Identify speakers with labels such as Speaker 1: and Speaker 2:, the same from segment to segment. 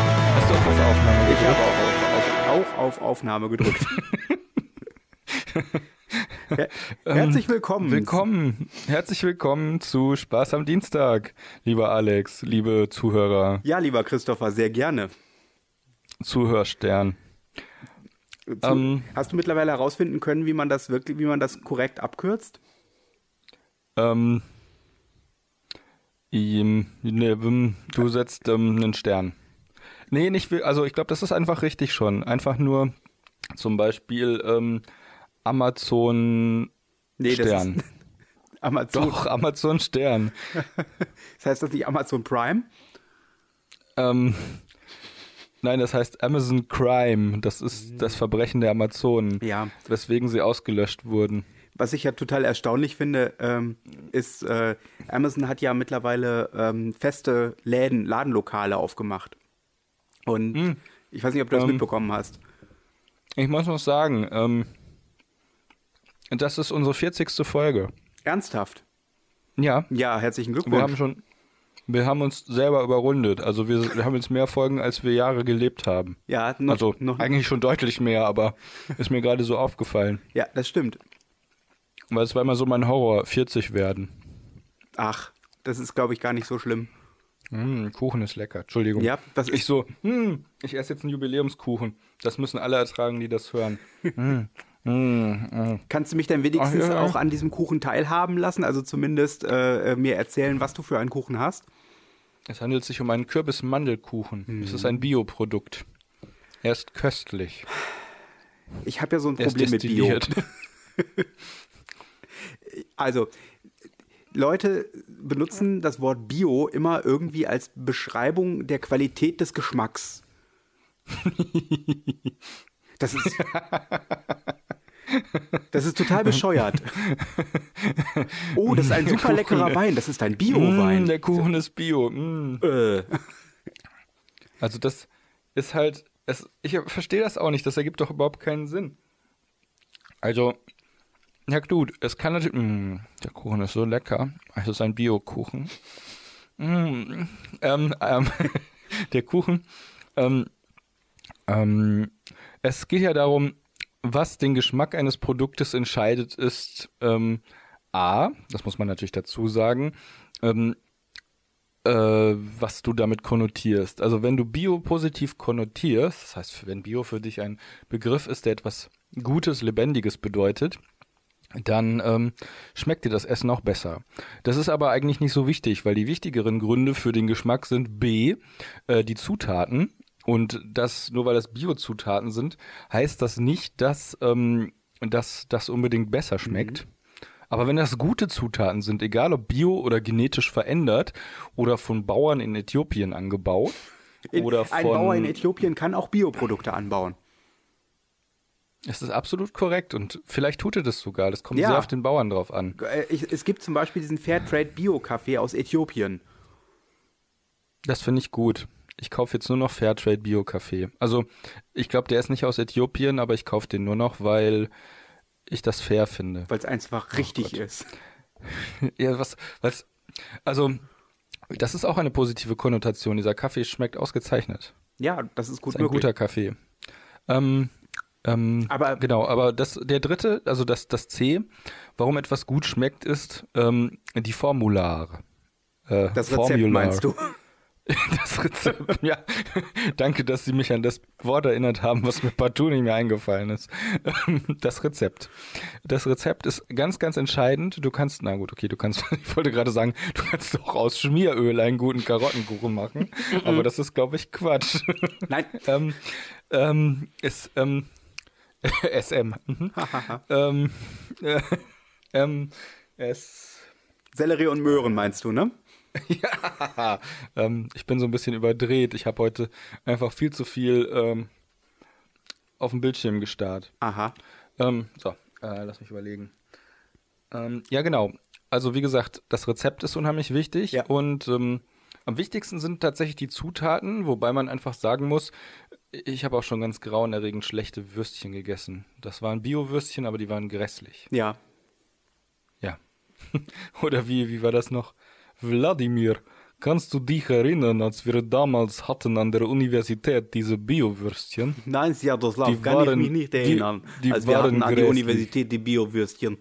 Speaker 1: auf Aufnahme
Speaker 2: Ich
Speaker 1: gedrückt.
Speaker 2: habe auch auf, auf, auch auf Aufnahme gedrückt. Her Herzlich willkommen.
Speaker 1: Ähm, Willkommen, herzlich willkommen zu Spaß am Dienstag, lieber Alex, liebe Zuhörer,
Speaker 2: Ja, lieber Christopher, sehr gerne.
Speaker 1: Zuhörstern.
Speaker 2: Zu,
Speaker 1: Ähm.
Speaker 2: hast du mittlerweile herausfinden können, wie man das wirklich, wie man das korrekt abkürzt?
Speaker 1: Ähm, ihm, ne, ähm, du setzt ähm, einen Stern. Nee, nicht will, also ich glaube, das ist einfach richtig schon. Einfach nur zum Beispiel ähm, Amazon
Speaker 2: Nee,
Speaker 1: Stern.
Speaker 2: das ist Amazon.
Speaker 1: Doch, Amazon Stern.
Speaker 2: Das heißt das nicht Amazon Prime?
Speaker 1: Ähm, nein, das heißt Amazon Crime. Das ist das Verbrechen der Amazonen.
Speaker 2: Ja.
Speaker 1: Weswegen sie ausgelöscht wurden.
Speaker 2: Was ich ja total erstaunlich finde, ähm, ist, äh, Amazon hat ja mittlerweile ähm, feste Läden, Ladenlokale aufgemacht. Und ich weiß nicht, ob du das
Speaker 1: Hm. Ähm.
Speaker 2: mitbekommen hast.
Speaker 1: Ich muss noch sagen, ähm, das ist unsere 40. Folge.
Speaker 2: Ernsthaft?
Speaker 1: Ja,
Speaker 2: Ja, herzlichen Glückwunsch.
Speaker 1: wir haben schon, wir haben uns selber überrundet. Also wir, wir haben jetzt mehr Folgen, als wir Jahre gelebt haben.
Speaker 2: ja, noch,
Speaker 1: also
Speaker 2: noch,
Speaker 1: eigentlich schon deutlich mehr, aber ist mir gerade so aufgefallen.
Speaker 2: ja, das stimmt.
Speaker 1: Weil es war immer so mein Horror, 40 werden.
Speaker 2: Ach, das ist, glaube ich, gar nicht so schlimm.
Speaker 1: Mm, Kuchen ist lecker, Entschuldigung.
Speaker 2: Ja, das
Speaker 1: Ich
Speaker 2: ist,
Speaker 1: so, hm, ich esse jetzt einen Jubiläumskuchen. Das müssen alle ertragen, die das hören.
Speaker 2: kannst du mich dann wenigstens
Speaker 1: Ach, ja, ja.
Speaker 2: auch an diesem Kuchen teilhaben lassen? Also zumindest äh, äh, mir erzählen, was du für einen Kuchen hast.
Speaker 1: Es handelt sich um einen Kürbis-Mandelkuchen. Es
Speaker 2: Hm.
Speaker 1: ist ein Bioprodukt. Er ist köstlich.
Speaker 2: Ich habe ja so ein
Speaker 1: Er ist
Speaker 2: Problem mit Bio.
Speaker 1: destilliert.
Speaker 2: Also, Leute benutzen das Wort Bio immer irgendwie als Beschreibung der Qualität des Geschmacks. Das ist, das ist total bescheuert. Oh, das ist ein super leckerer Wein. Das ist ein
Speaker 1: Mm,
Speaker 2: Bio-Wein.
Speaker 1: der Kuchen ist Bio. Mm.
Speaker 2: Äh,
Speaker 1: Also das ist halt, es, ich verstehe das auch nicht, das ergibt doch überhaupt keinen Sinn. Also, ja gut, es kann natürlich, mm, der Kuchen ist so lecker, es ist ein Bio-Kuchen. Mm, ähm, ähm, der Kuchen, ähm, ähm, es geht ja darum, was den Geschmack eines Produktes entscheidet, ist ähm, A, das muss man natürlich dazu sagen, ähm, äh, was du damit konnotierst. Also wenn du Bio positiv konnotierst, das heißt, wenn Bio für dich ein Begriff ist, der etwas Gutes, Lebendiges bedeutet, dann ähm, schmeckt dir das Essen auch besser. Das ist aber eigentlich nicht so wichtig, weil die wichtigeren Gründe für den Geschmack sind B, äh, die Zutaten. Und das, nur weil das Bio-Zutaten sind, heißt das nicht, dass, ähm, dass das unbedingt besser schmeckt.
Speaker 2: Mhm.
Speaker 1: Aber wenn das gute Zutaten sind, egal ob bio oder genetisch verändert oder von Bauern in Äthiopien angebaut
Speaker 2: in,
Speaker 1: oder von
Speaker 2: ein Bauer in Äthiopien kann auch Bioprodukte anbauen.
Speaker 1: Es ist absolut korrekt und vielleicht tut er das sogar. Das kommt
Speaker 2: Ja.
Speaker 1: sehr auf den Bauern drauf an.
Speaker 2: Äh, Ich, es gibt zum Beispiel diesen Fairtrade Bio-Kaffee aus Äthiopien.
Speaker 1: Das finde ich gut. Ich kaufe jetzt nur noch Fairtrade Bio-Kaffee. Also, ich glaube, der ist nicht aus Äthiopien, aber ich kaufe den nur noch, weil ich das fair finde.
Speaker 2: weil es
Speaker 1: Oh
Speaker 2: einfach richtig ist.
Speaker 1: Ja, was, was, also, das ist auch eine positive Konnotation. Dieser Kaffee schmeckt ausgezeichnet.
Speaker 2: Ja, das ist gut
Speaker 1: Ist ein
Speaker 2: möglich.
Speaker 1: guter Kaffee. Ähm, ähm,
Speaker 2: Aber-
Speaker 1: genau, aber das, der dritte, also das, das C, warum etwas gut schmeckt, ist ähm, die Formulare. Äh,
Speaker 2: das Rezept
Speaker 1: Formular.
Speaker 2: meinst du?
Speaker 1: Das Rezept, ja. Danke, dass Sie mich an das Wort erinnert haben, was mir partout nicht mehr eingefallen ist. Ähm, Das Rezept. Das Rezept ist ganz, ganz entscheidend. Du kannst, na gut, okay, du kannst, ich wollte gerade sagen, du kannst auch aus Schmieröl einen guten Karottenkuchen machen. aber das ist, glaube ich, Quatsch.
Speaker 2: Nein.
Speaker 1: ähm, ähm, ist, ähm, SM. Mhm. ähm, äh, ähm, es,
Speaker 2: Sellerie und Möhren meinst du, ne?
Speaker 1: ja, ähm, ich bin so ein bisschen überdreht. Ich habe heute einfach viel zu viel ähm, auf dem Bildschirm gestarrt.
Speaker 2: Aha.
Speaker 1: Ähm, so, äh, lass mich überlegen. Ähm, ja, genau. Also wie gesagt, das Rezept ist unheimlich wichtig
Speaker 2: Ja.
Speaker 1: und ähm, am wichtigsten sind tatsächlich die Zutaten, wobei man einfach sagen muss, ich habe auch schon ganz grauenerregend schlechte Würstchen gegessen. Das waren Bio-Würstchen, aber die waren grässlich.
Speaker 2: Ja.
Speaker 1: Ja. Oder wie, wie war das noch? Wladimir Kannst du dich erinnern, als wir damals hatten an der Universität diese Biowürstchen?
Speaker 2: Nein, ja, das Land
Speaker 1: Die
Speaker 2: kann
Speaker 1: waren-
Speaker 2: ich mich nicht
Speaker 1: die-
Speaker 2: erinnern.
Speaker 1: die
Speaker 2: als wir
Speaker 1: waren
Speaker 2: hatten an die
Speaker 1: grässlich.
Speaker 2: Universität die Biowürstchen.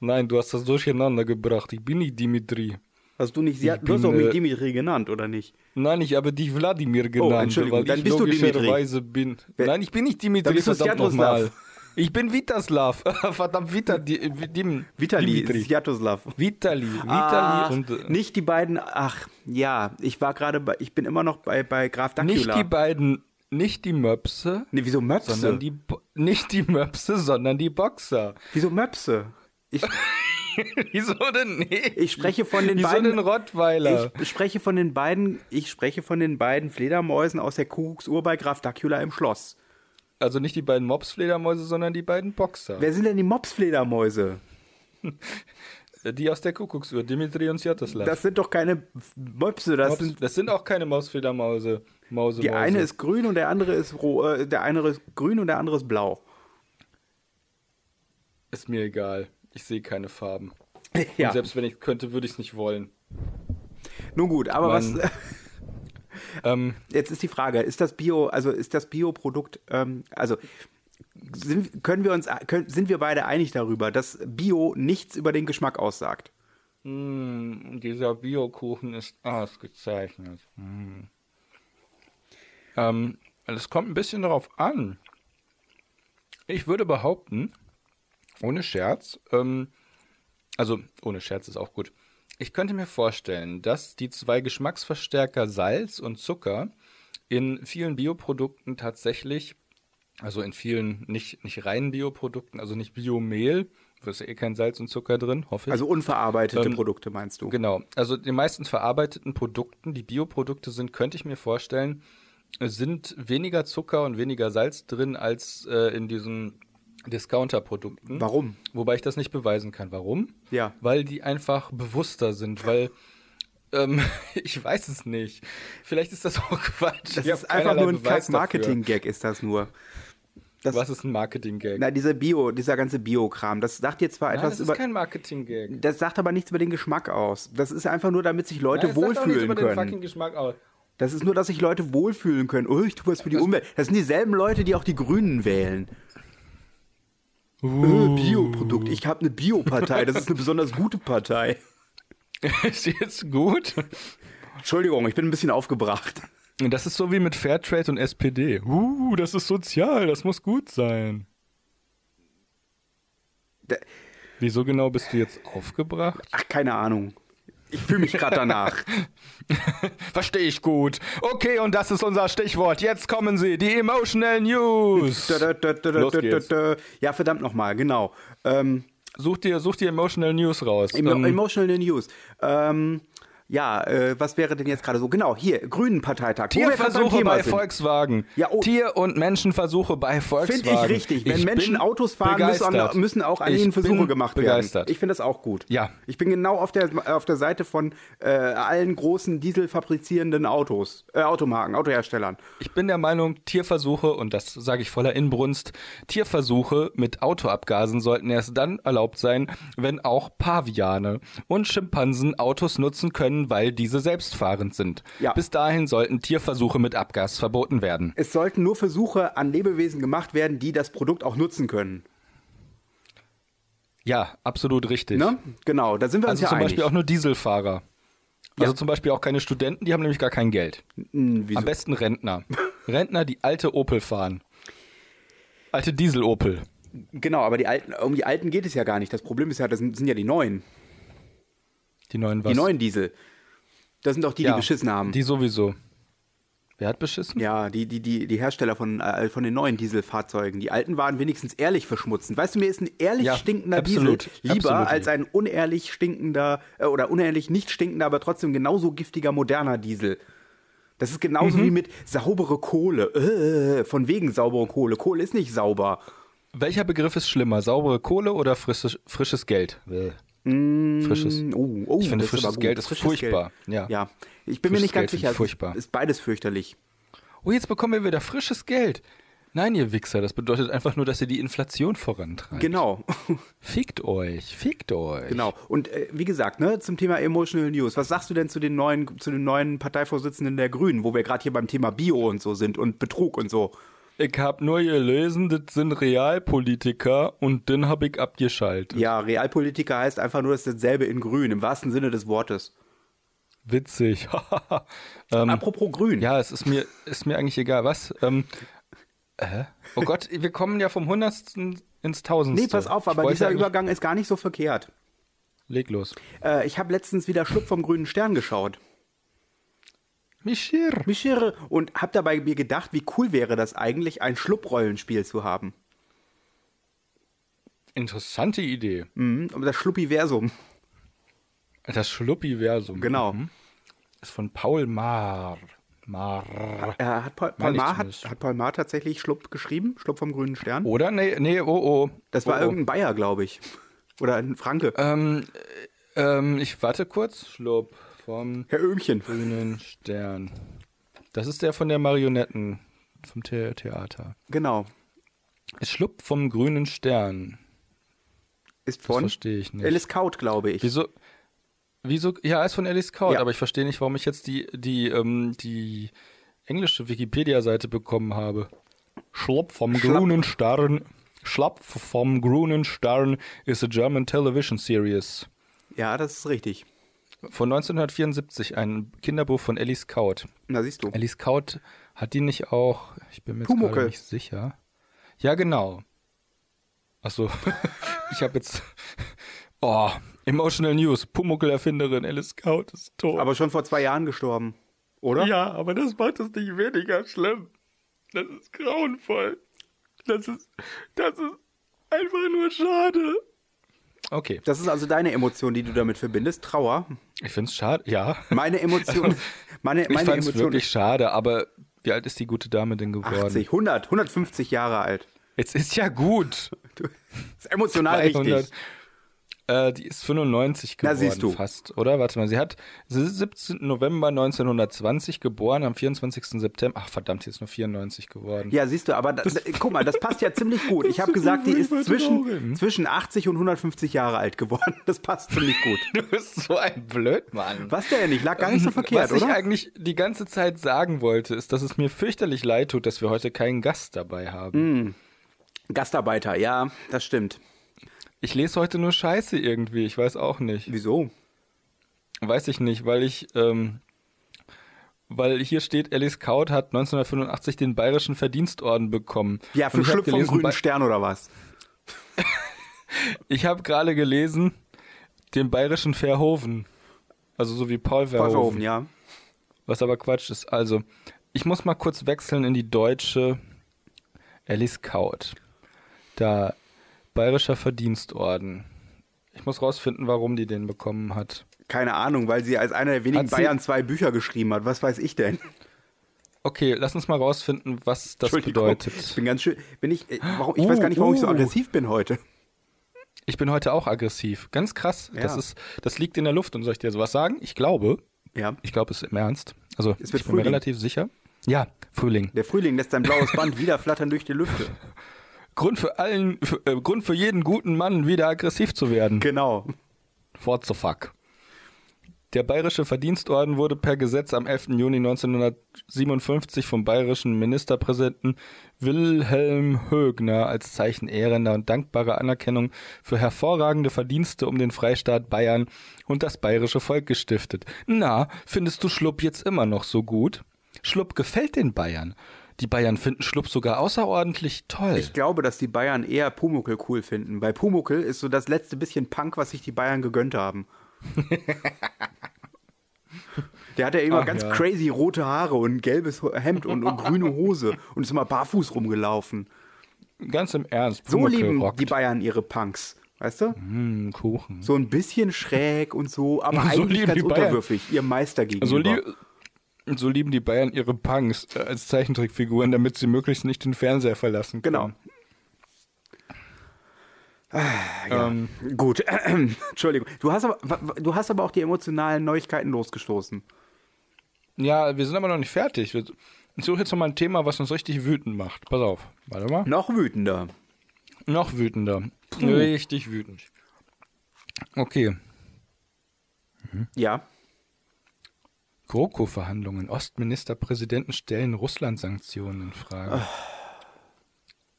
Speaker 1: Nein, du hast das durcheinander gebracht. Ich bin nicht Dimitri.
Speaker 2: Hast du nicht, sie,
Speaker 1: Ich
Speaker 2: du hast
Speaker 1: bin,
Speaker 2: auch mich
Speaker 1: äh,
Speaker 2: Dimitri genannt, oder nicht?
Speaker 1: Nein, ich habe dich Wladimir genannt,
Speaker 2: Oh, Entschuldigung,
Speaker 1: weil
Speaker 2: dann
Speaker 1: ich
Speaker 2: bist du Dimitri.
Speaker 1: logischerweise bin.
Speaker 2: Wer-
Speaker 1: Nein, ich bin nicht Dimitri,
Speaker 2: Dann bist du
Speaker 1: verdammt
Speaker 2: Sviatoslav.
Speaker 1: nochmal. Ich bin Vitaslav. verdammt, Vita, di, dim,
Speaker 2: Vitali,
Speaker 1: Dimitri.
Speaker 2: Sviatoslav.
Speaker 1: Vitali, Vitali
Speaker 2: Ach,
Speaker 1: und äh,
Speaker 2: nicht die beiden, ach, ja, ich war gerade bei, ich bin immer noch bei, bei Graf
Speaker 1: nicht
Speaker 2: Dacula.
Speaker 1: die beiden, nicht die Möpse,
Speaker 2: nee, wieso Möpse?
Speaker 1: sondern die Bo- nicht die Möpse, sondern die Boxer.
Speaker 2: Wieso Möpse? Ich,
Speaker 1: Wieso denn nicht?
Speaker 2: ich spreche von den
Speaker 1: Wieso
Speaker 2: beiden,
Speaker 1: denn Rottweiler?
Speaker 2: ich spreche von den beiden, ich spreche von den beiden Fledermäusen aus der Kuckucksuhr bei Graf Dacula im Schloss.
Speaker 1: also nicht die beiden Mopsfledermäuse, sondern die beiden Boxer.
Speaker 2: Wer sind denn die Mopsfledermäuse?
Speaker 1: Äh, Die aus der Kuckucksuhr, Dimitri und Sjatoslav.
Speaker 2: Das sind doch keine Möpse, das
Speaker 1: Mops-
Speaker 2: sind
Speaker 1: das sind auch keine Mopsfledermäuse. Mause,
Speaker 2: die
Speaker 1: Mäuse.
Speaker 2: eine ist grün und der andere ist ro äh, der eine ist grün und der andere ist blau.
Speaker 1: Ist mir egal. Ich sehe keine Farben.
Speaker 2: Ja.
Speaker 1: Und selbst wenn ich könnte, würde ich es nicht wollen.
Speaker 2: Nun gut, aber was
Speaker 1: Mann. Ähm,
Speaker 2: jetzt ist die Frage, ist das Bio, also ist das Bioprodukt, ähm, also sind, können wir uns, können, sind wir beide einig darüber, dass Bio nichts über den Geschmack aussagt?
Speaker 1: mh, Hm, dieser Biokuchen ist ausgezeichnet. Mh. Ähm, es kommt ein bisschen darauf an. Ich würde behaupten, ohne Scherz, ähm, also ohne Scherz ist auch gut. Ich könnte mir vorstellen, dass die zwei Geschmacksverstärker Salz und Zucker in vielen Bioprodukten tatsächlich, also in vielen nicht, nicht reinen Bioprodukten, also nicht Biomehl, da ist ja eh kein Salz und Zucker drin, hoffe ich.
Speaker 2: Also unverarbeitete
Speaker 1: Hm. Ähm,
Speaker 2: Produkte meinst du?
Speaker 1: Genau. Also die meisten verarbeiteten Produkten, die Bioprodukte sind, könnte ich mir vorstellen, sind weniger Zucker und weniger Salz drin als äh, in diesen Discounter-Produkten.
Speaker 2: Warum?
Speaker 1: Wobei ich das nicht beweisen kann. Warum?
Speaker 2: Ja.
Speaker 1: Weil die einfach bewusster sind, weil ähm, ich weiß es nicht. Vielleicht ist das auch Quatsch.
Speaker 2: Das
Speaker 1: Ich
Speaker 2: ist
Speaker 1: hab
Speaker 2: einfach
Speaker 1: keinerlei
Speaker 2: nur ein
Speaker 1: Beweis dafür.
Speaker 2: Marketing-Gag, ist das nur. Das,
Speaker 1: Was ist ein Marketing-Gag?
Speaker 2: Na, dieser Bio, dieser ganze Bio-Kram, das sagt jetzt zwar
Speaker 1: Nein,
Speaker 2: etwas
Speaker 1: das ist
Speaker 2: über.
Speaker 1: kein Marketing-Gag.
Speaker 2: Das sagt aber nichts über den Geschmack aus. Das ist einfach nur, damit sich Leute
Speaker 1: Nein, es sagt auch nichts
Speaker 2: wohlfühlen
Speaker 1: über den
Speaker 2: können.
Speaker 1: fucking Geschmack aus.
Speaker 2: Das ist nur, dass sich Leute wohlfühlen können. Oh, ich tue was für die Umwelt. Das sind dieselben Leute, die auch die Grünen wählen.
Speaker 1: Uh.
Speaker 2: Äh, Bioprodukt. Ich habe eine Biopartei. Das ist eine besonders gute Partei.
Speaker 1: ist jetzt gut?
Speaker 2: Entschuldigung, ich bin ein bisschen aufgebracht.
Speaker 1: Und Das ist so wie mit Fairtrade und SPD. Uh, das ist sozial, das muss gut sein.
Speaker 2: Da-
Speaker 1: Wieso genau bist du jetzt aufgebracht?
Speaker 2: Ach, keine Ahnung. Ich fühle mich gerade danach.
Speaker 1: Verstehe ich gut. Okay, und das ist unser Stichwort. Jetzt kommen sie, die Emotional News.
Speaker 2: Da, da, da, da, da,
Speaker 1: Los
Speaker 2: da, da,
Speaker 1: geht's.
Speaker 2: da. Ja, verdammt nochmal, genau. Ähm,
Speaker 1: Such dir, such dir Emotional News raus.
Speaker 2: Emo
Speaker 1: Ähm,
Speaker 2: emotional News. Ähm, ja, äh, was wäre denn jetzt gerade so? Genau, hier, Grünen-Parteitag. wo wir gerade beim
Speaker 1: Tierversuche
Speaker 2: Thema
Speaker 1: bei
Speaker 2: sind.
Speaker 1: Volkswagen.
Speaker 2: Ja, oh.
Speaker 1: Tier- und Menschenversuche bei Volkswagen.
Speaker 2: Finde ich richtig. Wenn
Speaker 1: Ich
Speaker 2: Menschen
Speaker 1: bin
Speaker 2: Autos fahren, müssen, an,
Speaker 1: begeistert.
Speaker 2: müssen auch an
Speaker 1: Ich
Speaker 2: ihnen Versuche
Speaker 1: bin
Speaker 2: gemacht
Speaker 1: begeistert.
Speaker 2: werden. Ich finde das auch gut.
Speaker 1: Ja.
Speaker 2: Ich bin genau auf der, auf der Seite von äh, allen großen dieselfabrizierenden Autos, äh, Automarken, Autoherstellern.
Speaker 1: Ich bin der Meinung, Tierversuche, und das sage ich voller Inbrunst, Tierversuche mit Autoabgasen sollten erst dann erlaubt sein, wenn auch Paviane und Schimpansen Autos nutzen können, weil diese selbstfahrend sind.
Speaker 2: Ja.
Speaker 1: Bis dahin sollten Tierversuche mit Abgas verboten werden.
Speaker 2: Es sollten nur Versuche an Lebewesen gemacht werden, die das Produkt auch nutzen können.
Speaker 1: Ja, absolut richtig.
Speaker 2: Ne? Genau, da sind wir uns
Speaker 1: Also
Speaker 2: ja
Speaker 1: zum
Speaker 2: einig.
Speaker 1: Beispiel auch nur Dieselfahrer. Also zum Beispiel auch keine Studenten, die haben nämlich gar kein Geld.
Speaker 2: Hm, wieso?
Speaker 1: Am besten Rentner. Rentner, die alte Opel fahren. Alte Diesel-Opel.
Speaker 2: Genau, aber die alten, um die alten geht es ja gar nicht. Das Problem ist ja, das sind, sind ja die neuen.
Speaker 1: Die neuen was?
Speaker 2: Die neuen Diesel. Das sind doch die, die beschissen haben.
Speaker 1: Die sowieso. Wer hat beschissen?
Speaker 2: Ja, die, die, die, die Hersteller von, äh, von den neuen Dieselfahrzeugen. Die alten waren wenigstens ehrlich verschmutzend. Weißt du, mir ist ein ehrlich
Speaker 1: Ja,
Speaker 2: stinkender
Speaker 1: absolut,
Speaker 2: Diesel lieber
Speaker 1: absolut.
Speaker 2: als ein unehrlich stinkender äh, oder unehrlich nicht stinkender, aber trotzdem genauso giftiger moderner Diesel. Das ist genauso
Speaker 1: Mhm.
Speaker 2: wie mit saubere Kohle. Äh, von wegen saubere Kohle. Kohle ist nicht sauber.
Speaker 1: Welcher Begriff ist schlimmer? Saubere Kohle oder frisches, frisches Geld? Frisches.
Speaker 2: Hm, Oh, oh,
Speaker 1: Ich finde,
Speaker 2: das
Speaker 1: frisches
Speaker 2: aber gut.
Speaker 1: Geld ist
Speaker 2: Frisches
Speaker 1: furchtbar.
Speaker 2: Geld.
Speaker 1: Ja.
Speaker 2: ja. Ich bin mir
Speaker 1: Frisches
Speaker 2: nicht
Speaker 1: Geld finde
Speaker 2: ganz sicher.
Speaker 1: ich
Speaker 2: Es ist-
Speaker 1: furchtbar.
Speaker 2: Ist beides fürchterlich.
Speaker 1: Oh, jetzt bekommen wir wieder frisches Geld. Nein, ihr Wichser, das bedeutet einfach nur, dass ihr die Inflation vorantreibt.
Speaker 2: Genau,
Speaker 1: Fickt euch, fickt euch.
Speaker 2: genau. Und äh, wie gesagt, ne, zum Thema Emotional News. Was sagst du denn zu den neuen, zu den neuen Parteivorsitzenden der Grünen, wo wir gerade hier beim Thema Bio und so sind und Betrug und so?
Speaker 1: Ich hab nur gelesen, das sind Realpolitiker und den hab ich abgeschaltet.
Speaker 2: Ja, Realpolitiker heißt einfach nur, das ist dasselbe in Grün, im wahrsten Sinne des Wortes.
Speaker 1: Witzig. ähm,
Speaker 2: Apropos Grün.
Speaker 1: ja, es ist mir, ist mir eigentlich egal, was. Ähm, äh? Oh Gott, wir kommen ja vom Hundertsten ins Tausendste.
Speaker 2: nee, pass auf,
Speaker 1: Ich
Speaker 2: aber
Speaker 1: wollte
Speaker 2: dieser
Speaker 1: eigentlich-
Speaker 2: Übergang ist gar nicht so verkehrt.
Speaker 1: Leg los.
Speaker 2: Äh, ich habe letztens wieder Schlupf vom grünen Stern geschaut.
Speaker 1: Mischir.
Speaker 2: Mich irre. Und habe dabei mir gedacht, wie cool wäre das eigentlich, ein Schlupprollenspiel zu haben.
Speaker 1: Interessante Idee.
Speaker 2: Mhm. aber Das Schluppiversum.
Speaker 1: Das Schluppiversum.
Speaker 2: Genau.
Speaker 1: Ist von Paul Mar. Mar.
Speaker 2: Äh, hat, Paul, Paul
Speaker 1: Meine ich
Speaker 2: Mar, hat,
Speaker 1: zumindest.
Speaker 2: hat Paul Mar tatsächlich Schlupp geschrieben? Schlupp vom grünen Stern?
Speaker 1: Oder? Nee, nee, oh, oh.
Speaker 2: Das
Speaker 1: oh,
Speaker 2: war
Speaker 1: oh.
Speaker 2: irgendein Bayer, glaube ich. Oder ein Franke.
Speaker 1: Ähm, äh, ähm, ich warte kurz. Schlupp vom
Speaker 2: Herr Öhmchen.
Speaker 1: grünen Stern. Das ist der von der Marionetten vom The Theater.
Speaker 2: Genau.
Speaker 1: Schlupp vom grünen Stern.
Speaker 2: Ist
Speaker 1: Das
Speaker 2: von
Speaker 1: verstehe ich nicht.
Speaker 2: Alice Kaut, glaube ich.
Speaker 1: Wieso? Wieso? Ja, ist von Alice Kaut,
Speaker 2: Ja.
Speaker 1: aber ich verstehe nicht, warum ich jetzt die, die, ähm, die englische Wikipedia-Seite bekommen habe. Schlapp vom
Speaker 2: Schlapp.
Speaker 1: grünen Stern. Schlapp vom grünen Stern ist a German Television Series.
Speaker 2: Ja, das ist richtig.
Speaker 1: Von 1974, ein Kinderbuch von Alice Kaut.
Speaker 2: Na, siehst du.
Speaker 1: Alice Kaut hat die nicht auch, ich bin mir jetzt
Speaker 2: Pumuckl.
Speaker 1: gerade nicht sicher. Ja, genau. Achso, ich habe jetzt. Oh, Emotional News. Pumuckel-Erfinderin Alice Kaut ist tot.
Speaker 2: Aber schon vor zwei Jahren gestorben. Oder?
Speaker 1: ja, aber das macht es nicht weniger schlimm. Das ist grauenvoll. Das ist. Das ist einfach nur schade. Okay,
Speaker 2: Das ist also deine Emotion, die du damit verbindest. Trauer.
Speaker 1: ich find's schade, ja.
Speaker 2: Meine Emotion. Meine,
Speaker 1: Also, Ich
Speaker 2: meine
Speaker 1: fand's
Speaker 2: Emotion
Speaker 1: wirklich schade, aber wie alt ist die gute Dame denn
Speaker 2: ist
Speaker 1: geworden?
Speaker 2: 80, 100, 150 Jahre alt.
Speaker 1: Jetzt ist ja gut.
Speaker 2: Ist emotional
Speaker 1: 300.
Speaker 2: richtig.
Speaker 1: Äh, die ist 95
Speaker 2: Na,
Speaker 1: geworden,
Speaker 2: siehst du.
Speaker 1: fast, oder? Warte mal, sie hat sie ist 17. November 1920 geboren, am 24. September. Ach verdammt, sie ist nur 94 geworden.
Speaker 2: Ja, siehst du, aber da, da, guck mal, das passt ja ziemlich gut. Ich habe gesagt, die ist
Speaker 1: furchtbar
Speaker 2: zwischen,
Speaker 1: traurig.
Speaker 2: zwischen 80 und 150 Jahre alt geworden. Das passt ziemlich gut.
Speaker 1: Du bist so ein Blödmann.
Speaker 2: Was denn nicht? Lag gar nicht so verkehrt,
Speaker 1: Was ich
Speaker 2: oder?
Speaker 1: eigentlich die ganze Zeit sagen wollte, ist, dass es mir fürchterlich leid tut, dass wir heute keinen Gast dabei haben.
Speaker 2: Hm. Gastarbeiter, ja, das stimmt.
Speaker 1: Ich lese heute nur Scheiße irgendwie, ich weiß auch nicht.
Speaker 2: Wieso?
Speaker 1: Weiß ich nicht, weil ich, ähm, weil hier steht, Alice Kaut hat 1985 den Bayerischen Verdienstorden bekommen.
Speaker 2: Ja, für
Speaker 1: Und ich hab
Speaker 2: Schlüpf vom
Speaker 1: gelesen,
Speaker 2: grünen
Speaker 1: Ba-
Speaker 2: Stern oder was?
Speaker 1: Ich habe gerade gelesen, den Bayerischen Verhoeven. Also so wie Paul Verhoeven,
Speaker 2: Verhoeven, ja.
Speaker 1: was aber Quatsch ist. Also, ich muss mal kurz wechseln in die deutsche Alice Kaut. Da, Bayerischer Verdienstorden. Ich muss rausfinden, warum die den bekommen hat.
Speaker 2: Keine Ahnung, weil sie als einer der wenigen
Speaker 1: Hat sie-
Speaker 2: Bayern zwei Bücher geschrieben hat. Was weiß ich denn?
Speaker 1: Okay, lass uns mal rausfinden, was das
Speaker 2: Entschuldigung. Ich
Speaker 1: bedeutet.
Speaker 2: bin ganz schön. Bin ich, ich, warum, ich
Speaker 1: Uh,
Speaker 2: weiß gar nicht, warum ich so
Speaker 1: uh.
Speaker 2: aggressiv bin heute.
Speaker 1: Ich bin heute auch aggressiv. Ganz krass.
Speaker 2: Ja.
Speaker 1: Das, ist, das liegt in der Luft. Und soll ich dir sowas sagen? Ich glaube,
Speaker 2: Ja.
Speaker 1: ich glaube es im Ernst. Also,
Speaker 2: Es
Speaker 1: ich
Speaker 2: wird
Speaker 1: bin
Speaker 2: Frühling.
Speaker 1: mir relativ sicher. Ja, Frühling.
Speaker 2: Der Frühling lässt sein blaues Band wieder flattern durch die Lüfte.
Speaker 1: Grund für allen, für, äh, Grund für jeden guten Mann, wieder aggressiv zu werden.
Speaker 2: Genau.
Speaker 1: What the fuck? Der Bayerische Verdienstorden wurde per Gesetz am 11. Juni 1957 vom bayerischen Ministerpräsidenten Wilhelm Högner als Zeichen ehrender und dankbarer Anerkennung für hervorragende Verdienste um den Freistaat Bayern und das bayerische Volk gestiftet. Na, findest du Schlupp jetzt immer noch so gut? Schlupp gefällt den Bayern. Die Bayern finden Schlupp sogar außerordentlich toll.
Speaker 2: Ich glaube, dass die Bayern eher Pumuckel cool finden, weil Pumuckel ist so das letzte bisschen Punk, was sich die Bayern gegönnt haben. Der hat ja immer
Speaker 1: Ach
Speaker 2: ganz
Speaker 1: ja.
Speaker 2: crazy rote Haare und ein gelbes Ho- Hemd und, und grüne Hose und ist immer barfuß rumgelaufen.
Speaker 1: Ganz im Ernst.
Speaker 2: So
Speaker 1: Pumuckl
Speaker 2: lieben
Speaker 1: rockt.
Speaker 2: die Bayern ihre Punks, weißt du?
Speaker 1: Mm, Kuchen.
Speaker 2: So ein bisschen schräg und so, aber
Speaker 1: So
Speaker 2: eigentlich
Speaker 1: lieben
Speaker 2: ganz
Speaker 1: die Bayern.
Speaker 2: unterwürfig, ihr Meister gegenüber.
Speaker 1: So, lieb, Also so lieben die Bayern ihre Punks äh, als Zeichentrickfiguren, damit sie möglichst nicht den Fernseher verlassen können.
Speaker 2: Genau. Ah, ja.
Speaker 1: Ähm.
Speaker 2: Gut, Entschuldigung. Du hast, aber, wa- wa- du hast aber auch die emotionalen Neuigkeiten losgestoßen.
Speaker 1: Ja, wir sind aber noch nicht fertig. Wir, Ich suche jetzt nochmal ein Thema, was uns richtig wütend macht. Pass auf. Warte mal.
Speaker 2: Noch wütender.
Speaker 1: Noch wütender. Richtig wütend. Okay.
Speaker 2: Ja.
Speaker 1: GroKo-Verhandlungen. Ostministerpräsidenten stellen Russland Sanktionen in Frage.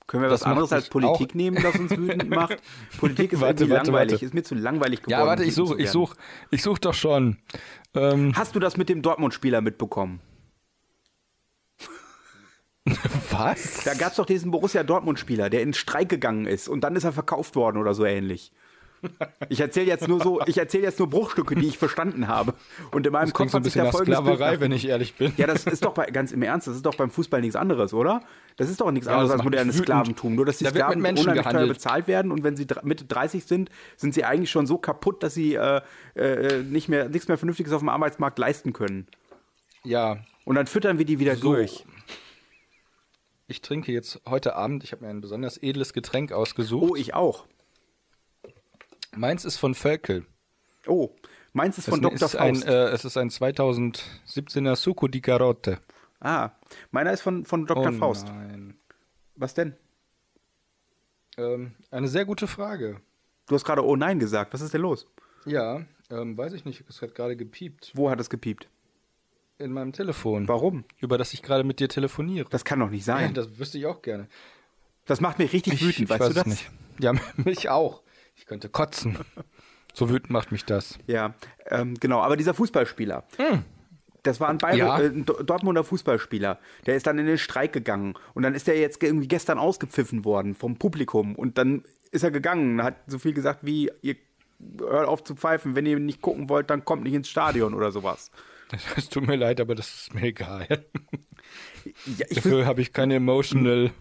Speaker 2: Können wir
Speaker 1: Das
Speaker 2: was anderes
Speaker 1: macht
Speaker 2: als
Speaker 1: mich
Speaker 2: Politik
Speaker 1: auch-
Speaker 2: nehmen, das uns wütend macht? Politik ist
Speaker 1: Warte,
Speaker 2: irgendwie
Speaker 1: warte,
Speaker 2: langweilig.
Speaker 1: warte.
Speaker 2: Ist mir zu langweilig geworden.
Speaker 1: ja, warte, ich
Speaker 2: wütend
Speaker 1: suche,
Speaker 2: zu
Speaker 1: ich
Speaker 2: werden.
Speaker 1: suche, ich suche doch schon. Ähm,
Speaker 2: Hast du das mit dem Dortmund-Spieler mitbekommen?
Speaker 1: was?
Speaker 2: Da gab es doch diesen Borussia Dortmund-Spieler, der in Streik gegangen ist und dann ist er verkauft worden oder so ähnlich. Ich erzähle jetzt nur so, ich erzähle jetzt nur Bruchstücke, die ich verstanden habe. Und in meinem
Speaker 1: Klingt
Speaker 2: Kopf
Speaker 1: so ein
Speaker 2: hat sich
Speaker 1: bisschen
Speaker 2: da
Speaker 1: nach
Speaker 2: folgendes Bild
Speaker 1: Sklaverei, wenn ich ehrlich bin.
Speaker 2: Ja, das ist doch bei, ganz im Ernst, das ist doch beim Fußball nichts anderes, oder? Das ist doch nichts anderes
Speaker 1: das
Speaker 2: als
Speaker 1: macht mich
Speaker 2: modernes
Speaker 1: wütend.
Speaker 2: Sklaventum. Nur, dass die
Speaker 1: Da wird mit
Speaker 2: Sklaven
Speaker 1: Menschen
Speaker 2: unheimlich teuer
Speaker 1: gehandelt.
Speaker 2: bezahlt werden und wenn sie dr- Mitte 30 sind, sind sie eigentlich schon so kaputt, dass sie äh, äh, nicht mehr, nichts mehr Vernünftiges auf dem Arbeitsmarkt leisten können.
Speaker 1: Ja,
Speaker 2: Und dann füttern wir die wieder
Speaker 1: So.
Speaker 2: durch.
Speaker 1: ich trinke jetzt heute Abend, ich habe mir ein besonders edles Getränk ausgesucht.
Speaker 2: Oh, ich auch.
Speaker 1: Meins ist von Völkel.
Speaker 2: Oh, meins ist Oh. von
Speaker 1: es
Speaker 2: Dr.
Speaker 1: ist ein,
Speaker 2: Faust.
Speaker 1: äh, es ist ein 2017er Suco di Carotte.
Speaker 2: ah, meiner ist von, von
Speaker 1: Oh
Speaker 2: Dr. Faust.
Speaker 1: Nein.
Speaker 2: Was denn?
Speaker 1: Ähm, eine sehr gute Frage.
Speaker 2: Du hast gerade Oh Nein gesagt. Was ist denn los?
Speaker 1: Ja, ähm, weiß ich nicht, es hat gerade gepiept
Speaker 2: Wo hat es gepiept?
Speaker 1: in meinem Telefon,
Speaker 2: Warum?
Speaker 1: über das ich gerade mit dir telefoniere.
Speaker 2: Das kann doch nicht
Speaker 1: Ja,
Speaker 2: sein.
Speaker 1: das wüsste ich auch gerne.
Speaker 2: Das macht mich richtig wütend, weißt
Speaker 1: weiß
Speaker 2: du
Speaker 1: es
Speaker 2: das?
Speaker 1: Nicht. Ja, mich auch. Ich könnte kotzen. So wütend macht mich das.
Speaker 2: Ja, ähm, genau. Aber dieser Fußballspieler, das war ein, Bayer
Speaker 1: Hm. Ja.
Speaker 2: äh, ein Do- Dortmunder Fußballspieler. Der ist dann in den Streik gegangen und dann ist der jetzt ge- irgendwie gestern ausgepfiffen worden vom Publikum und dann ist er gegangen, hat so viel gesagt wie ihr hört auf zu pfeifen, wenn ihr nicht gucken wollt, dann kommt nicht ins Stadion oder sowas.
Speaker 1: Es tut mir leid, aber das ist mir egal.
Speaker 2: Ja, ich
Speaker 1: Dafür habe ich keine emotional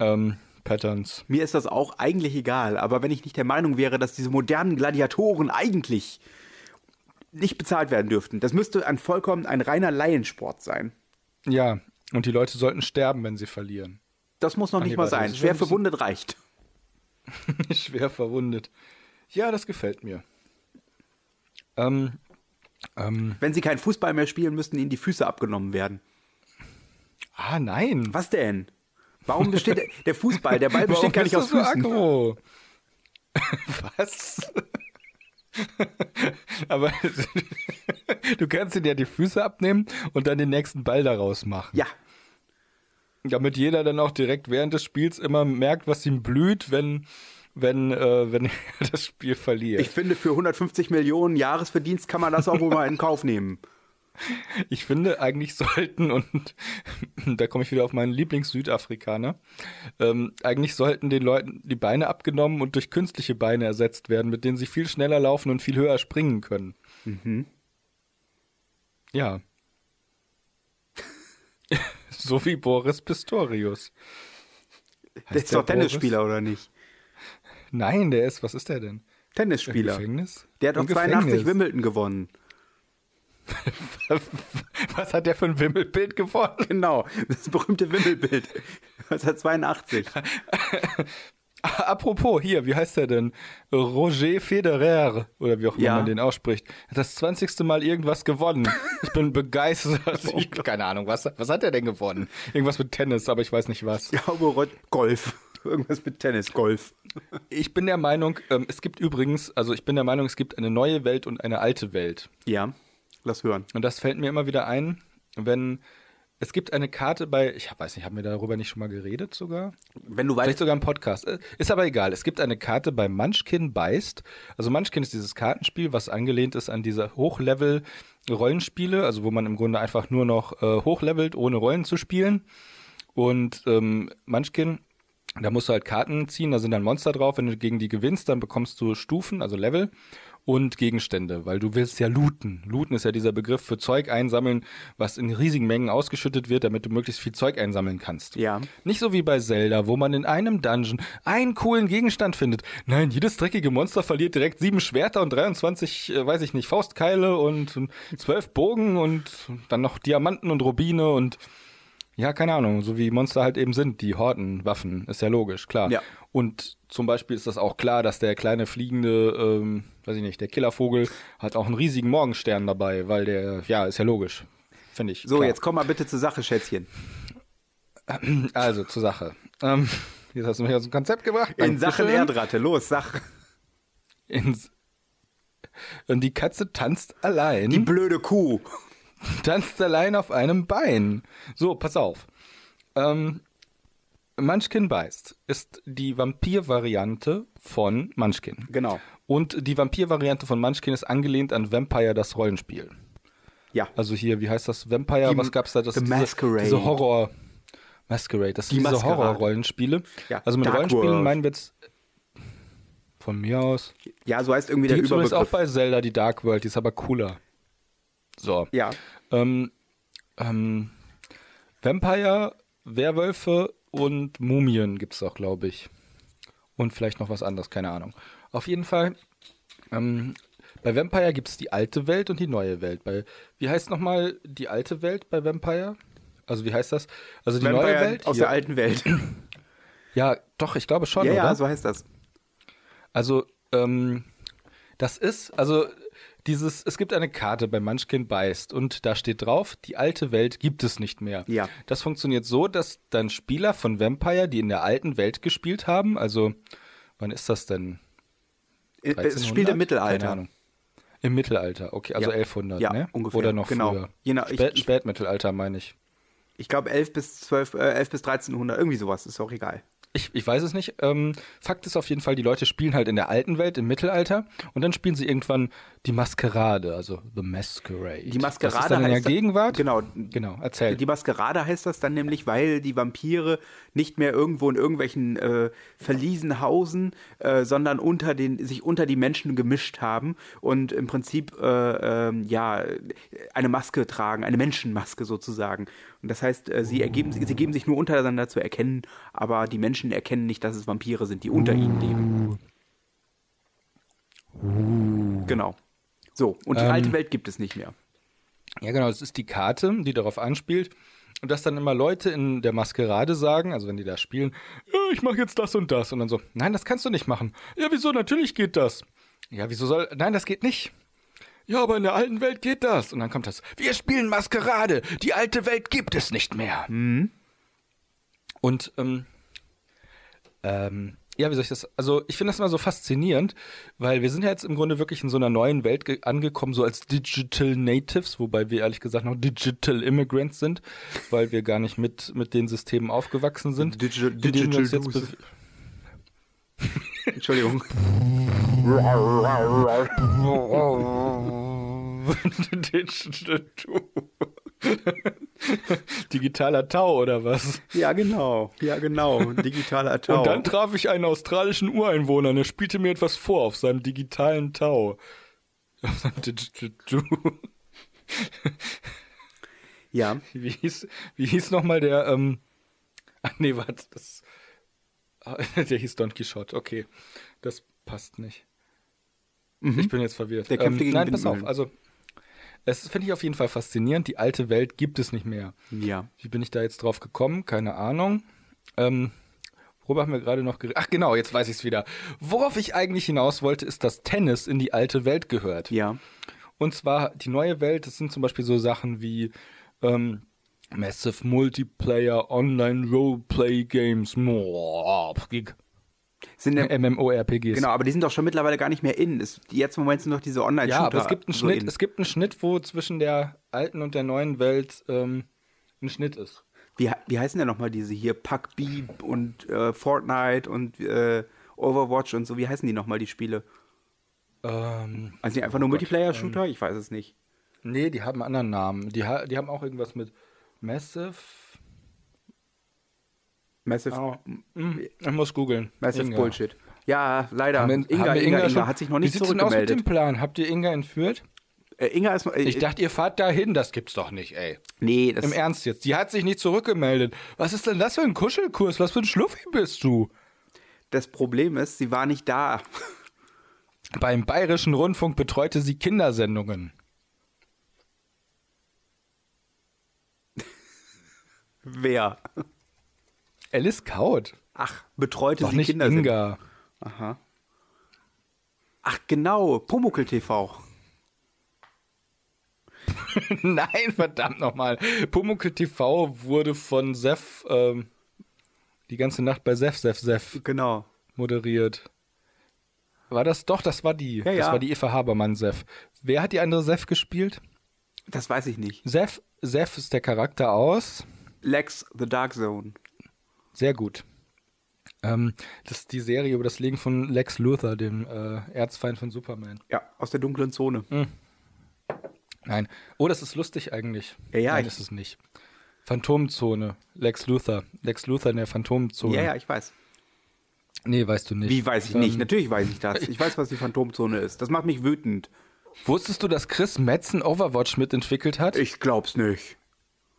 Speaker 1: ähm, Patterns.
Speaker 2: Mir ist das auch eigentlich egal, aber wenn ich nicht der Meinung wäre, dass diese modernen Gladiatoren eigentlich nicht bezahlt werden dürften, das müsste ein vollkommen ein reiner Laiensport sein.
Speaker 1: Ja, und die Leute sollten sterben, wenn sie verlieren.
Speaker 2: Das muss noch
Speaker 1: nee,
Speaker 2: nicht mal
Speaker 1: warte, das
Speaker 2: sein.
Speaker 1: ist
Speaker 2: Schwer
Speaker 1: ein bisschen-
Speaker 2: verwundet reicht.
Speaker 1: Schwer verwundet. Ja, das gefällt mir. Ähm, ähm,
Speaker 2: Wenn sie keinen Fußball mehr spielen, müssten ihnen die Füße abgenommen werden.
Speaker 1: ah, nein.
Speaker 2: Was denn? Warum besteht der- der Fußball? Der Ball
Speaker 1: Warum
Speaker 2: besteht gar
Speaker 1: bist
Speaker 2: nicht
Speaker 1: du
Speaker 2: aus
Speaker 1: so
Speaker 2: Füßen.
Speaker 1: aggro? Was? Aber du kannst dir ja die Füße abnehmen und dann den nächsten Ball daraus machen.
Speaker 2: Ja,
Speaker 1: Damit jeder dann auch direkt während des Spiels immer merkt, was ihm blüht, wenn, wenn, äh, wenn er das Spiel verliert.
Speaker 2: ich finde, für 150 Millionen Jahresverdienst kann man das auch wohl mal in Kauf nehmen.
Speaker 1: Ich finde, eigentlich sollten, und da komme ich wieder auf meinen Lieblings-Südafrikaner, ähm, eigentlich sollten den Leuten die Beine abgenommen und durch künstliche Beine ersetzt werden, mit denen sie viel schneller laufen und viel höher springen können.
Speaker 2: Mhm.
Speaker 1: Ja. so wie Boris Pistorius. Heißt
Speaker 2: Der ist doch Tennisspieler, oder nicht?
Speaker 1: Boris? Nein, der ist, was ist der denn? Im
Speaker 2: Tennisspieler.
Speaker 1: Gefängnis?
Speaker 2: Der hat
Speaker 1: Im
Speaker 2: doch 82
Speaker 1: Gefängnis.
Speaker 2: Wimbledon gewonnen.
Speaker 1: Was hat der für ein Wimmelbild gewonnen?
Speaker 2: Genau, das berühmte Wimmelbild. Das hat 82.
Speaker 1: Apropos, hier, wie heißt der denn? Roger Federer, oder wie auch immer
Speaker 2: Ja.
Speaker 1: man den ausspricht, hat das 20. Mal irgendwas gewonnen. Ich bin begeistert. Ich, keine Ahnung, was, was hat er denn gewonnen? Irgendwas mit Tennis, aber ich weiß nicht was.
Speaker 2: Ich glaube, Rod- Golf. Irgendwas mit Tennis, Golf.
Speaker 1: Ich bin der Meinung, ähm, es gibt übrigens, also ich bin der Meinung, es gibt eine neue Welt und eine alte Welt.
Speaker 2: Ja, lass hören.
Speaker 1: Und das fällt mir immer wieder ein, wenn es gibt eine Karte bei, ich weiß nicht, haben wir darüber nicht schon mal geredet sogar?
Speaker 2: Wenn du
Speaker 1: Vielleicht
Speaker 2: weißt,
Speaker 1: sogar im Podcast. Äh, Ist aber egal. Es gibt eine Karte bei Munchkin Beißt. Also Munchkin ist dieses Kartenspiel, was angelehnt ist an diese Hochlevel-Rollenspiele, also wo man im Grunde einfach nur noch äh, hochlevelt, ohne Rollen zu spielen. Und ähm, Munchkin, da musst du halt Karten ziehen, da sind dann Monster drauf. Wenn du gegen die gewinnst, dann bekommst du Stufen, also Level und Gegenstände, weil du willst ja looten. Looten ist ja dieser Begriff für Zeug einsammeln, was in riesigen Mengen ausgeschüttet wird, damit du möglichst viel Zeug einsammeln kannst.
Speaker 2: Ja.
Speaker 1: Nicht so wie bei Zelda, wo man in einem Dungeon einen coolen Gegenstand findet. Nein, jedes dreckige Monster verliert direkt sieben Schwerter und 23, äh, weiß ich nicht, Faustkeile und äh, zwölf Bogen und dann noch Diamanten und Rubine und ja, keine Ahnung, so wie Monster halt eben sind, die Horten, Waffen, ist ja logisch, klar.
Speaker 2: Ja.
Speaker 1: Und zum Beispiel ist das auch klar, dass der kleine fliegende, ähm, weiß ich nicht, der Killervogel hat auch einen riesigen Morgenstern dabei, weil der, ja, ist ja logisch. finde ich.
Speaker 2: So,
Speaker 1: klar.
Speaker 2: jetzt komm mal bitte zur Sache, Schätzchen.
Speaker 1: Also zur Sache. Ähm, jetzt hast du mich aus dem Konzept gebracht. Dankeschön.
Speaker 2: In Sachen Erdratte, los, sag.
Speaker 1: Ins- Und die Katze tanzt allein.
Speaker 2: Die blöde Kuh.
Speaker 1: tanzt allein auf einem Bein. So, pass auf. Ähm, Munchkin beißt ist die Vampir-Variante von Munchkin.
Speaker 2: Genau.
Speaker 1: Und die Vampir-Variante von Munchkin ist angelehnt an Vampire, das Rollenspiel.
Speaker 2: Ja.
Speaker 1: Also hier, wie heißt das? Vampire,
Speaker 2: Die-
Speaker 1: was gab's da? Das,
Speaker 2: The Masquerade.
Speaker 1: Diese Horror. Masquerade, das sind
Speaker 2: Die
Speaker 1: diese
Speaker 2: Masquerade.
Speaker 1: Horror-Rollenspiele.
Speaker 2: Ja,
Speaker 1: Also mit
Speaker 2: Dark
Speaker 1: Rollenspielen
Speaker 2: World.
Speaker 1: meinen wir jetzt von mir aus.
Speaker 2: Ja, so heißt irgendwie
Speaker 1: Die
Speaker 2: der
Speaker 1: gibt übrigens auch
Speaker 2: Überbegriff.
Speaker 1: bei Zelda, die Dark World, die ist aber cooler. So.
Speaker 2: ja.
Speaker 1: Ähm, ähm, Vampire, Werwölfe und Mumien gibt es auch, glaube ich. Und vielleicht noch was anderes, keine Ahnung. Auf jeden Fall, ähm, bei Vampire gibt es die alte Welt und die neue Welt. Bei, wie heißt nochmal die alte Welt bei Vampire? Also wie heißt das? Also die neue
Speaker 2: Vampire
Speaker 1: Welt?
Speaker 2: aus
Speaker 1: hier.
Speaker 2: der alten Welt.
Speaker 1: ja, doch, ich glaube schon,
Speaker 2: ja,
Speaker 1: oder?
Speaker 2: ja, so heißt das.
Speaker 1: Also, ähm, das ist, also dieses, es gibt eine Karte bei Munchkin Beißt und da steht drauf, die alte Welt gibt es nicht mehr.
Speaker 2: Ja.
Speaker 1: Das funktioniert so, dass dann Spieler von Vampire, die in der alten Welt gespielt haben, also wann ist das denn?
Speaker 2: Äh, Es spielt
Speaker 1: 1300?
Speaker 2: im Mittelalter.
Speaker 1: Keine Ahnung. Im Mittelalter, okay, also
Speaker 2: Ja.
Speaker 1: 1100,
Speaker 2: Ja,
Speaker 1: ne?
Speaker 2: ungefähr,
Speaker 1: Oder noch
Speaker 2: genau.
Speaker 1: früher.
Speaker 2: Je nach- ich-
Speaker 1: Spät,
Speaker 2: ich-
Speaker 1: Spätmittelalter meine ich.
Speaker 2: Ich glaube 11 bis 12, äh, 11 bis 1300, irgendwie sowas, ist auch egal.
Speaker 1: Ich, ich weiß es nicht. Ähm, Fakt ist auf jeden Fall, die Leute spielen halt in der alten Welt, im Mittelalter, und dann spielen sie irgendwann die Maskerade, also The Masquerade.
Speaker 2: Die Maskerade
Speaker 1: Das ist dann in der
Speaker 2: heißt-
Speaker 1: Gegenwart.
Speaker 2: Genau.
Speaker 1: Genau, erzähl.
Speaker 2: Die Maskerade heißt das dann nämlich, weil die Vampire nicht mehr irgendwo in irgendwelchen äh, Verliesen hausen, äh, sondern unter den, sich unter die Menschen gemischt haben und im Prinzip äh, ähm, ja eine Maske tragen, eine Menschenmaske sozusagen. Und das heißt, äh, sie, ergeben, sie geben sich nur untereinander zu erkennen, aber die Menschen erkennen nicht, dass es Vampire sind, die unter ihnen leben.
Speaker 1: Oh.
Speaker 2: Genau. So, und
Speaker 1: Ähm,
Speaker 2: die alte Welt gibt es nicht mehr.
Speaker 1: Ja, genau, es ist die Karte, die darauf anspielt. Und dass dann immer Leute in der Maskerade sagen, also wenn die da spielen, ja, ich mache jetzt das und das. Und dann so, nein, das kannst du nicht machen. Ja, wieso? Natürlich geht das. Ja, wieso soll. Nein, das geht nicht. Ja, aber in der alten Welt geht das. Und dann kommt das. Wir spielen Maskerade. Die alte Welt gibt es nicht mehr. Und ähm, ähm, ja, wie soll ich das? Also, ich finde das immer so faszinierend, weil wir sind ja jetzt im Grunde wirklich in so einer neuen Welt ge- angekommen, so als Digital Natives, wobei wir ehrlich gesagt noch Digital Immigrants sind, weil wir gar nicht mit, mit den Systemen aufgewachsen sind.
Speaker 2: Digi-
Speaker 1: in denen wir uns
Speaker 2: Digital
Speaker 1: jetzt
Speaker 2: Duse.
Speaker 1: bew-
Speaker 2: Entschuldigung.
Speaker 1: Digital Duse. Digitaler Tau oder was?
Speaker 2: Ja, genau. Ja, genau. Digitaler Tau.
Speaker 1: Und dann traf ich einen australischen Ureinwohner, der spielte mir etwas vor auf seinem digitalen Tau. Auf seinem Digital Tau.
Speaker 2: ja.
Speaker 1: Wie hieß, wie hieß nochmal der, ähm, ach nee, warte, das, ah, der hieß Don Quixote, okay. Das passt nicht. Ich bin jetzt verwirrt.
Speaker 2: Mhm. Der kämpfte gegen
Speaker 1: Nein, pass
Speaker 2: Windmühlen.
Speaker 1: auf, also, es finde ich auf jeden Fall faszinierend, die alte Welt gibt es nicht mehr.
Speaker 2: Ja.
Speaker 1: Wie bin ich da jetzt drauf gekommen? Keine Ahnung. Ähm, worüber haben wir gerade noch geredet? Ach genau, jetzt weiß ich es wieder. Worauf ich eigentlich hinaus wollte, ist, dass Tennis in die alte Welt gehört.
Speaker 2: Ja.
Speaker 1: Und zwar die neue Welt, das sind zum Beispiel so Sachen wie ähm, Massive Multiplayer, Online Roleplay Games, Moa, Gig-
Speaker 2: Sind
Speaker 1: Äh,
Speaker 2: ja
Speaker 1: MMORPGs.
Speaker 2: genau, aber die sind doch schon mittlerweile gar nicht mehr in. Ist, jetzt im Moment sind doch diese Online-Shooter.
Speaker 1: Ja, aber es gibt einen
Speaker 2: so
Speaker 1: Schnitt,
Speaker 2: in.
Speaker 1: es gibt einen Schnitt, wo zwischen der alten und der neuen Welt ähm, ein Schnitt ist.
Speaker 2: wie, wie heißen denn nochmal diese hier? PUBG und äh, Fortnite und äh, Overwatch und so. Wie heißen die nochmal, die Spiele?
Speaker 1: Ähm,
Speaker 2: Also nicht einfach nur Multiplayer-Shooter? Ich weiß es nicht.
Speaker 1: Nee, die haben einen anderen Namen. Die, ha die haben auch irgendwas mit Massive.
Speaker 2: Massive,
Speaker 1: Oh. Hm, Ich muss googeln.
Speaker 2: Genau. Massive
Speaker 1: Inga.
Speaker 2: Bullshit. Ja, leider.
Speaker 1: Haben wir-
Speaker 2: Inga,
Speaker 1: haben wir
Speaker 2: Inga, Inga,
Speaker 1: schon-
Speaker 2: hat sich noch
Speaker 1: Wie
Speaker 2: nicht
Speaker 1: sieht's denn aus mit dem
Speaker 2: zurückgemeldet.
Speaker 1: Plan? Habt ihr Inga entführt?
Speaker 2: Äh, Inga ist noch. Äh,
Speaker 1: Ich dachte, ihr fahrt dahin. Das gibt's doch nicht, ey.
Speaker 2: nee, das
Speaker 1: Im Ernst jetzt. Die hat sich nicht zurückgemeldet. Was ist denn das für ein Kuschelkurs? Was für ein Schluffi bist du?
Speaker 2: das Problem ist, sie war nicht da.
Speaker 1: Beim Bayerischen Rundfunk betreute sie Kindersendungen.
Speaker 2: Wer?
Speaker 1: Alice Kaut.
Speaker 2: Ach, betreute
Speaker 1: Doch
Speaker 2: sie
Speaker 1: nicht
Speaker 2: Kinder sind.
Speaker 1: Inga.
Speaker 2: Aha. Ach genau, Pumuckel TV.
Speaker 1: Nein, verdammt nochmal. Pumuckl TV wurde von Sef ähm, die ganze Nacht bei Sef, Sef, Sef
Speaker 2: Genau.
Speaker 1: moderiert. War das doch, das war die. das
Speaker 2: ja.
Speaker 1: war die Eva Habermann Sef. Wer hat die andere Sef gespielt?
Speaker 2: Das weiß ich nicht.
Speaker 1: Sef, Sef ist der Charakter aus.
Speaker 2: Lex The Dark Zone.
Speaker 1: Sehr gut. Ähm, das ist die Serie über das Leben von Lex Luthor, dem äh, Erzfeind von Superman.
Speaker 2: Ja, aus der dunklen Zone.
Speaker 1: Mhm. Nein. Oh, das ist lustig eigentlich.
Speaker 2: Ja, ja,
Speaker 1: Nein,
Speaker 2: ich-
Speaker 1: ist es nicht. Phantomzone. Lex Luthor. Lex Luthor in der Phantomzone.
Speaker 2: Ja, ja, ich weiß. Ähm,
Speaker 1: Nee, weißt du nicht. Ähm,
Speaker 2: Wie weiß ich nicht? Natürlich weiß ich das. Ich weiß, was die Phantomzone ist. Das macht mich wütend.
Speaker 1: Wusstest du, dass Chris Metzen Overwatch mitentwickelt hat?
Speaker 2: Ich glaub's nicht.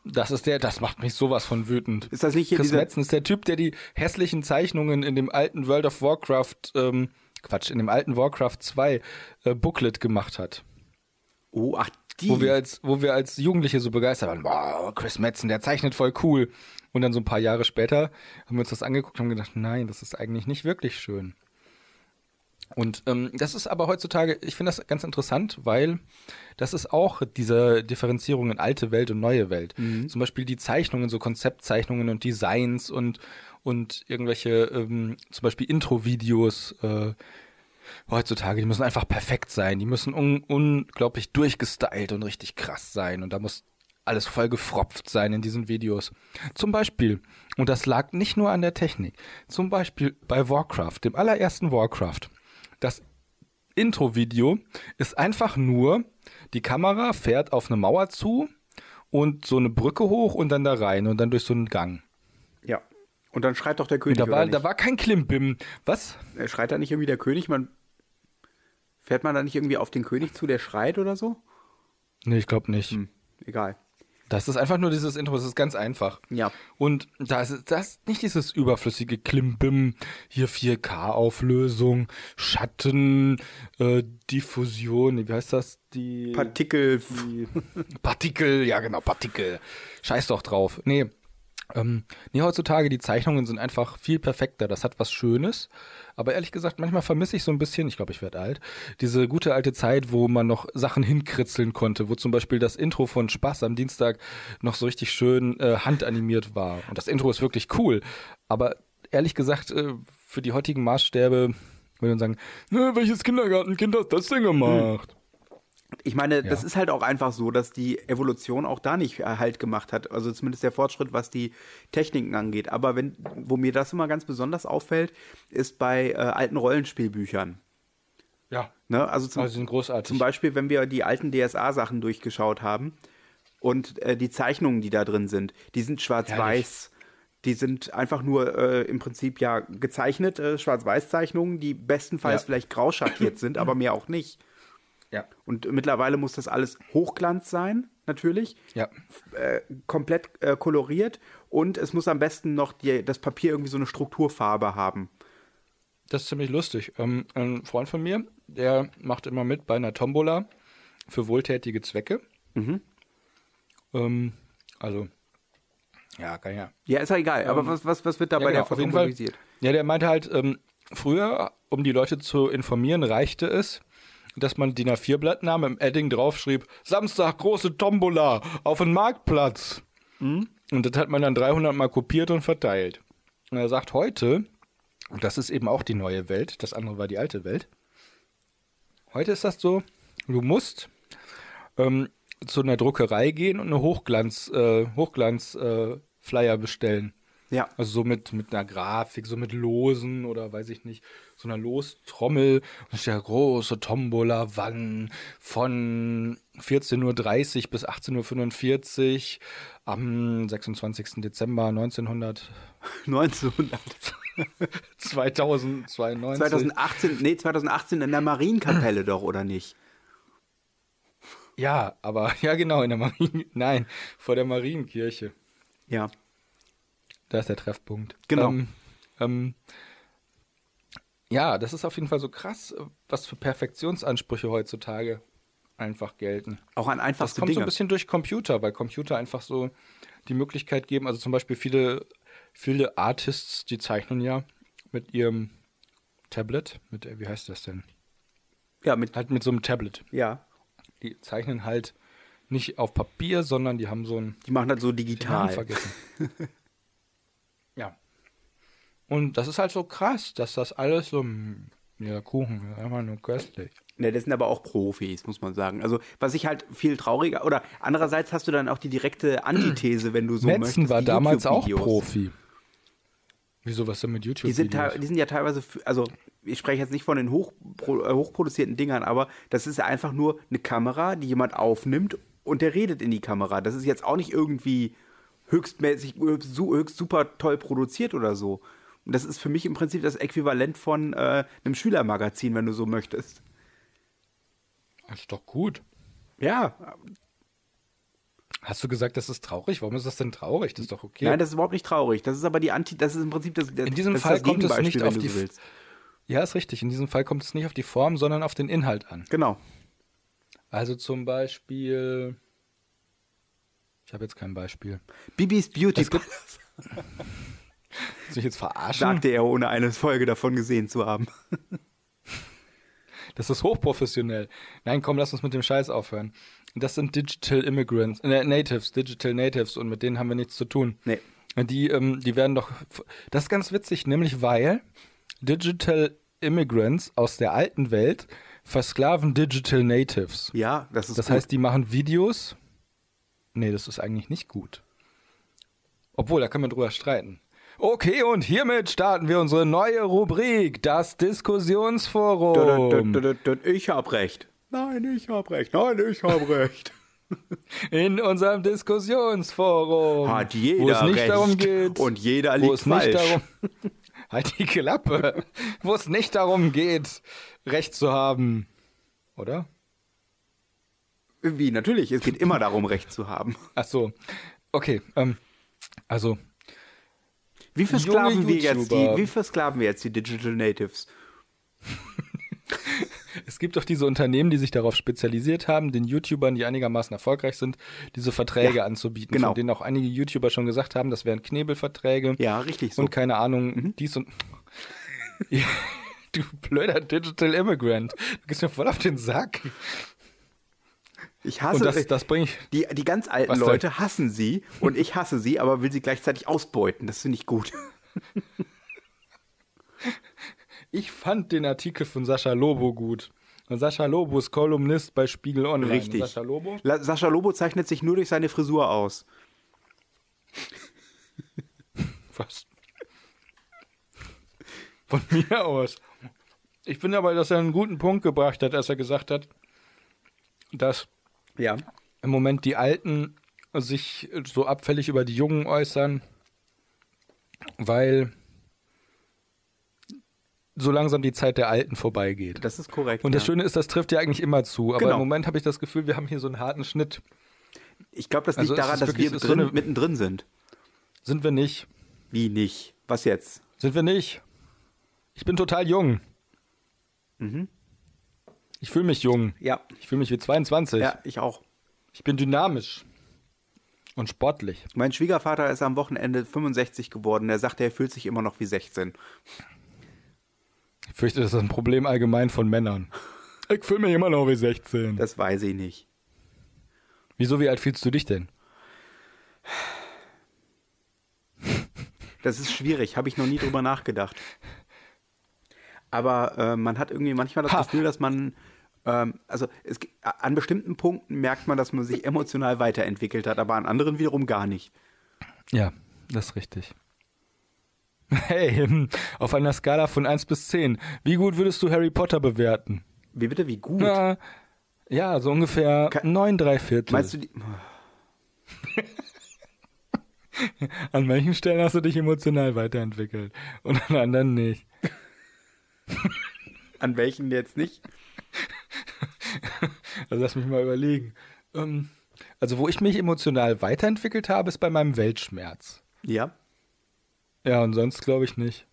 Speaker 1: Das ist der, das macht mich sowas von wütend.
Speaker 2: Ist das nicht hier
Speaker 1: Chris
Speaker 2: dieser-
Speaker 1: Metzen ist der Typ, der die hässlichen Zeichnungen in dem alten World of Warcraft, ähm, Quatsch, in dem alten Warcraft 2 äh, Booklet gemacht hat.
Speaker 2: Oh, ach, die.
Speaker 1: Wo wir, als, wo wir als Jugendliche so begeistert waren, wow, Chris Metzen, der zeichnet voll cool. Und dann so ein paar Jahre später haben wir uns das angeguckt und haben gedacht, nein, das ist eigentlich nicht wirklich schön. Und ähm, das ist aber heutzutage, ich finde das ganz interessant, weil das ist auch diese Differenzierung in alte Welt und neue Welt. Zum Beispiel die Zeichnungen, so Konzeptzeichnungen und Designs und, und irgendwelche, ähm, zum Beispiel Intro-Videos äh, heutzutage, die müssen einfach perfekt sein. Die müssen un unglaublich durchgestylt und richtig krass sein. Und da muss alles voll gefropft sein in diesen Videos. Zum Beispiel, und das lag nicht nur an der Technik, zum Beispiel bei Warcraft, dem allerersten Warcraft. Das Intro-Video ist einfach nur, die Kamera fährt auf eine Mauer zu und so eine Brücke hoch und dann da rein und dann durch so einen Gang.
Speaker 2: ja. Und dann schreit doch der König.
Speaker 1: Da war,
Speaker 2: oder nicht?
Speaker 1: da war kein Klimbim. Was?
Speaker 2: Äh, Schreit da nicht irgendwie der König? Man fährt man da nicht irgendwie auf den König zu, der schreit oder so?
Speaker 1: Nee, ich glaube nicht.
Speaker 2: Hm, egal.
Speaker 1: Das ist einfach nur dieses Intro, das ist ganz einfach.
Speaker 2: Ja.
Speaker 1: Und da ist das nicht dieses überflüssige Klimbim, hier 4K-Auflösung, Schatten, äh, Diffusion, nee, wie heißt das? Die
Speaker 2: Partikel.
Speaker 1: die Partikel, ja genau, Partikel. Scheiß doch drauf. Nee. Ähm, nee, heutzutage, die Zeichnungen sind einfach viel perfekter. Das hat was Schönes. Aber ehrlich gesagt, manchmal vermisse ich so ein bisschen, ich glaube, ich werde alt, diese gute alte Zeit, wo man noch Sachen hinkritzeln konnte, wo zum Beispiel das Intro von Spaß am Dienstag noch so richtig schön äh, handanimiert war. Und das Intro ist wirklich cool. Aber ehrlich gesagt, äh, für die heutigen Maßstäbe würde man sagen, "Ne, welches Kindergartenkind hat das denn gemacht?
Speaker 2: Ich meine, das ist halt auch einfach so, dass die Evolution auch da nicht äh, Halt gemacht hat. Also zumindest der Fortschritt, was die Techniken angeht. Aber wenn, wo mir das immer ganz besonders auffällt, ist bei äh, alten Rollenspielbüchern.
Speaker 1: Ja,
Speaker 2: Ne? Also zum,
Speaker 1: also sie sind großartig.
Speaker 2: Zum Beispiel, wenn wir die alten DSA-Sachen durchgeschaut haben und äh, die Zeichnungen, die da drin sind, die sind schwarz-weiß. Die sind einfach nur äh, im Prinzip ja gezeichnet, äh, Schwarz-Weiß-Zeichnungen, die bestenfalls
Speaker 1: Ja.
Speaker 2: vielleicht grau schattiert sind, aber mehr auch nicht.
Speaker 1: Ja.
Speaker 2: Und mittlerweile muss das alles Hochglanz sein, natürlich,
Speaker 1: Ja.
Speaker 2: äh, komplett äh, koloriert und es muss am besten noch die, das Papier irgendwie so eine Strukturfarbe haben.
Speaker 1: Das ist ziemlich lustig. Ähm, ein Freund von mir, der macht immer mit bei einer Tombola für wohltätige Zwecke. Ähm, also, ja, kann ja.
Speaker 2: Ja, ist ja egal, aber was, was, was wird da
Speaker 1: Ja,
Speaker 2: bei
Speaker 1: genau,
Speaker 2: der
Speaker 1: auf jeden
Speaker 2: Fassung
Speaker 1: Fall.
Speaker 2: organisiert?
Speaker 1: Ja, der meinte halt, ähm, früher, um die Leute zu informieren, reichte es, dass man DIN A4-Blattname im Edding draufschrieb: Samstag, große Tombola auf den Marktplatz.
Speaker 2: Mhm.
Speaker 1: Und das hat man dann 300 Mal kopiert und verteilt. Und er sagt heute, und das ist eben auch die neue Welt, das andere war die alte Welt. Heute ist das so, du musst ähm, zu einer Druckerei gehen und eine Hochglanz, äh, Hochglanz äh, Flyer bestellen.
Speaker 2: Ja.
Speaker 1: Also so mit, mit einer Grafik, so mit Losen oder weiß ich nicht, so einer Lostrommel. Und der große Tombola, wann von 14.30 Uhr bis 18.45 Uhr am 26. Dezember 1900,
Speaker 2: 1900.
Speaker 1: 2092.
Speaker 2: 2018, nee, 2018 in der Marienkapelle doch, oder nicht?
Speaker 1: Ja, aber ja genau, in der Marien, nein, vor der Marienkirche.
Speaker 2: Ja.
Speaker 1: Da ist der Treffpunkt.
Speaker 2: Genau.
Speaker 1: Ähm, ähm, ja, das ist auf jeden Fall so krass, was für Perfektionsansprüche heutzutage einfach gelten.
Speaker 2: Auch an
Speaker 1: Das
Speaker 2: einfachste
Speaker 1: kommt so ein
Speaker 2: Dinge.
Speaker 1: bisschen durch Computer, weil Computer einfach so die Möglichkeit geben, also zum Beispiel viele, viele Artists, die zeichnen ja mit ihrem Tablet, mit, äh, wie heißt das denn?
Speaker 2: ja, mit,
Speaker 1: Halt mit so einem Tablet.
Speaker 2: ja,
Speaker 1: Die zeichnen halt nicht auf Papier, sondern die haben so ein
Speaker 2: Die machen das so
Speaker 1: Namen
Speaker 2: digital.
Speaker 1: vergessen. ja. Und das ist halt so krass, dass das alles so, mm, ja, Kuchen, ist einfach nur köstlich.
Speaker 2: Ne, das sind aber auch Profis, muss man sagen. Also, was ich halt viel trauriger, oder andererseits hast du dann auch die direkte Antithese, wenn du so
Speaker 1: Metzen
Speaker 2: möchtest.
Speaker 1: war
Speaker 2: die
Speaker 1: damals auch
Speaker 2: YouTube-Videos.
Speaker 1: Profi. Wieso, was denn mit YouTube?
Speaker 2: Die sind, halt teil- die sind ja teilweise, f- also ich spreche jetzt nicht von den hochpro, äh, hochproduzierten Dingern, aber das ist ja einfach nur eine Kamera, die jemand aufnimmt und der redet in die Kamera. Das ist jetzt auch nicht irgendwie höchstmäßig, höchst, su- höchst super toll produziert oder so. Und das ist für mich im Prinzip das Äquivalent von äh, einem Schülermagazin, wenn du so möchtest.
Speaker 1: Das ist doch gut.
Speaker 2: Ja,
Speaker 1: Hast du gesagt, das ist traurig? Warum ist das denn traurig? Das ist doch okay.
Speaker 2: nein, das ist überhaupt nicht traurig. Das ist aber die Anti, das ist im Prinzip das, das
Speaker 1: In diesem
Speaker 2: das ist
Speaker 1: Fall
Speaker 2: das
Speaker 1: kommt es
Speaker 2: Gegenbeispiel,
Speaker 1: nicht
Speaker 2: wenn
Speaker 1: auf
Speaker 2: du
Speaker 1: die.
Speaker 2: so willst.
Speaker 1: ja, ist richtig. In diesem Fall kommt es nicht auf die Form, sondern auf den Inhalt an.
Speaker 2: Genau.
Speaker 1: Also zum Beispiel. Ich habe jetzt kein Beispiel.
Speaker 2: Bibis Beauty
Speaker 1: Es gibt- Soll ich jetzt verarschen?
Speaker 2: sagte er, ohne eine Folge davon gesehen zu haben.
Speaker 1: Das ist hochprofessionell. Nein, komm, lass uns mit dem Scheiß aufhören. Das sind Digital Immigrants, äh, Natives, Digital Natives und mit denen haben wir nichts zu tun.
Speaker 2: Nee.
Speaker 1: Die, ähm, die werden doch. Das ist ganz witzig, nämlich weil Digital Immigrants aus der alten Welt versklaven Digital Natives.
Speaker 2: Ja, das ist
Speaker 1: Das
Speaker 2: gut.
Speaker 1: heißt, die machen Videos. Nee, das ist eigentlich nicht gut. Obwohl, da können wir drüber streiten. Okay, und hiermit starten wir unsere neue Rubrik, das Diskussionsforum.
Speaker 2: Ich hab recht. Nein, ich hab recht. Nein, ich hab recht.
Speaker 1: In unserem Diskussionsforum.
Speaker 2: Hat jeder
Speaker 1: wo es nicht
Speaker 2: recht.
Speaker 1: darum geht.
Speaker 2: Und jeder
Speaker 1: wo
Speaker 2: liegt
Speaker 1: es nicht
Speaker 2: falsch.
Speaker 1: darum, halt die Klappe. wo es nicht darum geht, Recht zu haben. Oder?
Speaker 2: Wie, natürlich. Es geht immer darum, recht zu haben.
Speaker 1: Ach so. Okay. Ähm, also,
Speaker 2: Wie versklaven,
Speaker 1: Junge
Speaker 2: wir jetzt die,
Speaker 1: YouTuber.
Speaker 2: wie versklaven wir jetzt die Digital Natives?
Speaker 1: es gibt doch diese Unternehmen, die sich darauf spezialisiert haben, den YouTubern, die einigermaßen erfolgreich sind, diese Verträge
Speaker 2: Ja,
Speaker 1: anzubieten.
Speaker 2: genau.
Speaker 1: Von denen auch einige YouTuber schon gesagt haben, das wären Knebelverträge.
Speaker 2: Ja, richtig so. Mhm.
Speaker 1: und keine Ahnung, dies und. ja, du blöder Digital Immigrant. Du gehst mir voll auf den Sack.
Speaker 2: Ich
Speaker 1: Und
Speaker 2: hasse
Speaker 1: das, das bringe ich.
Speaker 2: die, die ganz alten
Speaker 1: Was denn?
Speaker 2: Leute hassen sie und ich hasse sie, aber will sie gleichzeitig ausbeuten. Das finde ich gut.
Speaker 1: Ich fand den Artikel von Sascha Lobo gut. Und Sascha Lobo ist Kolumnist bei Spiegel Online. Und
Speaker 2: Richtig.
Speaker 1: Sascha Lobo?
Speaker 2: La Sascha Lobo zeichnet sich nur durch seine Frisur aus.
Speaker 1: Was? Von mir aus. Ich finde aber, dass er einen guten Punkt gebracht hat, als er gesagt hat, dass
Speaker 2: Ja.
Speaker 1: im Moment die Alten sich äh, so abfällig über die Jungen äußern, weil so langsam die Zeit der Alten vorbeigeht.
Speaker 2: Das ist korrekt.
Speaker 1: Und das
Speaker 2: ja.
Speaker 1: Schöne ist, das trifft ja eigentlich immer zu. Aber
Speaker 2: Genau.
Speaker 1: im Moment habe ich das Gefühl, wir haben hier so einen harten Schnitt.
Speaker 2: ich glaube, das liegt
Speaker 1: Also es
Speaker 2: daran,
Speaker 1: ist
Speaker 2: dass
Speaker 1: wirklich-
Speaker 2: wir
Speaker 1: es ist
Speaker 2: drin,
Speaker 1: so eine-
Speaker 2: mittendrin sind.
Speaker 1: Sind wir nicht?
Speaker 2: Wie nicht? Was jetzt?
Speaker 1: Sind wir nicht? Ich bin total jung.
Speaker 2: Mhm.
Speaker 1: Ich fühle mich jung.
Speaker 2: Ja.
Speaker 1: Ich fühle mich wie 22.
Speaker 2: Ja, ich auch.
Speaker 1: Ich bin dynamisch und sportlich.
Speaker 2: Mein Schwiegervater ist am Wochenende 65 geworden. Er sagte, er fühlt sich immer noch wie 16.
Speaker 1: Ich fürchte, das ist ein Problem allgemein von Männern. Ich fühle mich immer noch wie 16.
Speaker 2: Das weiß ich nicht.
Speaker 1: Wieso, wie alt fühlst du dich denn?
Speaker 2: Das ist schwierig, habe ich noch nie drüber nachgedacht. Aber äh, man hat irgendwie manchmal das
Speaker 1: Ha.
Speaker 2: Gefühl, dass man, ähm, also es, g- a- an bestimmten Punkten merkt man, dass man sich emotional weiterentwickelt hat, aber an anderen wiederum gar nicht.
Speaker 1: Ja, das ist richtig. Hey, hm, auf einer Skala von 1 bis 10, wie gut würdest du Harry Potter bewerten?
Speaker 2: Wie bitte, wie gut?
Speaker 1: Na, ja, so ungefähr
Speaker 2: Ka-
Speaker 1: 9, 3 Viertel.
Speaker 2: Meinst du, die,
Speaker 1: An welchen Stellen hast du dich emotional weiterentwickelt und an anderen nicht?
Speaker 2: an welchen jetzt nicht?
Speaker 1: Also lass mich mal überlegen. Ähm, also wo ich mich emotional weiterentwickelt habe, ist bei meinem Weltschmerz.
Speaker 2: Ja.
Speaker 1: Ja, und sonst glaube ich nicht.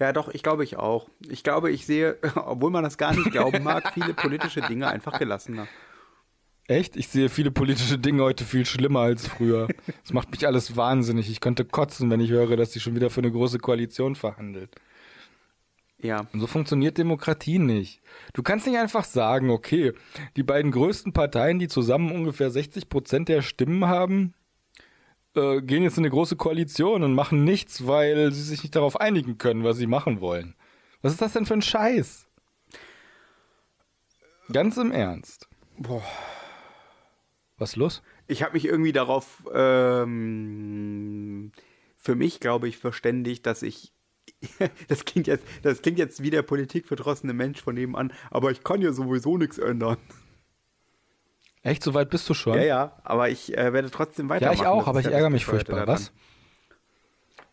Speaker 2: Ja, doch, ich glaube ich auch. Ich glaube, ich sehe, obwohl man das gar nicht glauben mag, viele politische Dinge einfach gelassener.
Speaker 1: Echt? Ich sehe viele politische Dinge heute viel schlimmer als früher. Es macht mich alles wahnsinnig. Ich könnte kotzen, wenn ich höre, dass sie schon wieder für eine große Koalition verhandelt.
Speaker 2: Ja.
Speaker 1: Und so funktioniert Demokratie nicht. Du kannst nicht einfach sagen, okay, die beiden größten Parteien, die zusammen ungefähr 60 Prozent der Stimmen haben, äh, gehen jetzt in eine große Koalition und machen nichts, weil sie sich nicht darauf einigen können, was sie machen wollen. Was ist das denn für ein Scheiß? Ganz im Ernst.
Speaker 2: Boah.
Speaker 1: Was los?
Speaker 2: Ich habe mich irgendwie darauf ähm, für mich, glaube ich, verständigt, dass ich das klingt jetzt, das klingt jetzt wie der politikverdrossene Mensch von nebenan, aber ich kann ja sowieso nichts ändern.
Speaker 1: Echt, so weit bist du schon?
Speaker 2: Ja, ja, aber ich äh, werde trotzdem
Speaker 1: Ja,
Speaker 2: weitermachen.
Speaker 1: ich
Speaker 2: Das
Speaker 1: auch,
Speaker 2: ist
Speaker 1: aber ich
Speaker 2: ja
Speaker 1: ärgere
Speaker 2: das
Speaker 1: mich
Speaker 2: Bescheuerte
Speaker 1: furchtbar.
Speaker 2: daran.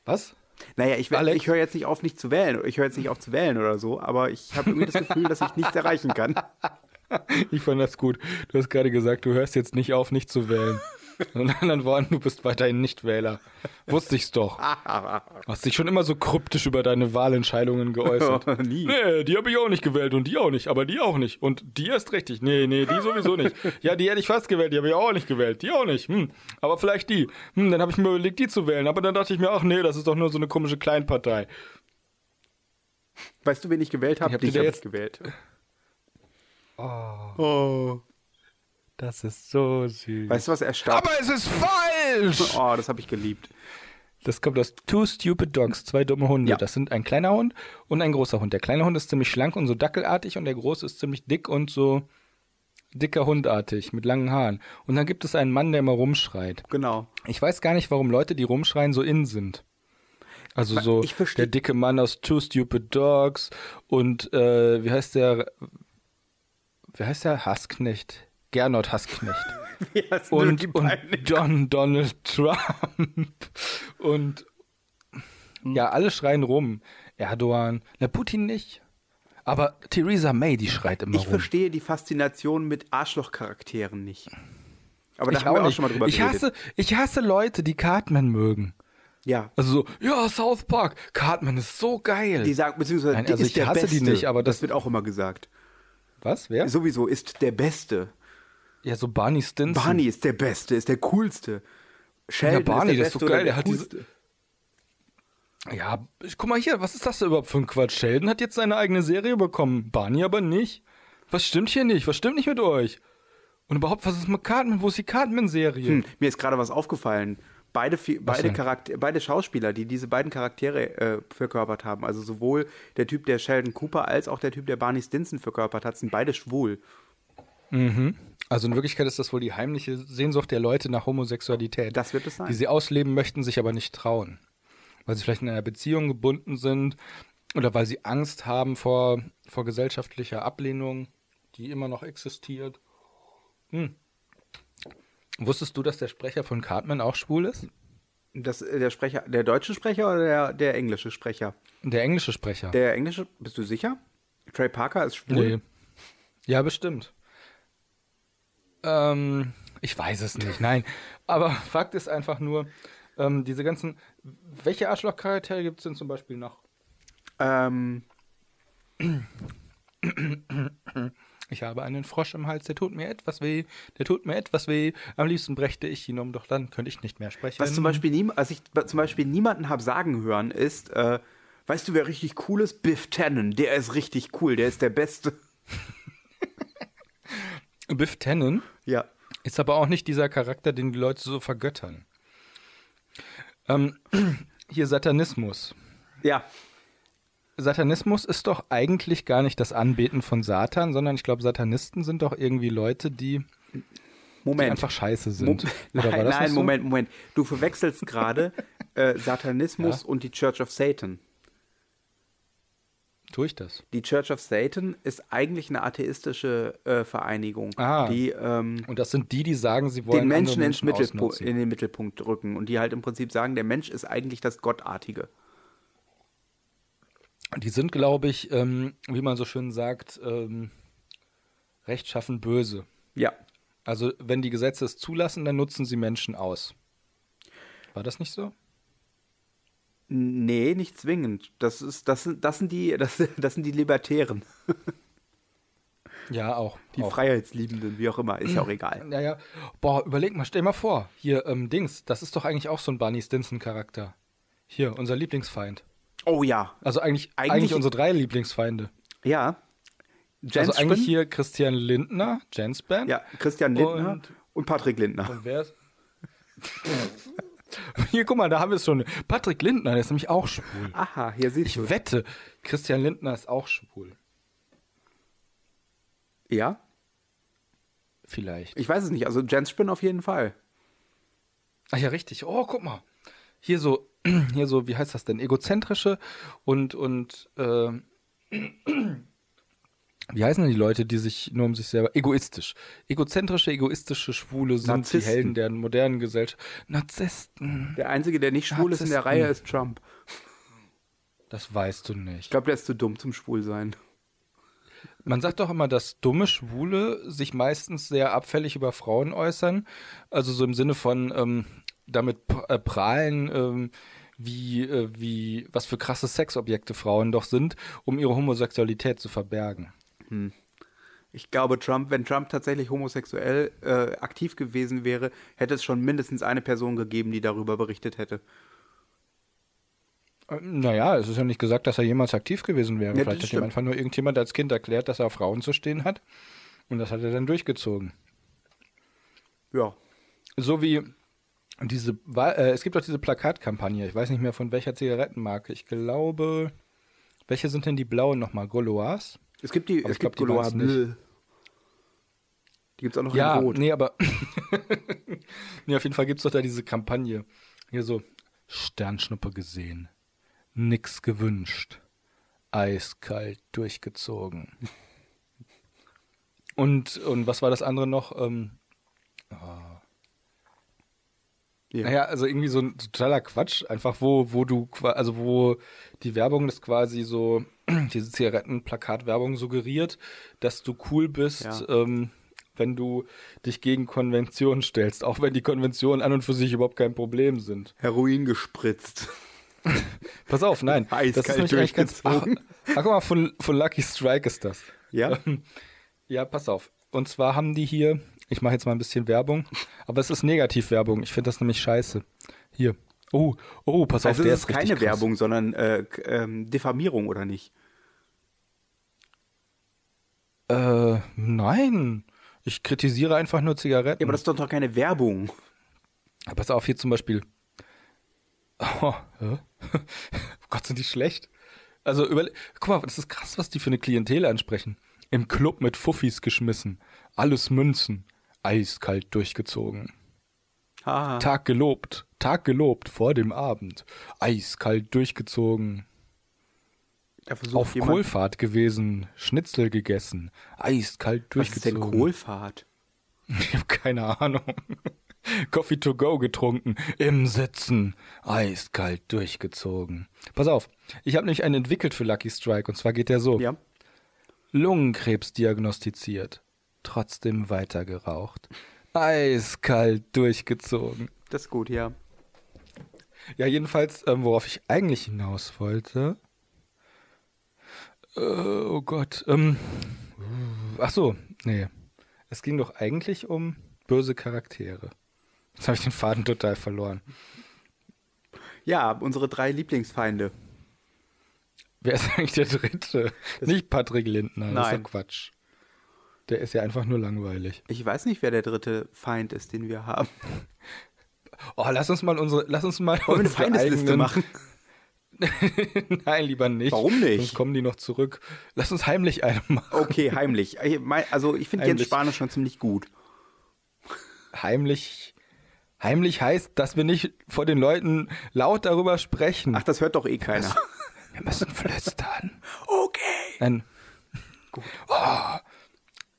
Speaker 1: Was? Was?
Speaker 2: Naja, ich, werd-
Speaker 1: Alex?
Speaker 2: ich höre jetzt nicht auf, nicht zu wählen. Ich höre jetzt nicht auf zu wählen oder so, aber ich habe irgendwie das Gefühl, dass ich nichts erreichen kann.
Speaker 1: Ich fand das gut. Du hast gerade gesagt, du hörst jetzt nicht auf, nicht zu wählen. In anderen Worten, du bist weiterhin Nichtwähler. Wusste ich's doch. Hast dich schon immer so kryptisch über deine Wahlentscheidungen geäußert.
Speaker 2: Nie.
Speaker 1: Nee, die habe ich auch nicht gewählt und die auch nicht, aber die auch nicht. Und die erst richtig. Nee, nee, die sowieso nicht. Ja, die hätte ich fast gewählt, die habe ich auch nicht gewählt. Die auch nicht. Hm. Aber vielleicht die. Hm, dann habe ich mir überlegt, die zu wählen. Aber dann dachte ich mir, ach nee, das ist doch nur so eine komische Kleinpartei.
Speaker 2: Weißt du, wen ich gewählt
Speaker 1: Ich
Speaker 2: habe?
Speaker 1: hab dir
Speaker 2: Dich habe ich
Speaker 1: jetzt- Oh.
Speaker 2: gewählt. Oh.
Speaker 1: Das ist so süß.
Speaker 2: Weißt du, was erstaunt?
Speaker 1: Aber es ist falsch!
Speaker 2: Oh, das habe ich geliebt.
Speaker 1: Das kommt aus Two Stupid Dogs, zwei dumme Hunde.
Speaker 2: Ja.
Speaker 1: Das sind ein kleiner Hund und ein großer Hund. Der kleine Hund ist ziemlich schlank und so dackelartig und der große ist ziemlich dick und so dicker Hundartig mit langen Haaren. Und dann gibt es einen Mann, der immer rumschreit.
Speaker 2: Genau.
Speaker 1: Ich weiß gar nicht, warum Leute, die rumschreien, so in sind. Also so
Speaker 2: ich versteh-
Speaker 1: der dicke Mann aus Two Stupid Dogs und äh, wie heißt der? Wie heißt der? Hassknecht. Gernot Hassknecht
Speaker 2: Ja, sind nur
Speaker 1: und,
Speaker 2: die
Speaker 1: und
Speaker 2: beiden.
Speaker 1: John Donald Trump und ja, alle schreien rum. Erdogan, na Putin nicht, aber Theresa May, die schreit immer
Speaker 2: Ich
Speaker 1: rum.
Speaker 2: verstehe die Faszination mit Arschlochcharakteren nicht. Aber da
Speaker 1: Ich
Speaker 2: haben wir auch
Speaker 1: nicht.
Speaker 2: schon mal drüber
Speaker 1: ich
Speaker 2: geredet.
Speaker 1: hasse, ich hasse Leute, die Cartman mögen.
Speaker 2: ja.
Speaker 1: Also so, ja, South Park, Cartman ist so geil.
Speaker 2: Die sagen, beziehungsweise
Speaker 1: Nein,
Speaker 2: die
Speaker 1: also
Speaker 2: ist
Speaker 1: ich
Speaker 2: der
Speaker 1: hasse die
Speaker 2: Beste.
Speaker 1: nicht, aber das-
Speaker 2: wird auch immer gesagt.
Speaker 1: Was, wer?
Speaker 2: Sowieso ist der
Speaker 1: Hm.
Speaker 2: Beste.
Speaker 1: ja, so Barney Stinson.
Speaker 2: Barney ist der Beste, ist der coolste.
Speaker 1: ja,
Speaker 2: Sheldon
Speaker 1: Barney,
Speaker 2: ist der
Speaker 1: das ist
Speaker 2: Beste
Speaker 1: so
Speaker 2: oder
Speaker 1: geil,
Speaker 2: der
Speaker 1: der hat
Speaker 2: coolste.
Speaker 1: diese... Ja, ich, guck mal hier, was ist das denn überhaupt für ein Quatsch? Sheldon hat jetzt seine eigene Serie bekommen, Barney aber nicht. Was stimmt hier nicht? Was stimmt nicht mit euch? Und überhaupt, was ist mit Cartman? Wo ist die Cartman-Serie?
Speaker 2: Hm, mir ist gerade was aufgefallen. Beide, Fi- beide,
Speaker 1: denn?
Speaker 2: Charakter, beide Schauspieler, die diese beiden Charaktere äh, verkörpert haben, also sowohl der Typ, der Sheldon Cooper, als auch der Typ, der Barney Stinson verkörpert hat, sind beide schwul.
Speaker 1: Also in Wirklichkeit ist das wohl die heimliche Sehnsucht der Leute nach Homosexualität.
Speaker 2: Das wird es sein.
Speaker 1: Die sie ausleben möchten, sich aber nicht trauen. Weil sie vielleicht in einer Beziehung gebunden sind oder weil sie Angst haben vor, vor gesellschaftlicher Ablehnung, die immer noch existiert. Hm. Wusstest du, dass der Sprecher von Cartman auch schwul ist?
Speaker 2: Das, äh, der Sprecher, der deutsche Sprecher oder der, der englische Sprecher?
Speaker 1: Der englische Sprecher.
Speaker 2: Der englische, bist du sicher? Trey Parker ist schwul.
Speaker 1: Nee. Ja, bestimmt. Ähm, ich weiß es nicht, nein. Aber Fakt ist einfach nur, ähm, diese ganzen. Welche Arschlochcharaktere gibt es denn zum Beispiel noch?
Speaker 2: Ähm,
Speaker 1: Ich habe einen Frosch im Hals, der tut mir etwas weh, der tut mir etwas weh. Am liebsten brächte ich ihn um, doch dann könnte ich nicht mehr sprechen.
Speaker 2: was zum Beispiel nie, was ich zum Beispiel niemanden habe sagen hören, ist, äh, weißt du, wer richtig cool ist? Biff Tannen. Der ist richtig cool, der ist der Beste.
Speaker 1: Biff Tannen
Speaker 2: Ja.
Speaker 1: ist aber auch nicht dieser Charakter, den die Leute so vergöttern. Ähm, hier Satanismus.
Speaker 2: Ja.
Speaker 1: Satanismus ist doch eigentlich gar nicht das Anbeten von Satan, sondern ich glaube, Satanisten sind doch irgendwie Leute, die
Speaker 2: Moment.
Speaker 1: einfach scheiße
Speaker 2: Mo-
Speaker 1: sind. Oder war
Speaker 2: nein,
Speaker 1: das nicht
Speaker 2: nein,
Speaker 1: so?
Speaker 2: Moment, Moment. Du verwechselst gerade äh, Satanismus und die Church of Satan.
Speaker 1: Tue ich das?
Speaker 2: Die Church of Satan ist eigentlich eine atheistische äh, Vereinigung,
Speaker 1: Ah.
Speaker 2: die ähm,
Speaker 1: Und das sind die, die sagen, sie wollen
Speaker 2: den
Speaker 1: andere
Speaker 2: Menschen, ins
Speaker 1: Menschen
Speaker 2: Mittelpu-
Speaker 1: ausnutzen.
Speaker 2: in den Mittelpunkt rücken und die halt im Prinzip sagen, der Mensch ist eigentlich das Gottartige.
Speaker 1: Die sind, glaube ich, ähm, wie man so schön sagt, ähm, rechtschaffen böse.
Speaker 2: Ja.
Speaker 1: Also wenn die Gesetze es zulassen, dann nutzen sie Menschen aus. War das nicht so?
Speaker 2: Nee, nicht zwingend. Das ist, das sind, das sind die, das, das sind die Libertären,
Speaker 1: Ja, auch.
Speaker 2: die
Speaker 1: auch.
Speaker 2: Freiheitsliebenden, wie auch immer, ist ja auch egal.
Speaker 1: Ja, ja. Boah, überleg mal, stell mal vor. Hier, ähm, Dings, das ist doch eigentlich auch so ein Barney Stinson-Charakter. Hier, unser Lieblingsfeind.
Speaker 2: Oh ja,
Speaker 1: Also eigentlich,
Speaker 2: Eigentlich-
Speaker 1: eigentlich, unsere drei Lieblingsfeinde.
Speaker 2: ja. Jens
Speaker 1: Also eigentlich hier Christian Lindner, Jenspan.
Speaker 2: ja, Christian Lindner und,
Speaker 1: und-
Speaker 2: Patrick Lindner.
Speaker 1: Und wer ist. Hier, guck mal, da haben wir es schon. Patrick Lindner, der ist nämlich auch schwul.
Speaker 2: Aha, hier siehst du.
Speaker 1: Ich wette, Christian Lindner ist auch schwul.
Speaker 2: Ja,
Speaker 1: Vielleicht.
Speaker 2: ich weiß es nicht. Also Jens Spinn auf jeden Fall.
Speaker 1: Ach ja, richtig. Oh, guck mal. Hier so, hier so, wie heißt das denn? Egozentrische und, und, äh, wie heißen denn die Leute, die sich nur um sich selber, egoistisch. Egozentrische, egoistische Schwule sind
Speaker 2: Narzissten.
Speaker 1: die Helden der modernen Gesellschaft. Narzissten.
Speaker 2: Der Einzige, der nicht schwul ist in der
Speaker 1: Narzissten.
Speaker 2: Reihe, ist Trump.
Speaker 1: Das weißt du
Speaker 2: Ich
Speaker 1: nicht.
Speaker 2: glaube, der ist zu dumm zum Schwulsein.
Speaker 1: Man sagt doch immer, dass dumme Schwule sich meistens sehr abfällig über Frauen äußern. Also so im Sinne von ähm, damit p- äh, prahlen, ähm, wie, äh, wie, was für krasse Sexobjekte Frauen doch sind, um ihre Homosexualität zu verbergen.
Speaker 2: Ich glaube, Trump, wenn Trump tatsächlich homosexuell äh, aktiv gewesen wäre, hätte es schon mindestens eine Person gegeben, die darüber berichtet hätte.
Speaker 1: Ähm, Naja, es ist ja nicht gesagt, dass er jemals aktiv gewesen wäre.
Speaker 2: Ja, das
Speaker 1: Vielleicht hat ihm
Speaker 2: stimmt.
Speaker 1: einfach nur irgendjemand als Kind erklärt, dass er auf Frauen zu stehen hat. Und das hat er dann durchgezogen.
Speaker 2: Ja.
Speaker 1: so wie diese, Wa- äh, es gibt doch diese Plakatkampagne, ich weiß nicht mehr von welcher Zigarettenmarke, ich glaube, welche sind denn die blauen nochmal, Goloas?
Speaker 2: Es gibt die,
Speaker 1: Aber
Speaker 2: es
Speaker 1: ich glaub,
Speaker 2: gibt
Speaker 1: die
Speaker 2: Goloa
Speaker 1: waren's
Speaker 2: Bleu. Die gibt es auch noch
Speaker 1: Ja,
Speaker 2: in Rot.
Speaker 1: nee, aber, nee, auf jeden Fall gibt es doch da diese Kampagne, hier so, Sternschnuppe gesehen, nix gewünscht, eiskalt durchgezogen. und, und was war das andere noch, ähm,
Speaker 2: Ja.
Speaker 1: Naja, also irgendwie so ein totaler Quatsch, einfach wo, wo du, qua- also wo die Werbung das quasi so, diese Zigarettenplakatwerbung suggeriert, dass du cool bist,
Speaker 2: Ja.
Speaker 1: ähm, wenn du dich gegen Konventionen stellst, auch wenn die Konventionen an und für sich überhaupt kein Problem sind.
Speaker 2: Heroin gespritzt.
Speaker 1: Pass auf, nein. das
Speaker 2: Eiskalt
Speaker 1: ist nämlich eigentlich ganz. Ach,
Speaker 2: durchgezogen.
Speaker 1: ach, guck mal, von, von Lucky Strike ist das.
Speaker 2: Ja?
Speaker 1: Ja, pass auf. Und zwar haben die hier, ich mache jetzt mal ein bisschen Werbung, aber es ist Negativwerbung. Ich finde das nämlich scheiße. Hier. Oh, oh, pass
Speaker 2: also
Speaker 1: auf, der
Speaker 2: es ist
Speaker 1: ist richtig
Speaker 2: keine
Speaker 1: krass.
Speaker 2: Werbung, sondern äh, k- ähm, Diffamierung, oder nicht?
Speaker 1: Äh, nein. Ich kritisiere einfach nur Zigaretten.
Speaker 2: Ja, aber das ist doch noch keine Werbung.
Speaker 1: Ah, Pass auf, hier zum Beispiel. Oh, hä? oh Gott, sind die schlecht. Also, überle- guck mal, das ist krass, was die für eine Klientel ansprechen. Im Club mit Fuffis geschmissen. Alles Münzen. Eiskalt durchgezogen.
Speaker 2: Haha.
Speaker 1: Tag gelobt. Tag gelobt vor dem Abend. Eiskalt durchgezogen.
Speaker 2: Da versucht
Speaker 1: Auf
Speaker 2: jemand-
Speaker 1: Kohlfahrt gewesen. Schnitzel gegessen. Eiskalt
Speaker 2: Was ist denn
Speaker 1: durchgezogen.
Speaker 2: Kohlfahrt?
Speaker 1: Ich habe keine Ahnung. Coffee to go getrunken, im Sitzen, eiskalt durchgezogen. Pass auf, ich habe nämlich einen entwickelt für Lucky Strike und zwar geht der so.
Speaker 2: Ja.
Speaker 1: Lungenkrebs diagnostiziert, trotzdem weiter geraucht, eiskalt durchgezogen.
Speaker 2: Das ist gut, ja.
Speaker 1: Ja, jedenfalls, ähm, worauf ich eigentlich hinaus wollte. Äh, oh Gott. Ähm, ach so, nee. Es ging doch eigentlich um böse Charaktere. Jetzt habe ich den Faden total verloren.
Speaker 2: Ja, unsere drei Lieblingsfeinde.
Speaker 1: Wer ist eigentlich der Dritte? Nicht Patrick Lindner. Das ist
Speaker 2: Nein.
Speaker 1: doch Quatsch. Der ist ja einfach nur langweilig.
Speaker 2: Ich weiß nicht, wer der dritte Feind ist, den wir haben.
Speaker 1: Oh, lass uns mal unsere, lass uns mal
Speaker 2: Wollen wir eine
Speaker 1: unsere
Speaker 2: Feindesliste
Speaker 1: eigenen-
Speaker 2: machen?
Speaker 1: Nein, lieber nicht.
Speaker 2: Warum nicht?
Speaker 1: Sonst kommen die noch zurück. Lass uns heimlich eine machen.
Speaker 2: Okay, heimlich. Ich mein- Also ich finde Jens
Speaker 1: Heimlich.
Speaker 2: Spahn ist schon ziemlich gut.
Speaker 1: heimlich. Heimlich heißt, dass wir nicht vor den Leuten laut darüber sprechen.
Speaker 2: Ach, das hört doch eh keiner.
Speaker 1: wir müssen flüstern.
Speaker 2: Okay.
Speaker 1: Nein. Oh,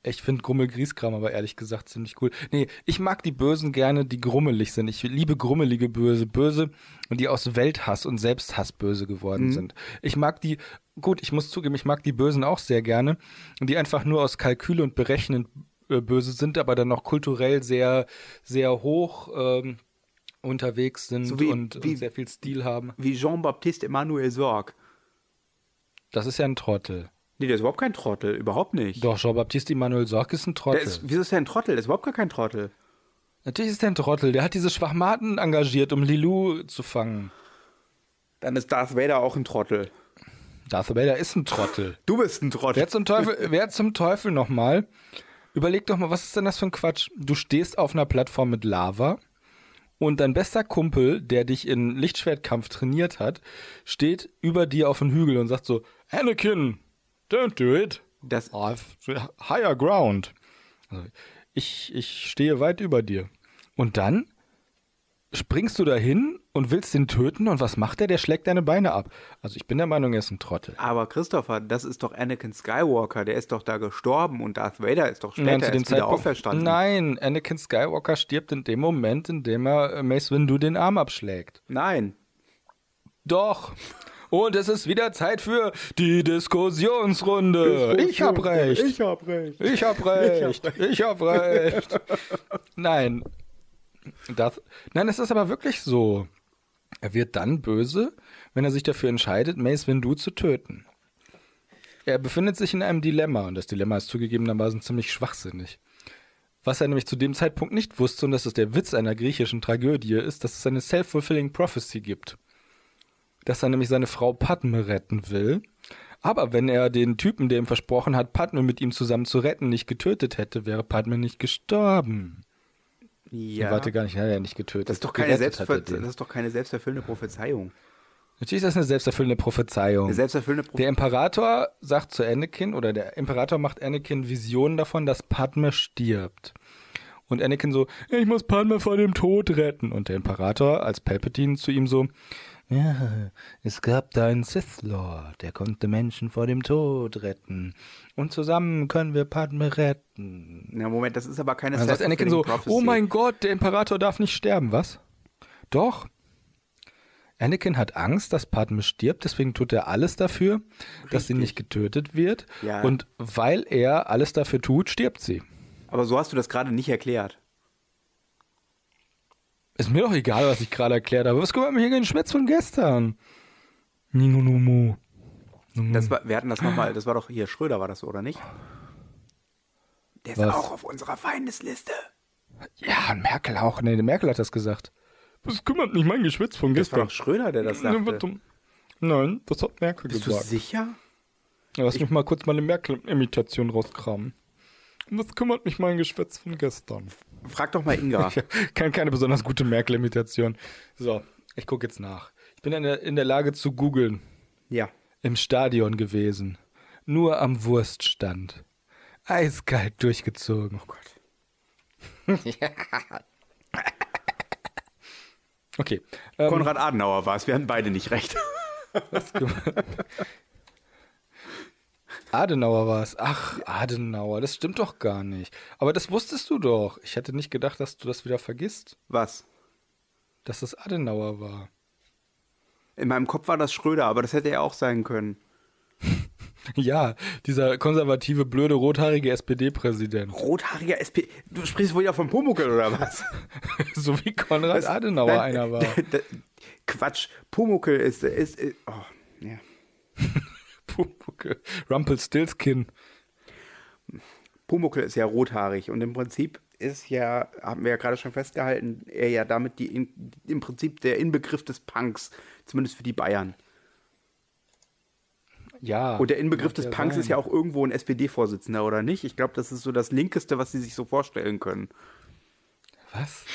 Speaker 1: ich finde Grummel-Grieskram aber ehrlich gesagt ziemlich cool. Nee, ich mag die Bösen gerne, die grummelig sind. Ich liebe grummelige Böse. Böse, die aus Welthass und Selbsthass böse geworden
Speaker 2: Mhm.
Speaker 1: sind. Ich mag die, gut, ich muss zugeben, ich mag die Bösen auch sehr gerne, die einfach nur aus Kalkül und Berechnen äh, böse sind, aber dann noch kulturell sehr, sehr hoch ähm, unterwegs sind
Speaker 2: So wie-
Speaker 1: und,
Speaker 2: wie-
Speaker 1: und sehr viel Stil haben.
Speaker 2: Wie Jean-Baptiste Emmanuel Sorg.
Speaker 1: Das ist ja ein Trottel.
Speaker 2: Nee, der ist überhaupt kein Trottel. Überhaupt nicht.
Speaker 1: Doch, Jean-Baptiste Emmanuel Sorg ist ein Trottel.
Speaker 2: Der ist, wieso ist der ein Trottel? Der ist überhaupt gar kein Trottel.
Speaker 1: Natürlich ist der ein Trottel. Der hat diese Schwachmaten engagiert, um Lilou zu fangen.
Speaker 2: Dann ist Darth Vader auch ein Trottel.
Speaker 1: Darth Vader ist ein Trottel.
Speaker 2: Du bist ein Trottel.
Speaker 1: Wer zum Teufel, wer zum Teufel nochmal? Überleg doch mal, was ist denn das für ein Quatsch? Du stehst auf einer Plattform mit Lava und dein bester Kumpel, der dich in Lichtschwertkampf trainiert hat, steht über dir auf einem Hügel und sagt so: Anakin, don't do it.
Speaker 2: Das-
Speaker 1: I've Ah, higher ground. Also, ich, ich stehe weit über dir. Und dann springst du dahin und willst den töten und was macht er? Der schlägt deine Beine ab. Also ich bin der Meinung, er ist ein Trottel.
Speaker 2: Aber Christopher, das ist doch Anakin Skywalker, der ist doch da gestorben und Darth Vader ist doch später
Speaker 1: Nein,
Speaker 2: erst wieder auferstanden.
Speaker 1: Nein, Anakin Skywalker stirbt in dem Moment, in dem er äh, Mace Windu den Arm abschlägt.
Speaker 2: Nein.
Speaker 1: Doch. Und es ist wieder Zeit für die Diskussionsrunde. Ich hab recht.
Speaker 2: Oh, Ich hab recht.
Speaker 1: Ich hab recht. Ich hab recht. Nein. Das, nein, es ist aber wirklich so. Er wird dann böse, wenn er sich dafür entscheidet, Mace Windu zu töten. Er befindet sich in einem Dilemma und das Dilemma ist zugegebenermaßen ziemlich schwachsinnig. Was er nämlich zu dem Zeitpunkt nicht wusste, und das ist der Witz einer griechischen Tragödie, ist, dass es eine self-fulfilling prophecy gibt dass er nämlich seine Frau Padme retten will. Aber wenn er den Typen, der ihm versprochen hat, Padme mit ihm zusammen zu retten, nicht getötet hätte, wäre Padme nicht gestorben.
Speaker 2: Ja.
Speaker 1: Er warte gar nicht, er hat ja nicht getötet.
Speaker 2: das, ist doch keine
Speaker 1: gerettet hat er
Speaker 2: Selbstver das
Speaker 1: den.
Speaker 2: ist doch keine selbsterfüllende Prophezeiung.
Speaker 1: Natürlich ist das eine selbsterfüllende Prophezeiung.
Speaker 2: Eine selbsterfüllende Prophezeiung.
Speaker 1: der Imperator sagt zu Anakin, oder der Imperator macht Anakin Visionen davon, dass Padme stirbt. Und Anakin so, ich muss Padme vor dem Tod retten. Und der Imperator als Palpatine zu ihm so, ja, es gab da einen Sith Lord, der konnte Menschen vor dem Tod retten. Und zusammen können wir Padme retten.
Speaker 2: Na Moment, das ist aber keine
Speaker 1: Dann sagt Also, Anakin so,
Speaker 2: Prophecy.
Speaker 1: oh mein Gott, der Imperator darf nicht sterben, was? Doch. Anakin hat Angst, dass Padme stirbt, deswegen tut er alles dafür, dass sie nicht getötet wird.
Speaker 2: Ja.
Speaker 1: Und weil er alles dafür tut, stirbt sie.
Speaker 2: Aber so hast du das gerade nicht erklärt.
Speaker 1: Ist mir doch egal, was ich gerade erklärt habe. Was kümmert mich hier den Schmerz von gestern? Nino Nomo. Mhm.
Speaker 2: Das war, wir hatten das nochmal, das war doch hier Schröder, war das so, oder nicht? Der ist
Speaker 1: Was?
Speaker 2: auch auf unserer Feindesliste.
Speaker 1: Ja, und Merkel auch. Nee, Merkel hat das gesagt. Was kümmert mich mein Geschwätz von
Speaker 2: Das war
Speaker 1: gestern?
Speaker 2: doch Schröder, der das sagte.
Speaker 1: Nein, das hat Merkel
Speaker 2: Bist du
Speaker 1: gesagt.
Speaker 2: sicher?
Speaker 1: Lass mich mal kurz meine Merkel-Imitation rauskramen. Was kümmert mich mein Geschwätz von gestern?
Speaker 2: Frag doch mal Inga.
Speaker 1: Ich kann keine besonders gute Merkel-Imitation. So, ich gucke jetzt nach. Ich bin in der, in der Lage zu googeln.
Speaker 2: ja.
Speaker 1: Im Stadion gewesen. Nur am Wurststand. Eiskalt durchgezogen. Oh Gott. okay. Ähm,
Speaker 2: Konrad Adenauer war es, wir hatten beide nicht recht.
Speaker 1: Adenauer war es. Ach, Adenauer, das stimmt doch gar nicht. Aber das wusstest du doch. Ich hätte nicht gedacht, dass du das wieder vergisst,
Speaker 2: Was?
Speaker 1: dass das Adenauer war.
Speaker 2: In meinem Kopf war das Schröder, aber das hätte er auch sein können.
Speaker 1: Ja, dieser konservative, blöde, rothaarige SPD-Präsident.
Speaker 2: Rothaariger SP. Du sprichst wohl ja vom Pumuckel oder was?
Speaker 1: So wie Konrad
Speaker 2: Das-
Speaker 1: Adenauer
Speaker 2: nein,
Speaker 1: einer war.
Speaker 2: d- Quatsch. Pumuckel ist. ist, ist oh, ja.
Speaker 1: Pumucke. Rumpelstiltskin.
Speaker 2: Pumuckel ist ja rothaarig und im Prinzip ist ja, haben wir ja gerade schon festgehalten, er ja damit die in, im Prinzip der Inbegriff des Punks, zumindest für die Bayern.
Speaker 1: Ja.
Speaker 2: Und der Inbegriff
Speaker 1: mag
Speaker 2: des
Speaker 1: ja
Speaker 2: Punks
Speaker 1: sein.
Speaker 2: ist ja auch irgendwo ein SPD-Vorsitzender, oder nicht? Ich glaube, das ist so das Linkeste, was sie sich so vorstellen können.
Speaker 1: Was?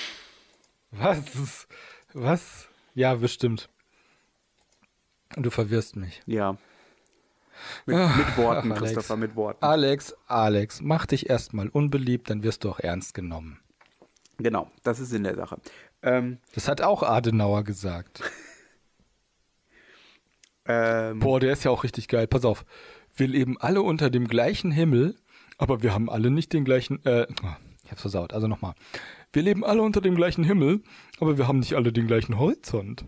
Speaker 1: Was? Was? Ja, bestimmt. Du verwirrst mich.
Speaker 2: Ja. Mit, mit Worten,
Speaker 1: Ach, Alex.
Speaker 2: Christopher, mit Worten.
Speaker 1: Alex, Alex, mach dich erstmal unbeliebt, dann wirst du auch ernst genommen.
Speaker 2: Genau, das ist in der Sache. Ähm,
Speaker 1: Das hat auch Adenauer gesagt.
Speaker 2: ähm,
Speaker 1: Boah, der ist ja auch richtig geil. Pass auf. Wir leben alle unter dem gleichen Himmel, aber wir haben alle nicht den gleichen. Äh, ich hab's versaut. Also nochmal. Wir leben alle unter dem gleichen Himmel, aber wir haben nicht alle den gleichen Horizont.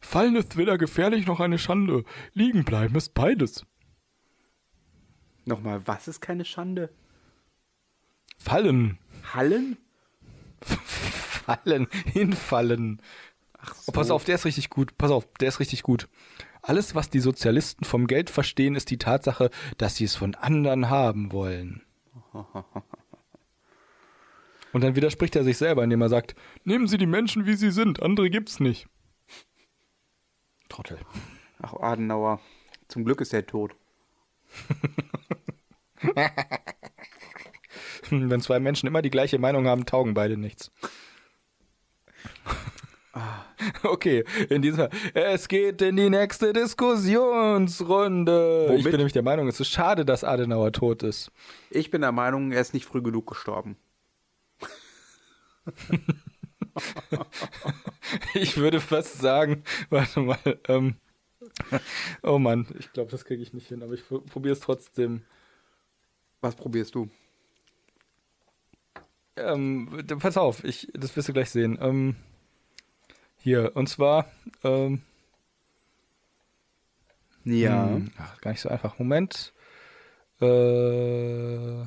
Speaker 1: Fallen ist weder gefährlich noch eine Schande. Liegen bleiben ist beides.
Speaker 2: Nochmal, was ist keine Schande?
Speaker 1: Fallen.
Speaker 2: Hallen?
Speaker 1: Fallen. Hinfallen.
Speaker 2: Ach so.
Speaker 1: Oh, pass auf, der ist richtig gut. Pass auf, der ist richtig gut. Alles, was die Sozialisten vom Geld verstehen, ist die Tatsache, dass sie es von anderen haben wollen. Und dann widerspricht er sich selber, indem er sagt, nehmen Sie die Menschen, wie sie sind, andere gibt's nicht. Trottel.
Speaker 2: Ach, Adenauer. Zum Glück ist er tot.
Speaker 1: Hm, Wenn zwei Menschen immer die gleiche Meinung haben, taugen beide nichts. Okay, in diesem Es geht in die nächste Diskussionsrunde. Ich
Speaker 2: Womit?
Speaker 1: bin nämlich der Meinung, es ist schade, dass Adenauer tot ist.
Speaker 2: Ich bin der Meinung, er ist nicht früh genug gestorben.
Speaker 1: Ich würde fast sagen, warte mal, ähm, oh Mann, ich glaube, das kriege ich nicht hin, aber ich probiere es trotzdem.
Speaker 2: Was probierst du?
Speaker 1: Ähm, d- pass auf, ich, das wirst du gleich sehen. Ähm, hier, und zwar, ähm,
Speaker 2: Ja.
Speaker 1: Hm, Ach, gar nicht so einfach. Moment. Äh, ah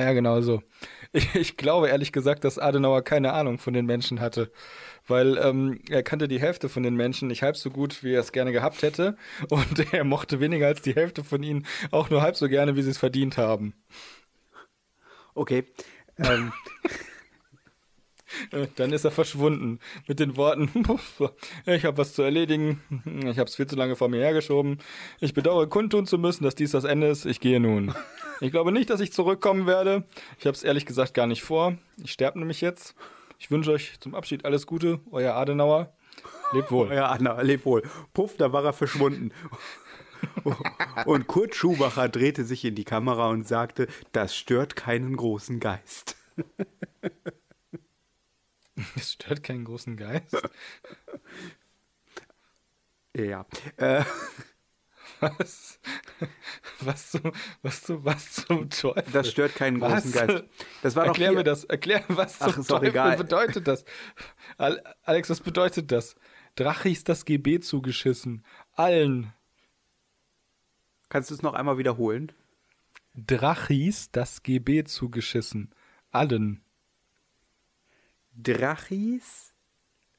Speaker 1: ja, genau so. Ich, ich glaube ehrlich gesagt, dass Adenauer keine Ahnung von den Menschen hatte. Weil ähm, er kannte die Hälfte von den Menschen nicht halb so gut, wie er es gerne gehabt hätte. Und er mochte weniger als die Hälfte von ihnen auch nur halb so gerne, wie sie es verdient haben.
Speaker 2: Okay. Ähm,
Speaker 1: Äh, Dann ist er verschwunden mit den Worten, ich habe was zu erledigen, ich habe es viel zu lange vor mir hergeschoben, ich bedauere kundtun zu müssen, dass dies das Ende ist, ich gehe nun. Ich glaube nicht, dass ich zurückkommen werde, ich habe es ehrlich gesagt gar nicht vor, ich sterbe nämlich jetzt. Ich wünsche euch zum Abschied alles Gute, euer Adenauer, lebt wohl.
Speaker 2: ja, Anna, leb wohl. Puff, da war er verschwunden. Und Kurt Schumacher drehte sich in die Kamera und sagte, das stört keinen großen Geist.
Speaker 1: Es stört keinen großen Geist.
Speaker 2: Ja. Äh,
Speaker 1: Was? Was zum, was zum, was zum Teufel?
Speaker 2: das stört keinen
Speaker 1: Was?
Speaker 2: großen Geist. Das war
Speaker 1: Erklär
Speaker 2: doch hier-
Speaker 1: mir das. Erklär, was
Speaker 2: Ach,
Speaker 1: zum
Speaker 2: ist doch
Speaker 1: Teufel
Speaker 2: egal.
Speaker 1: bedeutet das? Al- Alex, was bedeutet das? Drache ist das GB zugeschissen. Allen.
Speaker 2: Kannst du es noch einmal wiederholen?
Speaker 1: Drachis das GB zugeschissen. Allen.
Speaker 2: Drachis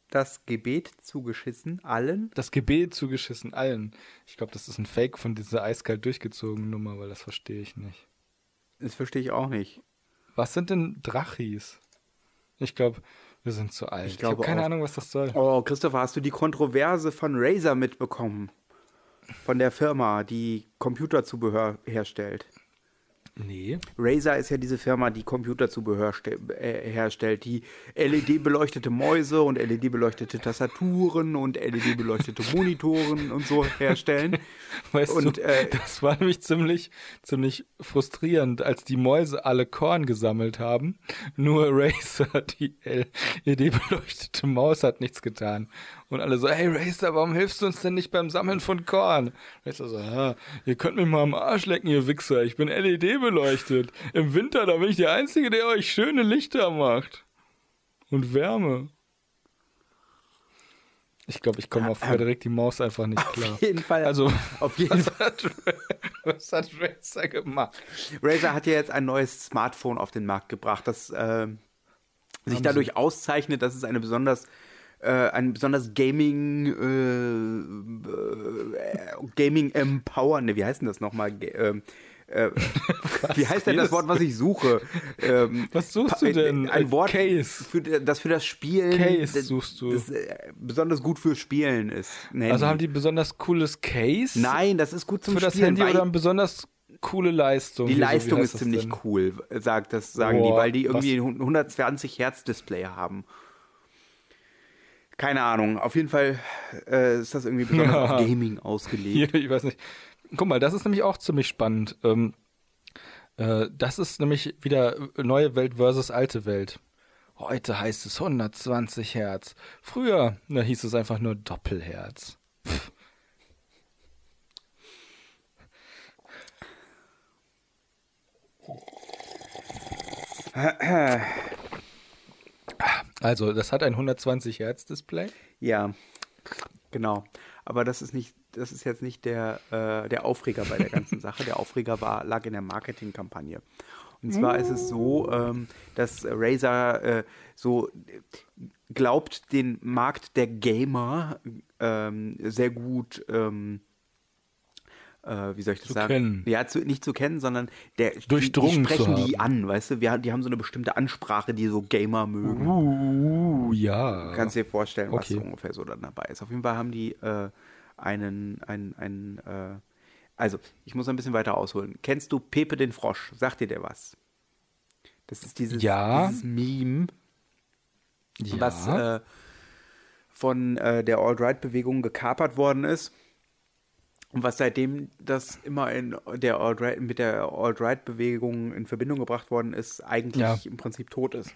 Speaker 2: das Gebet zugeschissen, allen.
Speaker 1: Das GB zugeschissen. Allen. Ich glaube, das ist ein Fake von dieser eiskalt durchgezogenen Nummer, weil das verstehe ich nicht.
Speaker 2: Das verstehe ich auch nicht.
Speaker 1: Was sind denn Drachis? Ich glaube, wir sind zu alt. Ich,
Speaker 2: glaube
Speaker 1: habe keine
Speaker 2: auch.
Speaker 1: Ahnung, was das soll.
Speaker 2: Oh, Christopher, hast du die Kontroverse von Razer mitbekommen? Von der Firma, die Computerzubehör herstellt.
Speaker 1: Nee.
Speaker 2: Razer ist ja diese Firma, die Computerzubehör ste- äh, herstellt, die LED-beleuchtete Mäuse und LED-beleuchtete Tastaturen und LED-beleuchtete Monitoren und so herstellen.
Speaker 1: Weißt
Speaker 2: Und,
Speaker 1: du,
Speaker 2: äh,
Speaker 1: das war nämlich ziemlich, ziemlich frustrierend, als die Mäuse alle Korn gesammelt haben. Nur Racer, die LED-beleuchtete Maus, hat nichts getan. Und alle so, hey Racer, warum hilfst du uns denn nicht beim Sammeln von Korn? Racer so, ja, ihr könnt mich mal am Arsch lecken, ihr Wichser, ich bin LED-beleuchtet. Im Winter, da bin ich der Einzige, der euch schöne Lichter macht. Und Wärme. Ich glaube, ich komme auf
Speaker 2: ähm,
Speaker 1: Frederik die Maus einfach nicht klar.
Speaker 2: Auf jeden Fall.
Speaker 1: Also,
Speaker 2: auf jeden Fall.
Speaker 1: was hat, was hat Razer gemacht?
Speaker 2: Razer hat ja jetzt ein neues Smartphone auf den Markt gebracht, das ähm, sich dadurch auszeichnet, dass es eine besonders äh, ein besonders Gaming äh, äh, Gaming Empower, ne, wie heißt denn das nochmal? Ge- ähm, äh, wie heißt denn das
Speaker 1: redest
Speaker 2: Wort, was ich suche? Ähm,
Speaker 1: Was suchst
Speaker 2: pa-
Speaker 1: du denn?
Speaker 2: Ein Wort,
Speaker 1: Case.
Speaker 2: Für, das für das Spielen
Speaker 1: Case
Speaker 2: das-
Speaker 1: suchst du.
Speaker 2: Das, äh, besonders gut für Spielen ist. ein
Speaker 1: Also
Speaker 2: Handy.
Speaker 1: haben die ein besonders cooles Case?
Speaker 2: Nein, das ist gut zum
Speaker 1: Für das
Speaker 2: Spielen.
Speaker 1: Handy
Speaker 2: weil-
Speaker 1: oder eine besonders coole Leistung?
Speaker 2: die
Speaker 1: Wieso, wie
Speaker 2: Leistung
Speaker 1: heißt
Speaker 2: ist
Speaker 1: das
Speaker 2: ziemlich
Speaker 1: denn?
Speaker 2: cool, sagt das, sagen die,
Speaker 1: Boah,
Speaker 2: weil die
Speaker 1: was-
Speaker 2: irgendwie ein 120 Hertz Display haben. Keine Ahnung. Auf jeden Fall äh, ist das irgendwie besonders
Speaker 1: Ja.
Speaker 2: auf Gaming ausgelegt.
Speaker 1: Hier, ich weiß nicht. Guck mal, das ist nämlich auch ziemlich spannend. Ähm, äh, das ist nämlich wieder neue Welt versus alte Welt. Heute heißt es 120 Hertz. Früher na, hieß es einfach nur Doppelherz. Pff. Also, das hat ein 120 Hertz Display.
Speaker 2: Ja, genau. Aber das ist nicht, das ist jetzt nicht der, äh, der Aufreger bei der ganzen Sache. Der Aufreger war, lag in der Marketingkampagne. Und zwar ist es so, ähm, dass Razer äh, so glaubt, den Markt der Gamer ähm, sehr gut ähm, äh, äh, wie soll ich das
Speaker 1: Zu
Speaker 2: sagen?
Speaker 1: kennen.
Speaker 2: Ja, zu, nicht zu kennen, sondern der, die-
Speaker 1: Durchdrungen
Speaker 2: die
Speaker 1: zu
Speaker 2: sprechen die
Speaker 1: haben.
Speaker 2: an, weißt du? Wir, haben- die haben so eine bestimmte Ansprache, die so Gamer mögen.
Speaker 1: Uh, ja.
Speaker 2: Kannst dir vorstellen, was
Speaker 1: Okay.
Speaker 2: so ungefähr so dann dabei ist. Auf jeden Fall haben die äh, einen, einen, einen äh, also ich muss ein bisschen weiter ausholen. Kennst du Pepe den Frosch? Sagt dir der was? Das ist dieses,
Speaker 1: Ja.
Speaker 2: dieses Meme,
Speaker 1: ja.
Speaker 2: was äh, von äh, der Alt-Right-Bewegung gekapert worden ist. Und was seitdem das immer in der Alt-Right, mit der Alt-Right-Bewegung in Verbindung gebracht worden ist, eigentlich
Speaker 1: Ja.
Speaker 2: im Prinzip tot ist.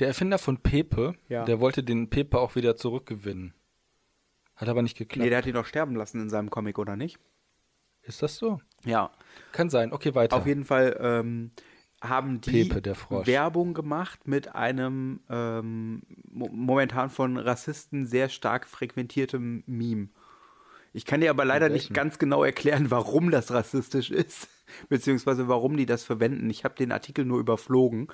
Speaker 1: der Erfinder von Pepe,
Speaker 2: Ja.
Speaker 1: der wollte den Pepe auch wieder zurückgewinnen. Hat aber nicht geklappt.
Speaker 2: Nee, der hat ihn doch sterben lassen in seinem Comic, oder nicht?
Speaker 1: Ist das so?
Speaker 2: Ja.
Speaker 1: Kann sein. Okay, weiter.
Speaker 2: Auf jeden Fall ähm, haben die
Speaker 1: Pepe, der Frosch.
Speaker 2: Werbung gemacht mit einem ähm, mo momentan von Rassisten sehr stark frequentiertem Meme. Ich kann dir aber leider nicht
Speaker 1: welchen?
Speaker 2: ganz genau erklären, warum das rassistisch ist, beziehungsweise warum die das verwenden. Ich habe den Artikel nur überflogen,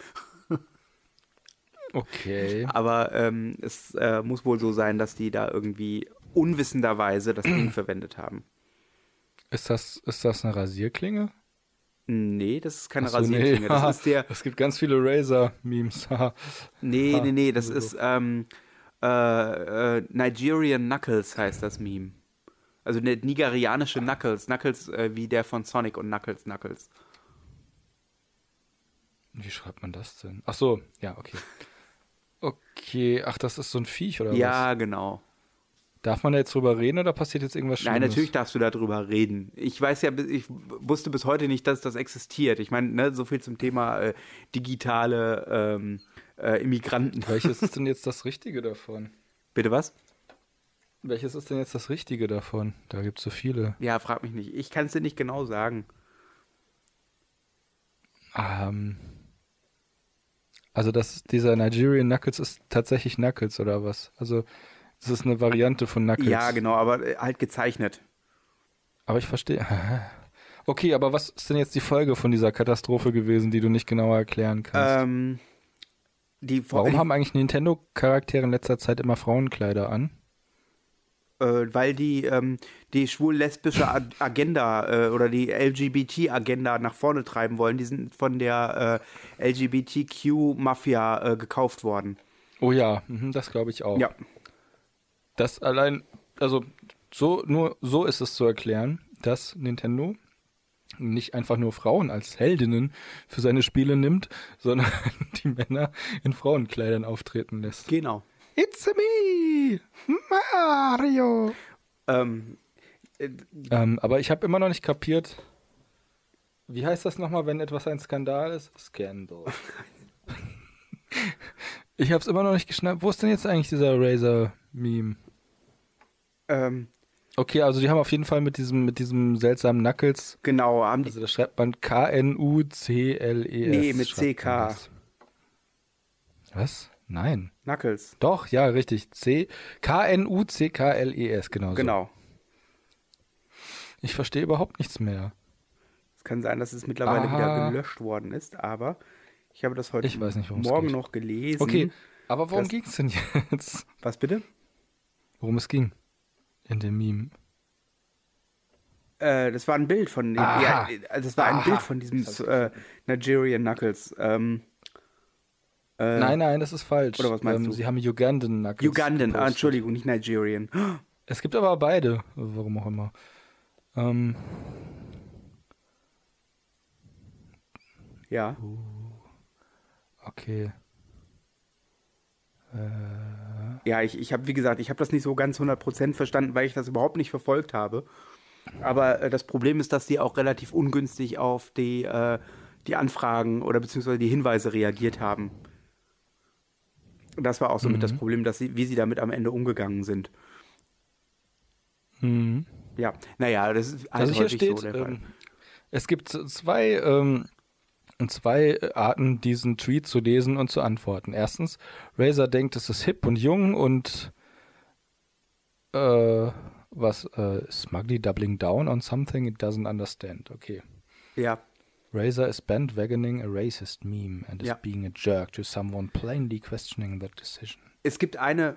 Speaker 1: okay.
Speaker 2: aber ähm, es äh, muss wohl so sein, dass die da irgendwie unwissenderweise das Ding verwendet haben.
Speaker 1: Ist das, ist das eine Rasierklinge?
Speaker 2: Nee, das ist keine
Speaker 1: Ach so,
Speaker 2: Rasierklinge.
Speaker 1: nee.
Speaker 2: Das ist der,
Speaker 1: es gibt ganz viele Razer-Memes. haha.
Speaker 2: Nee,
Speaker 1: Ha,
Speaker 2: nee, nee, das ist ähm, äh, äh, Nigerian Knuckles heißt das Meme. Also ne,
Speaker 1: Ah.
Speaker 2: nigerianische Knuckles. Knuckles äh, wie der von Sonic und Knuckles Knuckles.
Speaker 1: Wie schreibt man das denn? Ach so, ja, okay. Okay, ach, das ist so ein Viech oder was?
Speaker 2: ja, genau.
Speaker 1: Darf man da jetzt drüber reden oder passiert jetzt irgendwas Schlimmes?
Speaker 2: Nein, natürlich darfst du darüber reden. Ich weiß ja, bis- ich w- wusste bis heute nicht, dass das existiert. Ich meine, ne, so viel zum Thema äh, digitale ähm, äh, Immigranten.
Speaker 1: Welches ist denn jetzt das Richtige davon?
Speaker 2: Bitte was?
Speaker 1: Welches ist denn jetzt das Richtige davon? Da gibt es so viele.
Speaker 2: Ja, frag mich nicht. Ich kann es dir nicht genau sagen.
Speaker 1: Ähm, also das, dieser Nigerian Knuckles ist tatsächlich Knuckles oder was? Also es ist eine Variante von Knuckles.
Speaker 2: Ja, genau, aber äh, halt gezeichnet.
Speaker 1: Aber ich verstehe. Okay, aber was ist denn jetzt die Folge von dieser Katastrophe gewesen, die du nicht genauer erklären kannst?
Speaker 2: Ähm, die Vor-
Speaker 1: Warum haben eigentlich Nintendo-Charaktere in letzter Zeit immer Frauenkleider an?
Speaker 2: äh, weil die, ähm, die schwul-lesbische A- Agenda äh, oder die LGBT-Agenda nach vorne treiben wollen. Die sind von der äh, LGBTQ-Mafia äh, gekauft worden.
Speaker 1: Oh ja, mhm, das glaube ich auch.
Speaker 2: Ja,
Speaker 1: Das allein, also so nur so ist es zu erklären, dass Nintendo nicht einfach nur Frauen als Heldinnen für seine Spiele nimmt, sondern die Männer in Frauenkleidern auftreten lässt.
Speaker 2: genau.
Speaker 1: It's me, Mario.
Speaker 2: Ähm,
Speaker 1: Ähm, aber ich habe immer noch nicht kapiert, wie heißt das nochmal, wenn etwas ein Skandal ist? Scandal. ich habe es immer noch nicht geschnappt. Wo ist denn jetzt eigentlich dieser Razer-Meme?
Speaker 2: ähm,
Speaker 1: Okay, also die haben auf jeden Fall mit diesem, mit diesem seltsamen Knuckles,
Speaker 2: genau, haben die,
Speaker 1: also da schreibt man K-N-U-C-L-E-S.
Speaker 2: Nee, mit
Speaker 1: E schreibt man
Speaker 2: CK.
Speaker 1: das. Was? Nein.
Speaker 2: Knuckles.
Speaker 1: Doch, ja, richtig. C K-N-U-C-K-L-E-S, genau. so.
Speaker 2: Genau.
Speaker 1: Ich verstehe überhaupt nichts mehr.
Speaker 2: Es kann sein, dass es mittlerweile
Speaker 1: Aha.
Speaker 2: wieder gelöscht worden ist, aber ich habe das heute
Speaker 1: Ah. Ich weiß nicht, worum's
Speaker 2: Morgen
Speaker 1: geht.
Speaker 2: noch gelesen.
Speaker 1: Okay, aber worum
Speaker 2: Mhm. Das-
Speaker 1: ging es denn jetzt?
Speaker 2: Was bitte?
Speaker 1: Worum es ging in dem Meme.
Speaker 2: Äh, das war ein Bild von dem,
Speaker 1: Aha.
Speaker 2: ja, äh, das war ein
Speaker 1: Aha.
Speaker 2: Bild von diesem äh, Nigerian Knuckles. Ähm, äh,
Speaker 1: nein, nein, das ist falsch. Ähm,
Speaker 2: oder was meinst du?
Speaker 1: Sie haben Ugandan Knuckles.
Speaker 2: Ugandan, ah,
Speaker 1: gepostet.
Speaker 2: Entschuldigung, nicht Nigerian.
Speaker 1: Es gibt aber beide, warum auch immer. Ähm,
Speaker 2: Ja.
Speaker 1: okay.
Speaker 2: Ja, ich, ich habe, wie gesagt, ich habe das nicht so ganz 100% verstanden, weil ich das überhaupt nicht verfolgt habe. Aber äh, das Problem ist, dass die auch relativ ungünstig auf die, äh, die Anfragen oder beziehungsweise die Hinweise reagiert haben. Und das war auch somit das Problem, dass sie, wie sie damit am Ende umgegangen sind.
Speaker 1: Mhm.
Speaker 2: Ja, naja, das ist halt
Speaker 1: Also hier
Speaker 2: häufig
Speaker 1: steht,
Speaker 2: so der Fall.
Speaker 1: ähm, es gibt z- zwei, ähm, zwei Arten, diesen Tweet zu lesen und zu antworten. Erstens, Razer denkt, es ist hip und jung und äh, was, äh, smugly doubling down on something it doesn't understand. Okay.
Speaker 2: Ja,
Speaker 1: Razer is bandwagoning a racist meme and is
Speaker 2: Ja.
Speaker 1: being a jerk to someone plainly questioning that decision.
Speaker 2: es gibt eine,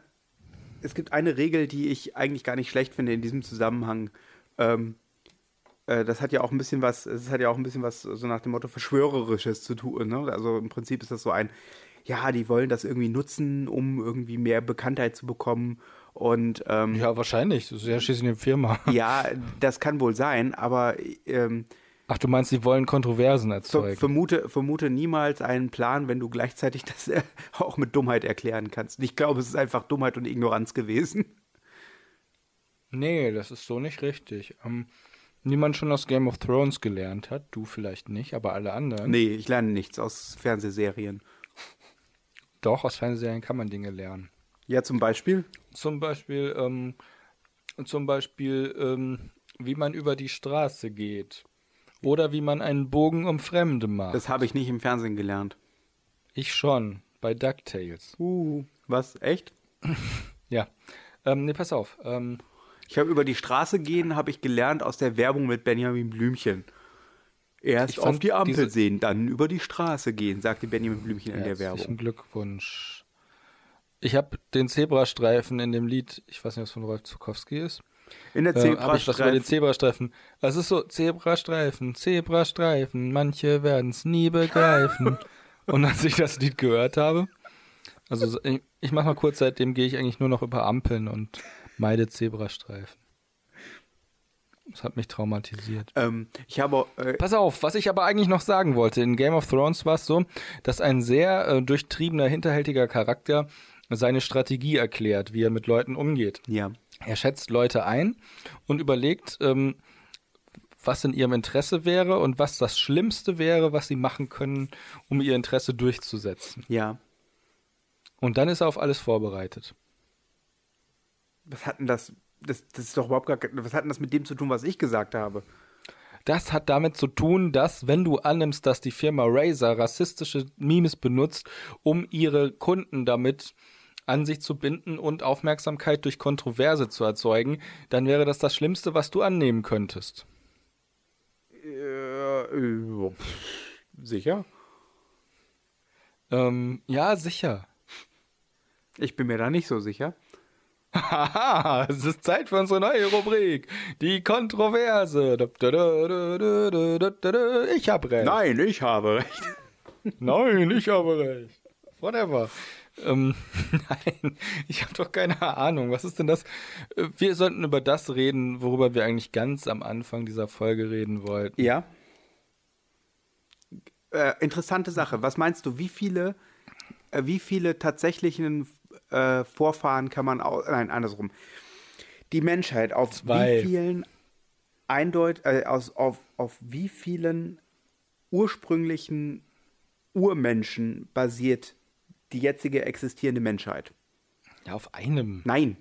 Speaker 2: es gibt eine Regel, die ich eigentlich gar nicht schlecht finde in diesem Zusammenhang. Ähm, äh, das hat ja auch ein bisschen was, es hat ja auch ein bisschen was so nach dem Motto Verschwörerisches zu tun. Ne? Also im Prinzip ist das so ein, ja, die wollen das irgendwie nutzen, um irgendwie mehr Bekanntheit zu bekommen. Und ähm,
Speaker 1: Ja, wahrscheinlich. Das ist ja schließlich eine Firma.
Speaker 2: ja, das kann wohl sein, aber ähm,
Speaker 1: Ach, du meinst, sie wollen Kontroversen
Speaker 2: ver
Speaker 1: erzeugen.
Speaker 2: vermute, vermute niemals einen Plan, wenn du gleichzeitig das äh, auch mit Dummheit erklären kannst. Ich glaube, es ist einfach Dummheit und Ignoranz gewesen.
Speaker 1: nee, das ist so nicht richtig. Ähm, wie man schon aus Game of Thrones gelernt hat, du vielleicht nicht, aber alle anderen.
Speaker 2: Nee, ich lerne nichts aus Fernsehserien.
Speaker 1: Doch, aus Fernsehserien kann man Dinge lernen.
Speaker 2: Ja, zum Beispiel.
Speaker 1: Zum Beispiel, ähm, zum Beispiel, ähm, wie man über die Straße geht. Oder wie man einen Bogen um Fremde macht.
Speaker 2: Das habe ich nicht im Fernsehen gelernt.
Speaker 1: ich schon, bei DuckTales.
Speaker 2: Uh, was? Echt?
Speaker 1: Ja. Ähm, nee, pass auf. Ähm,
Speaker 2: Ich habe über die Straße gehen, habe ich gelernt aus der Werbung mit Benjamin Blümchen.
Speaker 1: Ich
Speaker 2: Erst
Speaker 1: fand
Speaker 2: auf die Ampel
Speaker 1: diese-
Speaker 2: sehen, dann über die Straße gehen, sagte Benjamin Blümchen in der
Speaker 1: herzlichen
Speaker 2: Werbung.
Speaker 1: Glückwunsch. Ich habe den Zebrastreifen in dem Lied, ich weiß nicht, was von Rolf Zukowski ist.
Speaker 2: In der
Speaker 1: Äh, hab ich was über den
Speaker 2: Zebrastreifen.
Speaker 1: Zebrastreifen. Es ist so, Zebrastreifen, Zebrastreifen, manche werden es nie begreifen. Und als ich das Lied gehört habe, also so- ich, ich mache mal kurz, seitdem gehe ich eigentlich nur noch über Ampeln und meide Zebrastreifen. Das hat mich traumatisiert.
Speaker 2: ähm, ich habe äh,
Speaker 1: Pass auf, was ich aber eigentlich noch sagen wollte. In Game of Thrones war es so, dass ein sehr äh, durchtriebener, hinterhältiger Charakter seine Strategie erklärt, wie er mit Leuten umgeht.
Speaker 2: ja.
Speaker 1: Er schätzt Leute ein und überlegt, ähm, was in ihrem Interesse wäre und was das Schlimmste wäre, was sie machen können, um ihr Interesse durchzusetzen.
Speaker 2: Ja.
Speaker 1: Und dann ist er auf alles vorbereitet.
Speaker 2: Was hat denn das? Das, das ist doch überhaupt gar kein- Was hat denn das mit dem zu tun, was ich gesagt habe?
Speaker 1: Das hat damit zu tun, dass, wenn du annimmst, dass die Firma Razer rassistische Memes benutzt, um ihre Kunden damit an sich zu binden und Aufmerksamkeit durch Kontroverse zu erzeugen, dann wäre das das Schlimmste, was du annehmen könntest.
Speaker 2: Äh, äh, pff, sicher?
Speaker 1: Ähm, ja, sicher.
Speaker 2: Ich bin mir da nicht so sicher.
Speaker 1: Haha, Ah, es ist Zeit für unsere neue Rubrik. Die Kontroverse. Ich habe recht.
Speaker 2: Nein, ich habe recht.
Speaker 1: Nein, ich habe recht. Whatever. Ähm, nein, ich habe doch keine Ahnung. Was ist denn das? Äh, Wir sollten über das reden, worüber wir eigentlich ganz am Anfang dieser Folge reden wollten.
Speaker 2: Ja. Äh, interessante Sache. Was meinst du, wie viele, äh, wie viele tatsächlichen äh, Vorfahren kann man aus. Nein, andersrum. Die Menschheit auf
Speaker 1: Zwei.
Speaker 2: wie vielen eindeut äh, aus, auf, auf wie vielen ursprünglichen Urmenschen basiert die jetzige existierende Menschheit?
Speaker 1: Ja, auf einem.
Speaker 2: Nein.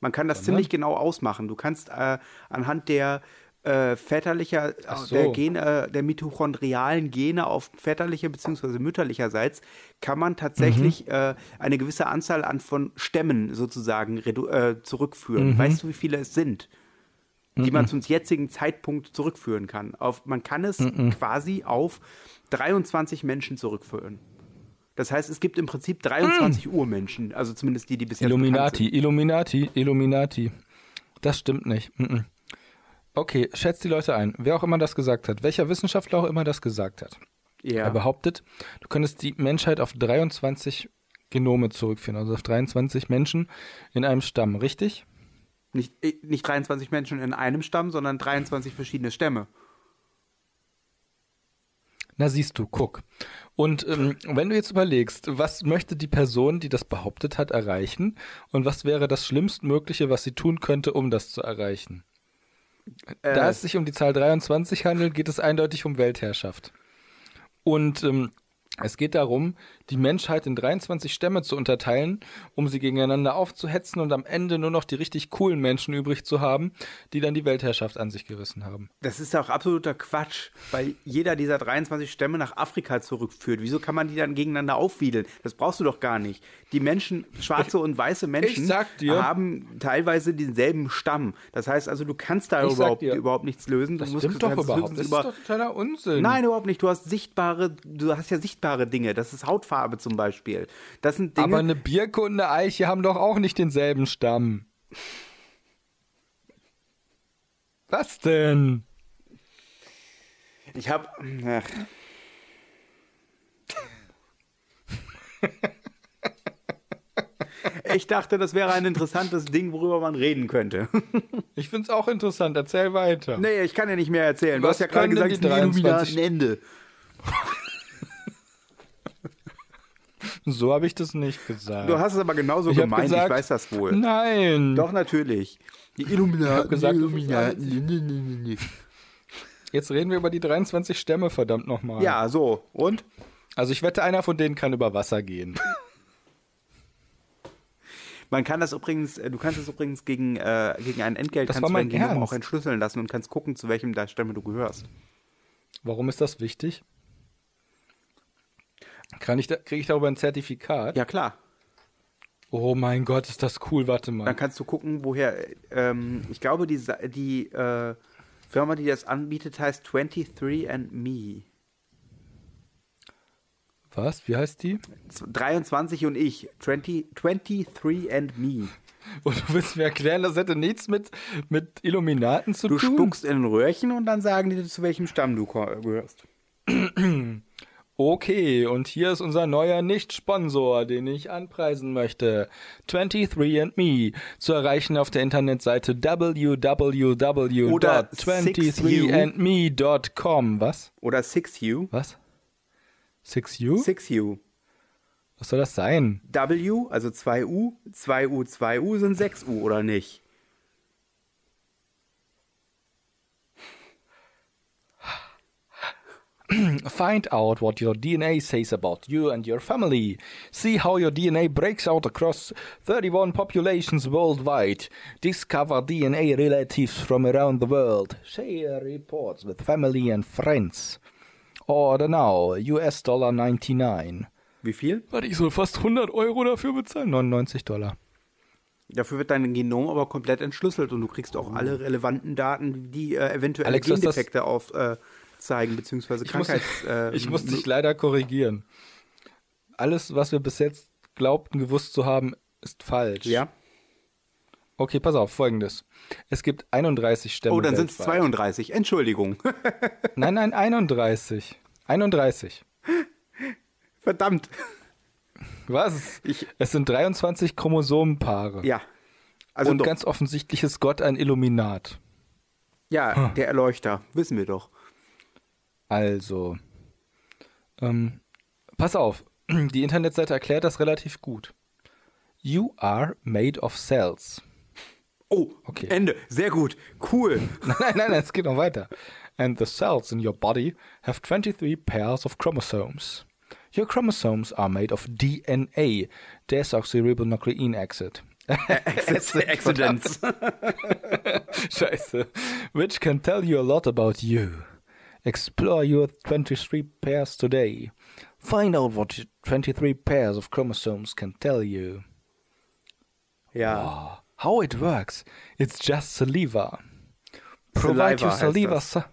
Speaker 2: Man kann das ziemlich genau ausmachen. Du kannst äh, anhand der äh, väterlicher,
Speaker 1: so.
Speaker 2: der, Gene, äh, der mitochondrialen Gene auf väterlicher bzw. mütterlicherseits kann man
Speaker 1: Mhm.
Speaker 2: tatsächlich äh, eine gewisse Anzahl an von Stämmen sozusagen redu- äh, zurückführen.
Speaker 1: Mhm.
Speaker 2: Weißt du, wie viele es sind, die man zum jetzigen Zeitpunkt zurückführen kann? Auf, man kann es
Speaker 1: Mhm.
Speaker 2: quasi auf 23 Menschen zurückführen. Das heißt, es gibt im Prinzip 23 Urmenschen, also zumindest die, die bis jetzt bekannt sind.
Speaker 1: Hm. Illuminati, Illuminati, Illuminati. Das stimmt nicht. Mm -mm. Okay, schätzt die Leute ein. Wer auch immer das gesagt hat, welcher Wissenschaftler auch immer das gesagt hat.
Speaker 2: Ja.
Speaker 1: Er behauptet, du könntest die Menschheit auf 23 Genome zurückführen, also auf 23 Menschen in einem Stamm, richtig?
Speaker 2: Nicht, äh, nicht 23 Menschen in einem Stamm, sondern 23 verschiedene Stämme.
Speaker 1: Na siehst du, guck. Und ähm, wenn du jetzt überlegst, was möchte die Person, die das behauptet hat, erreichen und was wäre das Schlimmstmögliche, was sie tun könnte, um das zu erreichen?
Speaker 2: Äh,
Speaker 1: Da es sich um die Zahl 23 handelt, geht es eindeutig um Weltherrschaft. Und ähm, es geht darum, die Menschheit in 23 Stämme zu unterteilen, um sie gegeneinander aufzuhetzen und am Ende nur noch die richtig coolen Menschen übrig zu haben, die dann die Weltherrschaft an sich gerissen haben.
Speaker 2: Das ist auch absoluter Quatsch, weil jeder dieser 23 Stämme nach Afrika zurückführt. Wieso kann man die dann gegeneinander aufwiedeln? Das brauchst du doch gar nicht. Die Menschen, schwarze und weiße Menschen,
Speaker 1: ich sag dir-
Speaker 2: haben teilweise denselben Stamm. Das heißt also, du kannst da
Speaker 1: Ich sag
Speaker 2: überhaupt,
Speaker 1: dir-
Speaker 2: überhaupt nichts lösen. Du
Speaker 1: Das
Speaker 2: musst-
Speaker 1: stimmt doch
Speaker 2: kannst
Speaker 1: überhaupt.
Speaker 2: höchstens
Speaker 1: Das
Speaker 2: über-
Speaker 1: ist doch totaler Unsinn.
Speaker 2: Nein, überhaupt nicht. Du hast sichtbare, du hast ja sichtbare Dinge. Das ist Hautfarbe zum Beispiel. Das sind Dinge.
Speaker 1: Aber eine Birke und eine Eiche haben doch auch nicht denselben Stamm. Was denn?
Speaker 2: Ich habe. Ich dachte, das wäre ein interessantes Ding, worüber man reden könnte.
Speaker 1: Ich find's auch interessant. Erzähl weiter.
Speaker 2: Nee, ich kann ja nicht mehr erzählen. Du
Speaker 1: Was
Speaker 2: hast ja gerade
Speaker 1: können
Speaker 2: gesagt,
Speaker 1: denn
Speaker 2: es
Speaker 1: die
Speaker 2: ist ein
Speaker 1: 23?
Speaker 2: Ende.
Speaker 1: So habe ich das nicht gesagt.
Speaker 2: Du hast es aber genauso
Speaker 1: Ich hab
Speaker 2: gemeint,
Speaker 1: gesagt-
Speaker 2: ich weiß das wohl.
Speaker 1: Nein.
Speaker 2: Doch, natürlich. Die Illuminaten.
Speaker 1: Ich hab gesagt,
Speaker 2: die
Speaker 1: das ist alles-
Speaker 2: Nö, nö, nö, nö, nö.
Speaker 1: Jetzt reden wir über die 23 Stämme, verdammt nochmal.
Speaker 2: Ja, so. Und?
Speaker 1: Also ich wette, einer von denen kann über Wasser gehen.
Speaker 2: Man kann das übrigens, äh, du kannst es übrigens gegen, äh, gegen ein Entgelt
Speaker 1: Das
Speaker 2: kannst
Speaker 1: war
Speaker 2: du
Speaker 1: mein
Speaker 2: dein Genom
Speaker 1: Ernst.
Speaker 2: auch entschlüsseln lassen und kannst gucken, zu welchem der Stämme du gehörst.
Speaker 1: Warum ist das wichtig? Kann ich da, kriege ich darüber ein Zertifikat?
Speaker 2: Ja, klar.
Speaker 1: Oh mein Gott, ist das cool, warte mal.
Speaker 2: Dann kannst du gucken, woher. äh, Ähm, ich glaube, die, Sa- die äh, Firma, die das anbietet, heißt 23andMe.
Speaker 1: Was? Wie heißt die?
Speaker 2: Z- 23 und ich. 20, 23andMe.
Speaker 1: Und du willst mir erklären, das hätte nichts mit, mit Illuminaten zu
Speaker 2: Du
Speaker 1: tun?
Speaker 2: spuckst in ein Röhrchen und dann sagen die, dir, zu welchem Stamm du ko- gehörst.
Speaker 1: Okay, und hier ist unser neuer Nicht-Sponsor, den ich anpreisen möchte. 23andMe. Zu erreichen auf der Internetseite
Speaker 2: Oder
Speaker 1: www.23andme.com. Was?
Speaker 2: Oder 6U.
Speaker 1: Was? 6U?
Speaker 2: 6U.
Speaker 1: Was soll das sein?
Speaker 2: W, also 2U, 2U, 2U sind 6U, oder nicht?
Speaker 1: Find out what your DNA says about you and your family. See how your DNA breaks out across 31 populations worldwide. Discover DNA relatives from around the world. Share reports with family and friends. Order now, US Dollar 99.
Speaker 2: Wie viel?
Speaker 1: Warte, ich soll fast 100 Euro dafür bezahlen? 99 Dollar.
Speaker 2: Dafür wird dein Genom aber komplett entschlüsselt und du kriegst auch alle relevanten Daten, die äh, eventuell
Speaker 1: Mhm. Alex, das- das-
Speaker 2: Gendefekte aufzeigen, äh, zeigen, beziehungsweise
Speaker 1: Ich muss,
Speaker 2: Krankheits... äh,
Speaker 1: ich muss dich leider korrigieren. Alles, was wir bis jetzt glaubten gewusst zu haben, ist falsch.
Speaker 2: Ja.
Speaker 1: Okay, pass auf, folgendes. Es gibt 31 Stämme.
Speaker 2: Oh, dann sind es
Speaker 1: weltweit.
Speaker 2: 32. Entschuldigung.
Speaker 1: Nein, nein, 31. 31.
Speaker 2: Verdammt.
Speaker 1: Was?
Speaker 2: Ich-
Speaker 1: es sind 23 Chromosomenpaare.
Speaker 2: Ja. Also
Speaker 1: Und
Speaker 2: doch.
Speaker 1: ganz offensichtlich ist Gott ein Illuminat.
Speaker 2: ja, der Erleuchter. Wissen wir doch.
Speaker 1: Also. Ähm, pass auf, die Internetseite erklärt das relativ gut. You are made of cells.
Speaker 2: Oh,
Speaker 1: Okay.
Speaker 2: Ende. Sehr gut. Cool.
Speaker 1: Nein, nein, nein, es geht noch weiter. And the cells in your body have 23 pairs of chromosomes. Your chromosomes are made of DNA, desoxyribonuclein acid.
Speaker 2: Accidents.
Speaker 1: Scheiße. Which can tell you a lot about you. Explore your 23 pairs today. Find out what your 23 pairs of chromosomes can tell you. Ah,
Speaker 2: Ja.
Speaker 1: How it works. It's just saliva. Provide
Speaker 2: Saliva
Speaker 1: your
Speaker 2: heißt
Speaker 1: saliva.
Speaker 2: das.
Speaker 1: Sa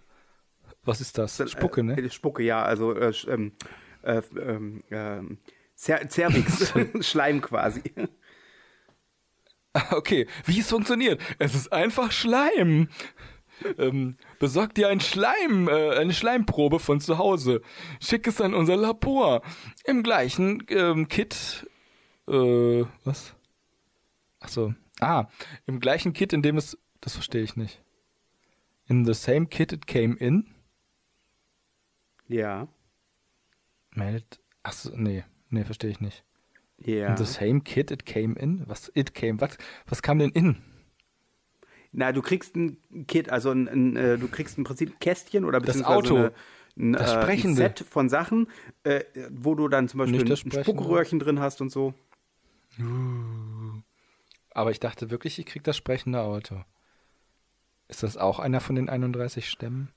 Speaker 1: Was ist das? Spucke, ne?
Speaker 2: Äh, Spucke, ja. Also, äh, sch- ähm, äh, f- ähm, ähm, Zer Cervix. Schleim quasi.
Speaker 1: Okay, wie es funktioniert. Es ist einfach Schleim. Ähm, besorg dir ein Schleim, äh, eine Schleimprobe von zu Hause. Schick es an unser Labor. Im gleichen ähm, Kit. Äh, was? Achso. Ah, im gleichen Kit, in dem es. Das verstehe ich nicht. In the same kit it came in?
Speaker 2: Ja.
Speaker 1: Meldet. Achso, nee. Nee, verstehe ich nicht.
Speaker 2: Ja.
Speaker 1: In the same kit it came in? Was? It came. Was, was kam denn in?
Speaker 2: Na, du kriegst ein Kit, also ein, ein, äh, du kriegst im Prinzip ein Kästchen oder
Speaker 1: Das
Speaker 2: beziehungsweise
Speaker 1: Auto.
Speaker 2: Eine, ein,
Speaker 1: Das
Speaker 2: äh, ein
Speaker 1: Sprechende.
Speaker 2: Set von Sachen, äh, wo du dann zum Beispiel
Speaker 1: Nicht
Speaker 2: ein,
Speaker 1: das
Speaker 2: ein
Speaker 1: Sprechende.
Speaker 2: Spuckröhrchen drin hast und so.
Speaker 1: Aber ich dachte wirklich, ich krieg das sprechende Auto. Ist das auch einer von den 31 Stämmen?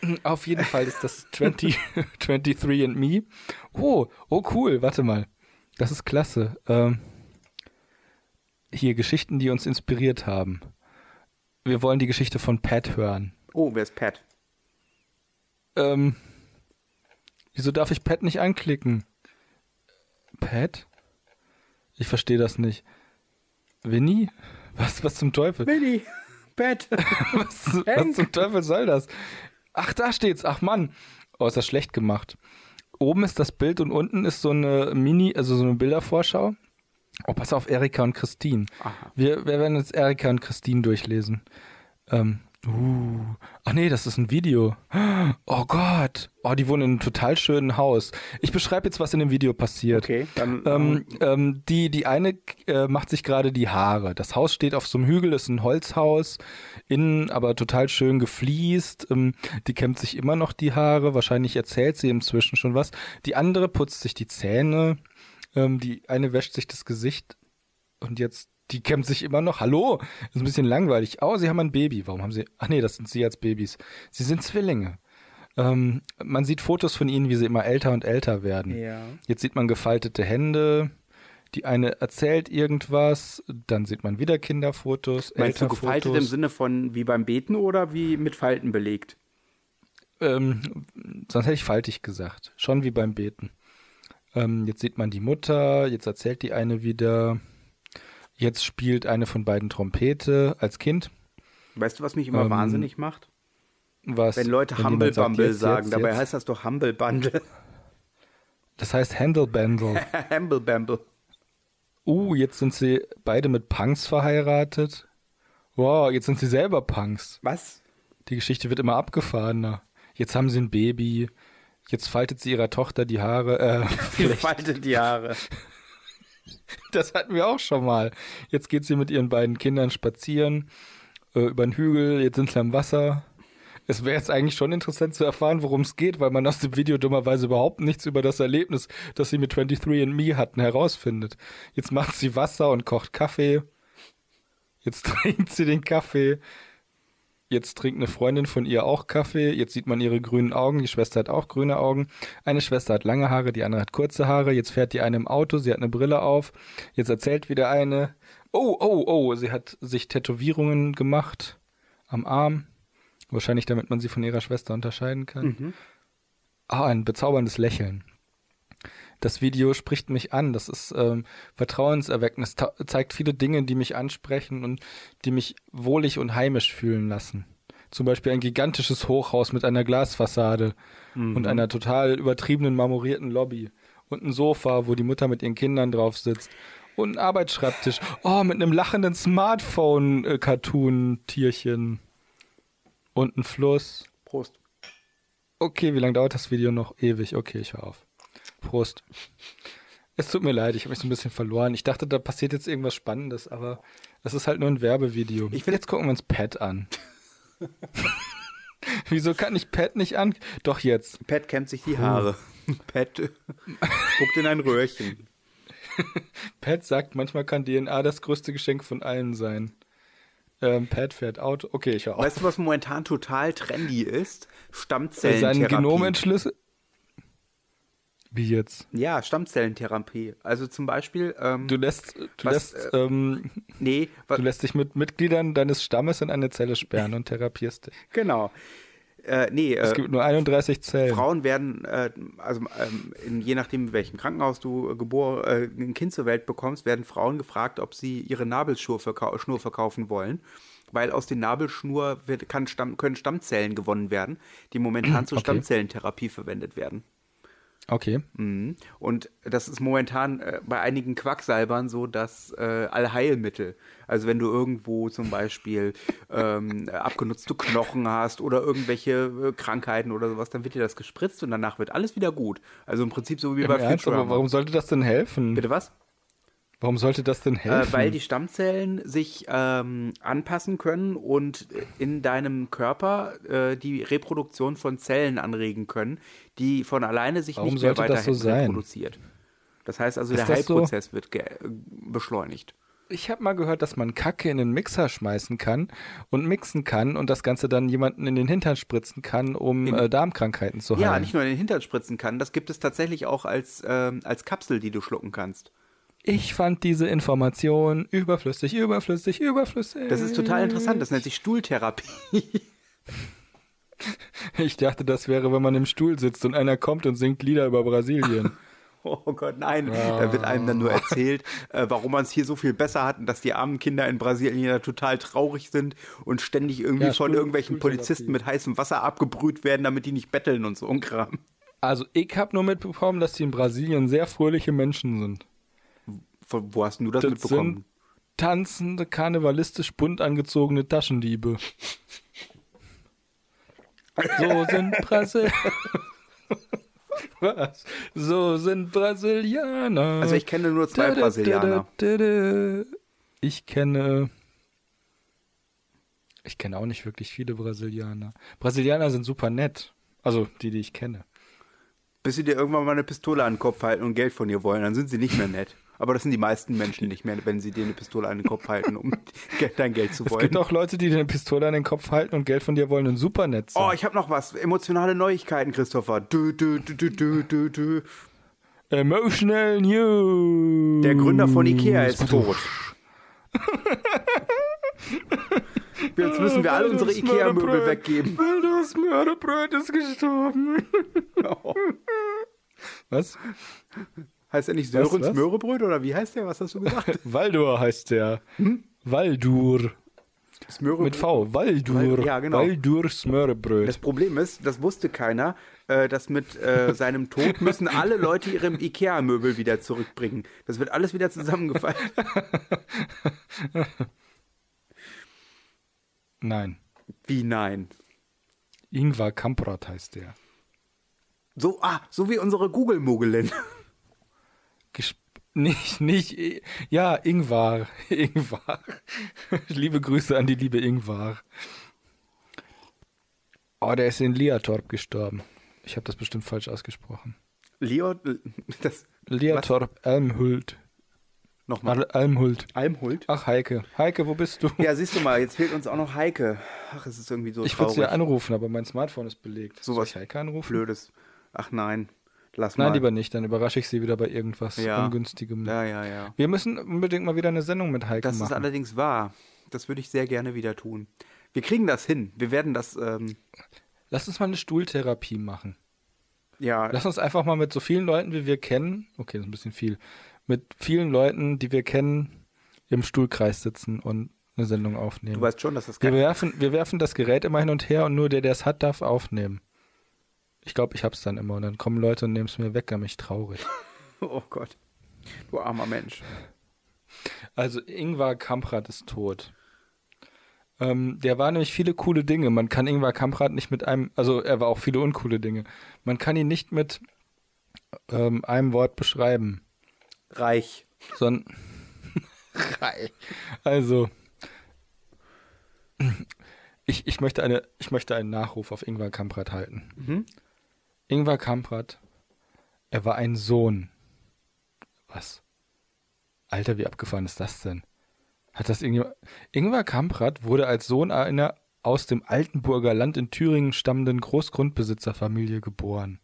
Speaker 1: Hm, Auf jeden Fall ist das 20, 23 and me. Oh, oh cool, warte mal. Das ist klasse. Ähm, hier Geschichten, die uns inspiriert haben. Wir wollen die Geschichte von Pat hören.
Speaker 2: Oh, wer ist Pat?
Speaker 1: Ähm, wieso darf ich Pat nicht anklicken? Pat? Ich verstehe das nicht. Winnie? Was, was zum Teufel?
Speaker 2: Billy. Pet.
Speaker 1: Was, was zum Teufel soll das? Ach, da steht's. Ach Mann. Oh, ist das schlecht gemacht. Oben ist das Bild und unten ist so eine Mini, also so eine Bildervorschau. Oh, pass auf, Erika und Christine.
Speaker 2: Aha.
Speaker 1: Wir, wir werden jetzt Erika und Christine durchlesen. Ähm, uh, ach nee, das ist ein Video. Oh Gott. Oh, die wohnen in einem total schönen Haus. Ich beschreibe jetzt, was in dem Video passiert.
Speaker 2: Okay, dann.
Speaker 1: Ähm, ähm, die, die eine äh, macht sich gerade die Haare. Das Haus steht auf so einem Hügel, ist ein Holzhaus, innen aber total schön gefliest. Ähm, die kämmt sich immer noch die Haare, wahrscheinlich erzählt sie inzwischen schon was. Die andere putzt sich die Zähne, ähm, die eine wäscht sich das Gesicht und jetzt, die kämmt sich immer noch. Hallo, ist ein bisschen langweilig. Oh, sie haben ein Baby. Warum haben sie, ach nee, das sind sie als Babys. Sie sind Zwillinge. Ähm, man sieht Fotos von ihnen, wie sie immer älter und älter werden.
Speaker 2: Ja.
Speaker 1: Jetzt sieht man gefaltete Hände. Die eine erzählt irgendwas, dann sieht man wieder Kinderfotos.
Speaker 2: Meinst du gefaltet im
Speaker 1: Elternfotos.
Speaker 2: Sinne von wie beim Beten oder wie mit Falten belegt?
Speaker 1: Ähm, sonst hätte ich faltig gesagt. Schon wie beim Beten. Ähm, jetzt sieht man die Mutter, jetzt erzählt die eine wieder. Jetzt spielt eine von beiden Trompete als Kind.
Speaker 2: Weißt du, was mich immer
Speaker 1: Ähm,
Speaker 2: wahnsinnig macht?
Speaker 1: Was,
Speaker 2: Wenn Leute
Speaker 1: jemand
Speaker 2: Humble
Speaker 1: sagt,
Speaker 2: Bumble
Speaker 1: jetzt,
Speaker 2: sagen,
Speaker 1: jetzt,
Speaker 2: dabei
Speaker 1: jetzt.
Speaker 2: heißt das doch Humble Bundle.
Speaker 1: Das heißt Handle Bandle.
Speaker 2: Humble Bumble.
Speaker 1: Uh, jetzt sind sie beide mit Punks verheiratet. Wow, jetzt sind sie selber Punks.
Speaker 2: Was?
Speaker 1: Die Geschichte wird immer abgefahrener. Jetzt haben sie ein Baby. Jetzt faltet sie ihrer Tochter die Haare. Äh, vielleicht.
Speaker 2: Gefaltet die Haare.
Speaker 1: Das hatten wir auch schon mal. Jetzt geht sie mit ihren beiden Kindern spazieren äh, über den Hügel. Jetzt sind sie am Wasser. Es wäre jetzt eigentlich schon interessant zu erfahren, worum es geht, weil man aus dem Video dummerweise überhaupt nichts über das Erlebnis, das sie mit 23andMe hatten, herausfindet. Jetzt macht sie Wasser und kocht Kaffee. Jetzt trinkt sie den Kaffee. Jetzt trinkt eine Freundin von ihr auch Kaffee. Jetzt sieht man ihre grünen Augen. Die Schwester hat auch grüne Augen. Eine Schwester hat lange Haare, die andere hat kurze Haare. Jetzt fährt die eine im Auto. Sie hat eine Brille auf. Jetzt erzählt wieder eine. Oh, oh, oh. Sie hat sich Tätowierungen gemacht am Arm. Wahrscheinlich, damit man sie von ihrer Schwester unterscheiden kann. Ah, ein bezauberndes Lächeln. Das Video spricht mich an. Das ist ähm, vertrauenserweckend. Es ta- zeigt viele Dinge, die mich ansprechen und die mich wohlig und heimisch fühlen lassen. Zum Beispiel ein gigantisches Hochhaus mit einer Glasfassade und einer total übertriebenen marmorierten Lobby und ein Sofa, wo die Mutter mit ihren Kindern drauf sitzt und ein Arbeitsschreibtisch. Oh, mit einem lachenden Smartphone-Cartoon-Tierchen und ein Fluss.
Speaker 2: Prost.
Speaker 1: Okay, wie lange dauert das Video noch? Ewig. Okay, ich höre auf. Prost. Es tut mir leid, ich habe mich so ein bisschen verloren. Ich dachte, da passiert jetzt irgendwas Spannendes, aber es ist halt nur ein Werbevideo.
Speaker 2: Ich
Speaker 1: Ich
Speaker 2: find-
Speaker 1: will jetzt gucken wir uns Pat an. Wieso kann ich Pat nicht an? Doch jetzt.
Speaker 2: Pat kämmt sich die Haare. Pat äh, guckt in ein Röhrchen.
Speaker 1: Pat sagt, manchmal kann DNA das größte Geschenk von allen sein. Ähm, Pat fährt Auto. Okay, ich höre auf.
Speaker 2: Weißt du, was momentan total trendy ist?
Speaker 1: Äh, Oh. Seinen
Speaker 2: Stammzellentherapie.
Speaker 1: Genomentschlüssel. Wie jetzt?
Speaker 2: ja, Stammzellentherapie. Also zum Beispiel, ähm,
Speaker 1: Du lässt, du
Speaker 2: Was, äh,
Speaker 1: lässt ähm,
Speaker 2: nee, wa-
Speaker 1: Du lässt dich mit Mitgliedern deines Stammes in eine Zelle sperren und therapierst dich.
Speaker 2: genau. Äh, nee,
Speaker 1: Es
Speaker 2: äh,
Speaker 1: gibt nur 31 Zellen.
Speaker 2: Frauen werden, äh, also ähm, in, je nachdem, in welchem Krankenhaus du äh, gebor, äh, ein Kind zur Welt bekommst, werden Frauen gefragt, ob sie ihre Nabelschnur verkau Schnur verkaufen wollen. Weil aus den Nabelschnur wird, kann Stamm, können Stammzellen gewonnen werden, die momentan zur
Speaker 1: Okay.
Speaker 2: Stammzellentherapie verwendet werden.
Speaker 1: Okay.
Speaker 2: Mhm. Und das ist momentan äh, bei einigen Quacksalbern so das äh, Allheilmittel. Also wenn du irgendwo zum Beispiel ähm, abgenutzte Knochen hast oder irgendwelche äh, Krankheiten oder sowas, dann wird dir das gespritzt und danach wird alles wieder gut. Also im Prinzip so wie
Speaker 1: Im
Speaker 2: bei
Speaker 1: Ernst, aber
Speaker 2: Futurama.
Speaker 1: warum sollte das denn helfen?
Speaker 2: Bitte was?
Speaker 1: Warum sollte das denn
Speaker 2: Äh,
Speaker 1: helfen?
Speaker 2: weil die Stammzellen sich ähm, anpassen können und in deinem Körper äh, die Reproduktion von Zellen anregen können, die von alleine sich
Speaker 1: Warum
Speaker 2: nicht mehr
Speaker 1: sollte das
Speaker 2: weiterhin
Speaker 1: so sein?
Speaker 2: reproduziert. Das heißt also, der
Speaker 1: das so?
Speaker 2: Heilprozess wird ge- äh, beschleunigt.
Speaker 1: ich habe mal gehört, dass man Kacke in den Mixer schmeißen kann und mixen kann und das Ganze dann jemanden in den Hintern spritzen kann, um äh, Darmkrankheiten zu
Speaker 2: Ja,
Speaker 1: heilen.
Speaker 2: nicht nur in den Hintern spritzen kann, das gibt es tatsächlich auch als, ähm, als Kapsel, die du schlucken kannst.
Speaker 1: ich fand diese Information überflüssig, überflüssig, überflüssig.
Speaker 2: Das ist total interessant, das nennt sich Stuhltherapie.
Speaker 1: ich dachte, das wäre, wenn man im Stuhl sitzt und einer kommt und singt Lieder über Brasilien.
Speaker 2: Oh Gott, nein. Da wird einem dann
Speaker 1: Ah.
Speaker 2: nur erzählt, äh, warum man es hier so viel besser hat und dass die armen Kinder in Brasilien ja total traurig sind und ständig irgendwie
Speaker 1: Ja,
Speaker 2: von
Speaker 1: Schul-
Speaker 2: irgendwelchen Polizisten mit heißem Wasser abgebrüht werden, damit die nicht betteln und so ein Kram.
Speaker 1: Also ich habe nur mitbekommen, dass die in Brasilien sehr fröhliche Menschen sind.
Speaker 2: Von, wo hast denn du das,
Speaker 1: Das
Speaker 2: mitbekommen?
Speaker 1: sind tanzende, karnevalistisch bunt angezogene Taschendiebe. So sind Brasil. Was? So sind Brasilianer.
Speaker 2: Also ich kenne nur zwei Brasilianer.
Speaker 1: Ich kenne. Ich kenne auch nicht wirklich viele Brasilianer. Brasilianer sind super nett. Also die, die ich kenne.
Speaker 2: Bis sie dir irgendwann mal eine Pistole an den Kopf halten und Geld von dir wollen, dann sind sie nicht mehr nett. Aber das sind die meisten Menschen nicht mehr, wenn sie dir eine Pistole an den Kopf halten, um Geld- dein Geld zu
Speaker 1: Es
Speaker 2: wollen.
Speaker 1: gibt auch Leute, die dir eine Pistole an den Kopf halten und Geld von dir wollen und super nett sind.
Speaker 2: Oh, ich habe noch was. Emotionale Neuigkeiten, Christopher. Du, du, du, du, du, du, du.
Speaker 1: Äh, Emotional News.
Speaker 2: Der Gründer von
Speaker 1: Hm,
Speaker 2: Ikea ist tot. Jetzt müssen wir alle unsere
Speaker 1: Äh,
Speaker 2: Ikea-Möbel weggeben.
Speaker 1: Wildes Mörderbröt ist gestorben. Was?
Speaker 2: Heißt er nicht Sörens
Speaker 1: was?
Speaker 2: Möhrebröt oder wie heißt der? Was hast du gesagt?
Speaker 1: Waldur heißt der.
Speaker 2: Hm?
Speaker 1: Waldur.
Speaker 2: Das
Speaker 1: Mit
Speaker 2: Möhrebröt.
Speaker 1: V. Waldur.
Speaker 2: Wal- ja, genau.
Speaker 1: Waldurs
Speaker 2: Das
Speaker 1: Mörderbröt.
Speaker 2: Problem ist, das wusste keiner, äh, dass mit äh, seinem Tod müssen alle Leute ihre Ikea-Möbel wieder zurückbringen. Das wird alles wieder zusammengefallen.
Speaker 1: Nein.
Speaker 2: Wie nein?
Speaker 1: Ingvar Kamprad heißt der.
Speaker 2: So, ah, so wie unsere Google-Mogelin.
Speaker 1: Gesp nicht, nicht. I- Ja, Ingvar. Ingvar. liebe Grüße an die liebe Ingvar. Oh, der ist in Liatorp gestorben. Ich habe das bestimmt falsch ausgesprochen.
Speaker 2: Leo, das,
Speaker 1: Liatorp, Almhult.
Speaker 2: nochmal.
Speaker 1: Al Almhult.
Speaker 2: Almhult?
Speaker 1: Ach, Heike. Heike, wo bist du?
Speaker 2: Ja, siehst du mal, jetzt fehlt uns auch noch Heike. Ach, es ist irgendwie so
Speaker 1: ich wollte
Speaker 2: traurig.
Speaker 1: sie ja anrufen, aber mein Smartphone ist belegt.
Speaker 2: Sowas
Speaker 1: Soll ich Heike anrufen?
Speaker 2: Blödes. Ach nein, lass
Speaker 1: Nein,
Speaker 2: mal.
Speaker 1: lieber nicht. Dann überrasche ich sie wieder bei irgendwas
Speaker 2: Ja.
Speaker 1: Ungünstigem.
Speaker 2: Ja, ja, ja.
Speaker 1: Wir müssen unbedingt mal wieder eine Sendung mit Heike
Speaker 2: Das ist
Speaker 1: machen.
Speaker 2: allerdings wahr. Das würde ich sehr gerne wieder tun. Wir kriegen das hin. Wir werden das, ähm,
Speaker 1: Lass uns mal eine Stuhltherapie machen.
Speaker 2: ja,
Speaker 1: Lass uns einfach mal mit so vielen Leuten, wie wir kennen, okay, das ist ein bisschen viel, mit vielen Leuten, die wir kennen, im Stuhlkreis sitzen und eine Sendung aufnehmen.
Speaker 2: du weißt schon, dass das
Speaker 1: wir,
Speaker 2: kein...
Speaker 1: werfen, wir werfen das Gerät immer hin und her und nur der, der es hat, darf aufnehmen. Ich glaube, ich hab's dann immer und dann kommen Leute und nehmen es mir weg, dann bin ich traurig.
Speaker 2: Oh Gott, du armer Mensch.
Speaker 1: Also Ingvar Kamprad ist tot. Ähm, der war nämlich viele coole Dinge. Man kann Ingvar Kamprad nicht mit einem, also er war auch viele uncoole Dinge. Man kann ihn nicht mit ähm, einem Wort beschreiben.
Speaker 2: Reich.
Speaker 1: sondern also ich, ich, möchte eine, ich möchte einen Nachruf auf Ingvar Kamprad halten. Ingvar Kamprad, er war ein Sohn. Was? Alter, wie abgefahren ist das denn? Hat das irgendjemand. Ingvar Kamprad wurde als Sohn einer aus dem Altenburger Land in Thüringen stammenden Großgrundbesitzerfamilie geboren.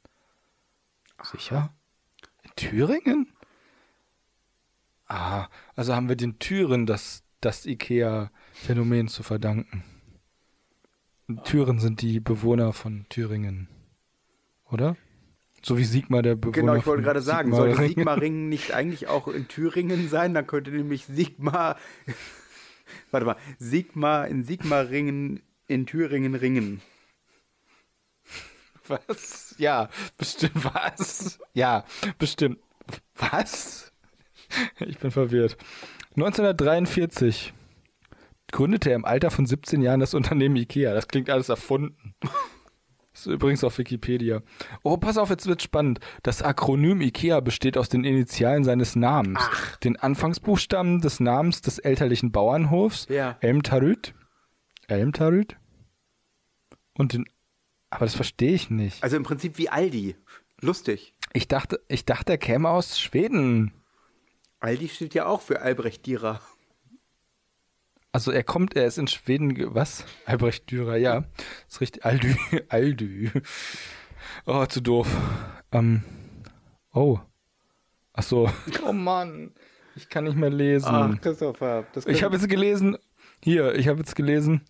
Speaker 1: Sicher? In Thüringen? Ah, also haben wir den Türen das, das IKEA-Phänomen zu verdanken. Türen sind die Bewohner von Thüringen. Oder? So wie Sigmar der Bewohner.
Speaker 2: Genau, ich wollte
Speaker 1: von
Speaker 2: gerade sagen, sollte
Speaker 1: Sigmaringen.
Speaker 2: Sigmaringen nicht eigentlich auch in Thüringen sein? Dann könnte nämlich Sigma. Warte mal, Sigma in Sigmaringen in Thüringen ringen.
Speaker 1: Was? Ja, bestimmt was? Ja, bestimmt. Was? Ich bin verwirrt. 1943 gründete er im Alter von 17 Jahren das Unternehmen IKEA. Das klingt alles erfunden. Das ist übrigens auf Wikipedia. Oh, pass auf, jetzt wird's spannend. Das Akronym IKEA besteht aus den Initialen seines Namens, den Anfangsbuchstaben des Namens des elterlichen Bauernhofs,
Speaker 2: Ja.
Speaker 1: Elmtarüt, Elmtarüt und den aber das verstehe ich nicht.
Speaker 2: Also im Prinzip wie Aldi. Lustig.
Speaker 1: Ich dachte, ich dachte, er käme aus Schweden.
Speaker 2: Aldi steht ja auch für Albrecht Dürer.
Speaker 1: Also er kommt, er ist in Schweden, ge- was? Albrecht Dürer, ja. Ist richtig, Aldü, Aldü. Oh, zu doof. Ähm, oh. Ach so. Ah. Oh Mann. Ich kann nicht mehr lesen.
Speaker 2: Christopher, das
Speaker 1: Hm. Ich habe jetzt gelesen, hier, ich habe jetzt gelesen,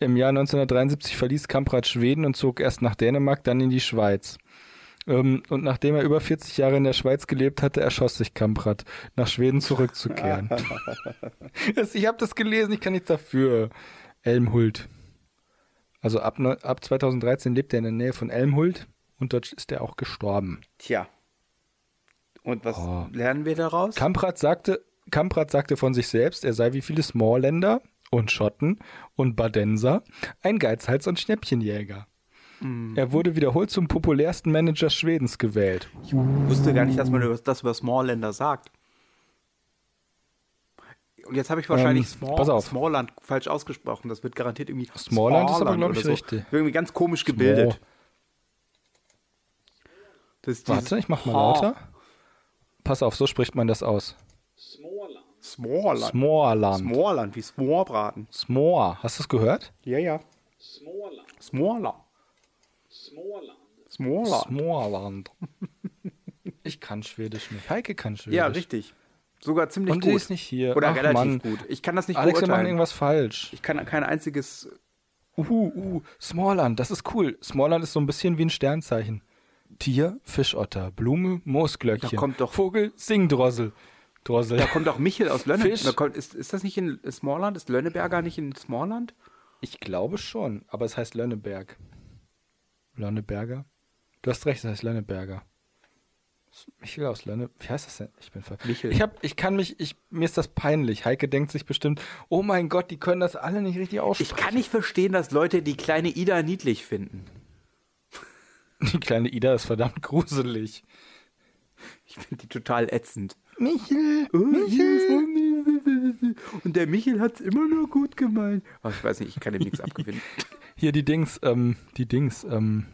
Speaker 1: im Jahr 1973 verließ Kamprad Schweden und zog erst nach Dänemark, dann in die Schweiz. Ähm, und nachdem er über 40 Jahre in der Schweiz gelebt hatte, erschoss sich Kamprad, nach Schweden zurückzukehren. das, ich habe das gelesen, ich kann nichts dafür. Elmhult. Also ab, neu- ab 2013 lebt er in der Nähe von Elmhult und dort ist er auch gestorben.
Speaker 2: Tja. Und was
Speaker 1: Oh.
Speaker 2: lernen wir daraus?
Speaker 1: Kamprad sagte, Kamprad sagte von sich selbst, er sei wie viele Smallländer und Schotten und Badenser ein Geizhals- und Schnäppchenjäger.
Speaker 2: Mhm.
Speaker 1: Er wurde wiederholt zum populärsten Manager Schwedens gewählt.
Speaker 2: Ich wusste gar nicht, dass man über- das über Smallländer sagt. Und jetzt habe ich wahrscheinlich
Speaker 1: Ähm,
Speaker 2: Small,
Speaker 1: pass auf.
Speaker 2: Smallland falsch ausgesprochen. Das wird garantiert irgendwie
Speaker 1: Smallland ist aber, glaub
Speaker 2: oder
Speaker 1: ich, richtig.
Speaker 2: Irgendwie ganz komisch gebildet. Das ist dieses
Speaker 1: Warte, ich mach mal
Speaker 2: Ha.
Speaker 1: lauter. Pass auf, so spricht man das aus.
Speaker 2: Smallland.
Speaker 1: Smorland.
Speaker 2: Smallland, wie Smorbraten.
Speaker 1: Smor. Hast du es gehört?
Speaker 2: Ja, ja. Smorland. Smorland. Smorland.
Speaker 1: Smorland. Ich kann Schwedisch nicht. Heike kann Schwedisch.
Speaker 2: Ja, richtig. Sogar ziemlich
Speaker 1: Und
Speaker 2: gut.
Speaker 1: die ist nicht hier.
Speaker 2: Oder
Speaker 1: Ach,
Speaker 2: relativ
Speaker 1: Mann.
Speaker 2: gut. Ich kann das nicht
Speaker 1: Alex, wir machen
Speaker 2: beurteilen.
Speaker 1: irgendwas falsch.
Speaker 2: Ich kann kein einziges.
Speaker 1: Uhu, uh, Smallland, das ist cool. Smallland ist so ein bisschen wie ein Sternzeichen. Tier, Fischotter, Blume, Moosglöckchen.
Speaker 2: Da kommt doch-
Speaker 1: Vogel, Singdrossel. Drossel.
Speaker 2: Da kommt auch Michel aus
Speaker 1: Fisch.
Speaker 2: Lönneberg. Ist, ist das nicht in Smallland? Ist Lönneberger nicht in Smallland?
Speaker 1: Ich glaube schon, aber es heißt Lönneberg. Lönneberger? Du hast recht, es heißt Lönneberger. Michel aus Lönne. Wie heißt das denn? Ich bin ver.
Speaker 2: Michel.
Speaker 1: Ich hab, ich kann mich, ich, mir ist das peinlich. Heike denkt sich bestimmt, oh mein Gott, die können das alle nicht richtig
Speaker 2: Ich
Speaker 1: aussprechen.
Speaker 2: kann nicht verstehen, dass Leute die kleine Ida niedlich finden.
Speaker 1: Die kleine Ida ist verdammt gruselig.
Speaker 2: Ich finde die total ätzend.
Speaker 1: Michel!
Speaker 2: Und der Michel hat es immer nur gut gemeint. Oh, ich weiß nicht, ich kann ihm nichts abgewinnen.
Speaker 1: Hier die Dings, ähm, die Dings, ähm,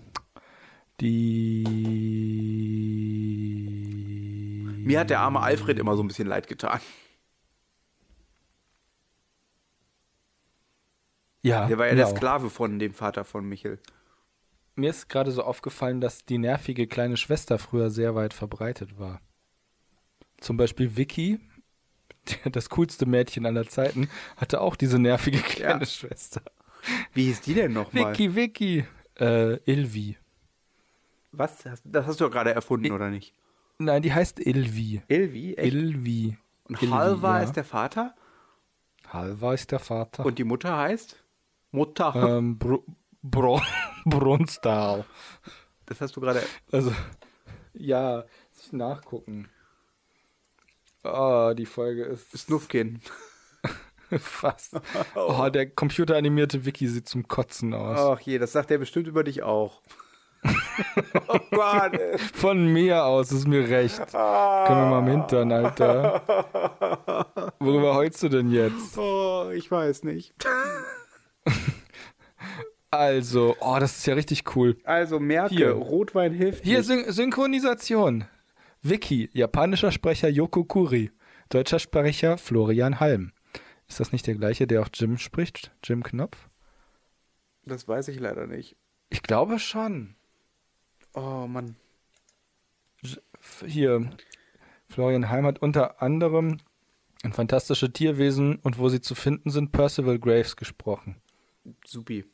Speaker 1: die.
Speaker 2: Mir hat der arme Alfred immer so ein bisschen leid getan.
Speaker 1: Ja,
Speaker 2: Der war ja der
Speaker 1: genau.
Speaker 2: Sklave von dem Vater von Michel.
Speaker 1: Mir ist gerade so aufgefallen, dass die nervige kleine Schwester früher sehr weit verbreitet war. Zum Beispiel Vicky, der- das coolste Mädchen aller Zeiten, hatte auch diese nervige kleine
Speaker 2: Ja.
Speaker 1: Schwester.
Speaker 2: Wie hieß die denn nochmal?
Speaker 1: Vicky, Vicky. Äh, Ilvi.
Speaker 2: Was? hast- Das hast du doch gerade erfunden, oder nicht?
Speaker 1: Nein, die heißt Ilvi.
Speaker 2: Ilvi? Echt?
Speaker 1: Ilvi.
Speaker 2: Und
Speaker 1: Ilvi,
Speaker 2: Halva
Speaker 1: ja.
Speaker 2: ist der Vater
Speaker 1: Halva ist der Vater.
Speaker 2: und die Mutter heißt? Mutter.
Speaker 1: ähm, Br Bro Brunstal.
Speaker 2: Das hast du gerade.
Speaker 1: Also, ja, muss ich nachgucken. Ah, die Folge ist
Speaker 2: Snufkin.
Speaker 1: fast. Oh, der computeranimierte Wiki sieht zum Kotzen aus.
Speaker 2: Ach je, das sagt er bestimmt über dich auch. oh Gott. ey.
Speaker 1: Von mir aus ist mir recht. Können wir mal am Hintern, Alter. Worüber heulst du denn jetzt?
Speaker 2: Oh, ich weiß nicht.
Speaker 1: Also, oh, das ist ja richtig cool.
Speaker 2: Also merke,
Speaker 1: Hier.
Speaker 2: Rotwein hilft.
Speaker 1: Hier
Speaker 2: nicht.
Speaker 1: Syn Synchronisation. Wiki, japanischer Sprecher Yoko Kuri, deutscher Sprecher Florian Halm. Ist das nicht der gleiche, der auch Jim spricht? Jim Knopf?
Speaker 2: Das weiß ich leider nicht.
Speaker 1: Ich glaube schon.
Speaker 2: Oh Mann.
Speaker 1: F- Hier, Florian Halm hat unter anderem in Fantastische Tierwesen und wo sie zu finden sind, Percival Graves gesprochen.
Speaker 2: Supi.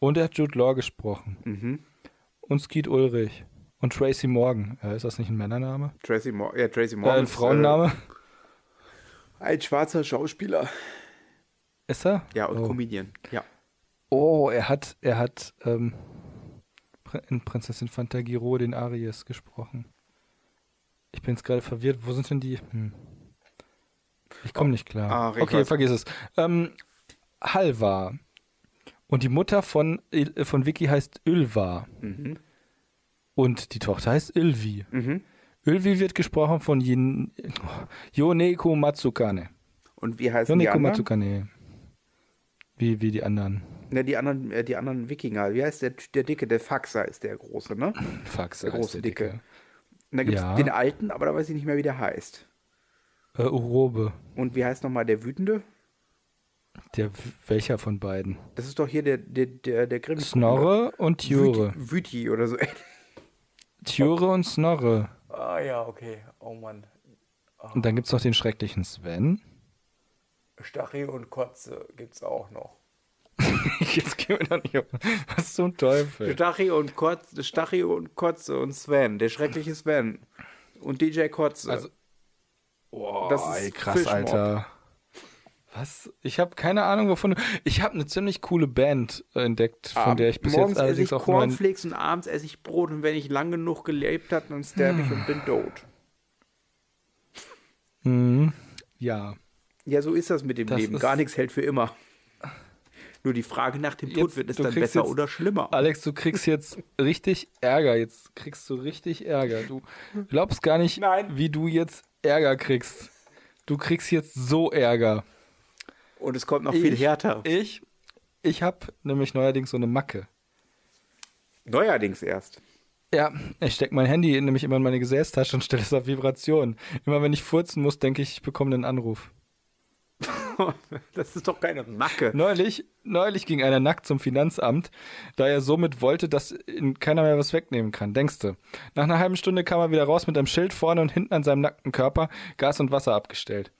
Speaker 1: Und er hat Jude Law gesprochen.
Speaker 2: Mhm.
Speaker 1: Und Skeet Ulrich. Und Tracy Morgan. Äh, ist das nicht ein Männername?
Speaker 2: Tracy Morgan. Ja, Tracy
Speaker 1: Äh,
Speaker 2: Morgan.
Speaker 1: ein
Speaker 2: ist,
Speaker 1: Frauenname?
Speaker 2: Äh, ein schwarzer Schauspieler.
Speaker 1: Ist er?
Speaker 2: Ja, und
Speaker 1: Oh.
Speaker 2: Comedian. Ja.
Speaker 1: Oh, er hat, er hat ähm, Prin- in Prinzessin Fantagiro den Aries gesprochen. Ich bin jetzt gerade verwirrt. Wo sind denn die? Hm. Ich komme nicht klar.
Speaker 2: ah, ich
Speaker 1: okay,
Speaker 2: weiß.
Speaker 1: vergiss es. Ähm, Halva. Und die Mutter von, Il- äh, von Vicky heißt Ylva.
Speaker 2: Mhm.
Speaker 1: Und die Tochter heißt Ilvi. Ilvi wird gesprochen von Jin Yoneko Matsukane.
Speaker 2: Und wie heißen die
Speaker 1: Yoneko
Speaker 2: anderen?
Speaker 1: Matsukane. Wie, wie die anderen.
Speaker 2: Ne, die anderen, äh, die anderen Wikinger. Wie heißt der, der Dicke? Der Faxer ist der Große, ne?
Speaker 1: Faxe.
Speaker 2: Der
Speaker 1: heißt
Speaker 2: große Dicke. Und da gibt es
Speaker 1: Ja.
Speaker 2: den Alten, aber da weiß ich nicht mehr, wie der heißt.
Speaker 1: Äh, Urobe.
Speaker 2: Und wie heißt nochmal der Wütende?
Speaker 1: Der, welcher von beiden?
Speaker 2: Das ist doch hier der, der, der, der
Speaker 1: Äh,
Speaker 2: Grimm.
Speaker 1: Snorre und Tjure.
Speaker 2: Wüti, Wüti oder so.
Speaker 1: Tjure und Snorre.
Speaker 2: Ah ja, okay. Oh Mann.
Speaker 1: Und dann gibt's noch den schrecklichen Sven.
Speaker 2: Stachel und Kotze gibt's auch noch.
Speaker 1: Jetzt gehen wir doch nicht auf. Was zum Teufel?
Speaker 2: Stachy und Kotze, Stachy und Kotze und Sven, der schreckliche Sven. Und DJ Kotze.
Speaker 1: Also- Boah,
Speaker 2: Das ist
Speaker 1: ey,
Speaker 2: Fischmob.
Speaker 1: Was? Ich habe keine Ahnung, wovon du. Ich habe eine ziemlich coole Band äh, entdeckt, von
Speaker 2: Ab-
Speaker 1: der ich bis
Speaker 2: morgens
Speaker 1: jetzt
Speaker 2: esse
Speaker 1: allerdings
Speaker 2: ich
Speaker 1: auch mein.
Speaker 2: Cornflakes und abends esse ich Brot und wenn ich lang genug gelebt habe, dann sterbe ich und bin
Speaker 1: Hm.
Speaker 2: tot.
Speaker 1: Ja.
Speaker 2: Ja, so ist das mit dem
Speaker 1: Das
Speaker 2: Leben.
Speaker 1: ist-
Speaker 2: Gar nichts hält für immer. Nur die Frage nach dem Tod
Speaker 1: Jetzt-
Speaker 2: wird es
Speaker 1: du
Speaker 2: dann
Speaker 1: kriegst
Speaker 2: besser
Speaker 1: jetzt-
Speaker 2: oder schlimmer.
Speaker 1: Alex, du kriegst jetzt richtig Ärger. Jetzt kriegst du richtig Ärger. Du glaubst gar nicht,
Speaker 2: Nein.
Speaker 1: wie du jetzt Ärger kriegst. Du kriegst jetzt so Ärger.
Speaker 2: Und es kommt noch viel
Speaker 1: Ich-
Speaker 2: härter.
Speaker 1: Ich, ich habe nämlich neuerdings so eine Macke.
Speaker 2: Neuerdings erst.
Speaker 1: Ja, ich stecke mein Handy nämlich immer in meine Gesäßtasche und stelle es auf Vibration. Immer wenn ich furzen muss, denke ich, ich bekomme einen Anruf.
Speaker 2: Das ist doch keine Macke.
Speaker 1: Neulich, neulich ging einer nackt zum Finanzamt, da er somit wollte, dass ihn keiner mehr was wegnehmen kann, denkst du. Nach einer halben Stunde kam er wieder raus mit einem Schild vorne und hinten an seinem nackten Körper, Gas und Wasser abgestellt.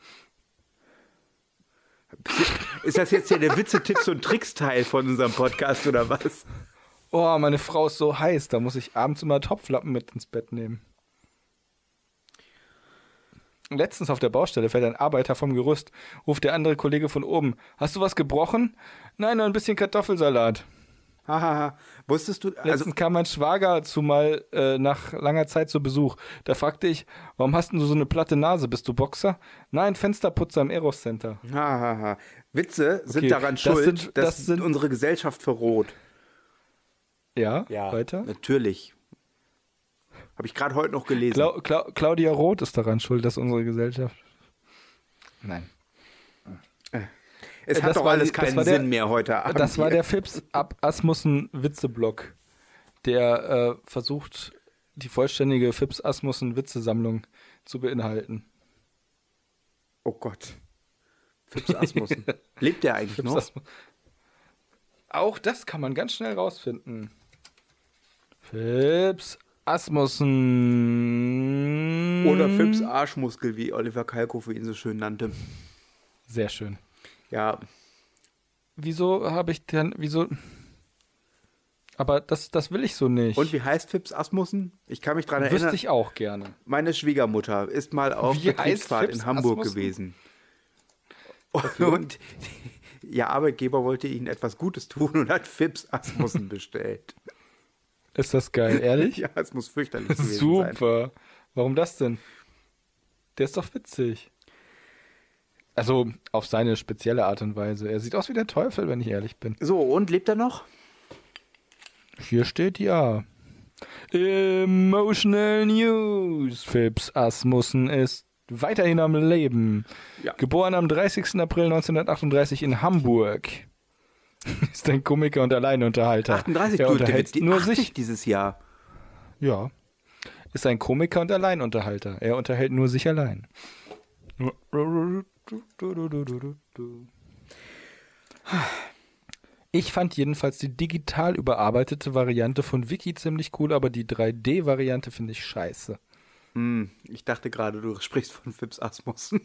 Speaker 2: Ist das jetzt hier der Witze, Tipps und Tricks-Teil von unserem Podcast oder was?
Speaker 1: Oh, meine Frau ist so heiß, da muss ich abends immer Topflappen mit ins Bett nehmen. Letztens auf der Baustelle fällt ein Arbeiter vom Gerüst, ruft der andere Kollege von oben. Hast du was gebrochen? Nein, nur ein bisschen Kartoffelsalat.
Speaker 2: Hahaha. Wusstest du, also
Speaker 1: Letztens kam mein Schwager zumal äh, nach langer Zeit zu Besuch. Da fragte ich, warum hast denn du so eine platte Nase? Bist du Boxer? Nein, Fensterputzer im Eros Center.
Speaker 2: Hahaha. Witze sind
Speaker 1: Okay,
Speaker 2: daran
Speaker 1: das
Speaker 2: schuld,
Speaker 1: sind-
Speaker 2: dass
Speaker 1: das sind-
Speaker 2: unsere Gesellschaft verroht.
Speaker 1: Ja, weiter.
Speaker 2: Natürlich. Habe ich gerade heute noch gelesen.
Speaker 1: Clau Clau Claudia Roth ist daran schuld, dass unsere Gesellschaft. Nein. äh,
Speaker 2: es hat
Speaker 1: das
Speaker 2: doch
Speaker 1: war
Speaker 2: alles
Speaker 1: die- das
Speaker 2: keinen
Speaker 1: war der-
Speaker 2: Sinn mehr heute Abend.
Speaker 1: Ah, Das war
Speaker 2: hier.
Speaker 1: der Fips ab Asmussen Witzeblock, der äh, versucht, die vollständige Fips Asmussen Witzesammlung zu beinhalten.
Speaker 2: Oh Gott. Fips Asmussen. Lebt der eigentlich
Speaker 1: Fips
Speaker 2: noch?
Speaker 1: Asmus- Auch das kann man ganz schnell rausfinden. Fips Asmussen.
Speaker 2: Oder Fips Arschmuskel, wie Oliver Kalkofe ihn so schön nannte.
Speaker 1: Sehr schön.
Speaker 2: Ja,
Speaker 1: Wieso habe ich denn, wieso? Aber das, das will ich so nicht.
Speaker 2: Und wie heißt Fips Asmussen? Ich kann mich dran erinnern.
Speaker 1: Wüsste ich auch gerne.
Speaker 2: Meine Schwiegermutter ist mal auf
Speaker 1: Wie heißt
Speaker 2: Betriebsfahrt
Speaker 1: Fips
Speaker 2: in Hamburg
Speaker 1: Asmussen?
Speaker 2: gewesen. Und ihr Arbeitgeber wollte ihnen etwas Gutes tun und hat Fips Asmussen bestellt.
Speaker 1: Ist das geil, ehrlich?
Speaker 2: Ja, es muss fürchterlich gewesen sein.
Speaker 1: Super. Warum das denn? Der ist doch witzig. Also auf seine spezielle Art und Weise. Er sieht aus wie der Teufel, wenn ich ehrlich bin.
Speaker 2: So, und lebt er noch?
Speaker 1: Hier steht ja. Emotional News. Phipps Asmussen ist weiterhin am Leben.
Speaker 2: Ja.
Speaker 1: Geboren am 30. April 1938 in Hamburg. ist ein Komiker und Alleinunterhalter.
Speaker 2: 38,
Speaker 1: er
Speaker 2: du, der
Speaker 1: unterhält
Speaker 2: wird die
Speaker 1: nur
Speaker 2: 80
Speaker 1: sich.
Speaker 2: dieses Jahr.
Speaker 1: Ja. Ist ein Komiker und Alleinunterhalter. Er unterhält nur sich allein. Ich fand jedenfalls die digital überarbeitete Variante von Wiki ziemlich cool, aber die 3D-Variante finde ich scheiße.
Speaker 2: Hm, ich dachte gerade, du sprichst von Fips Asmussen.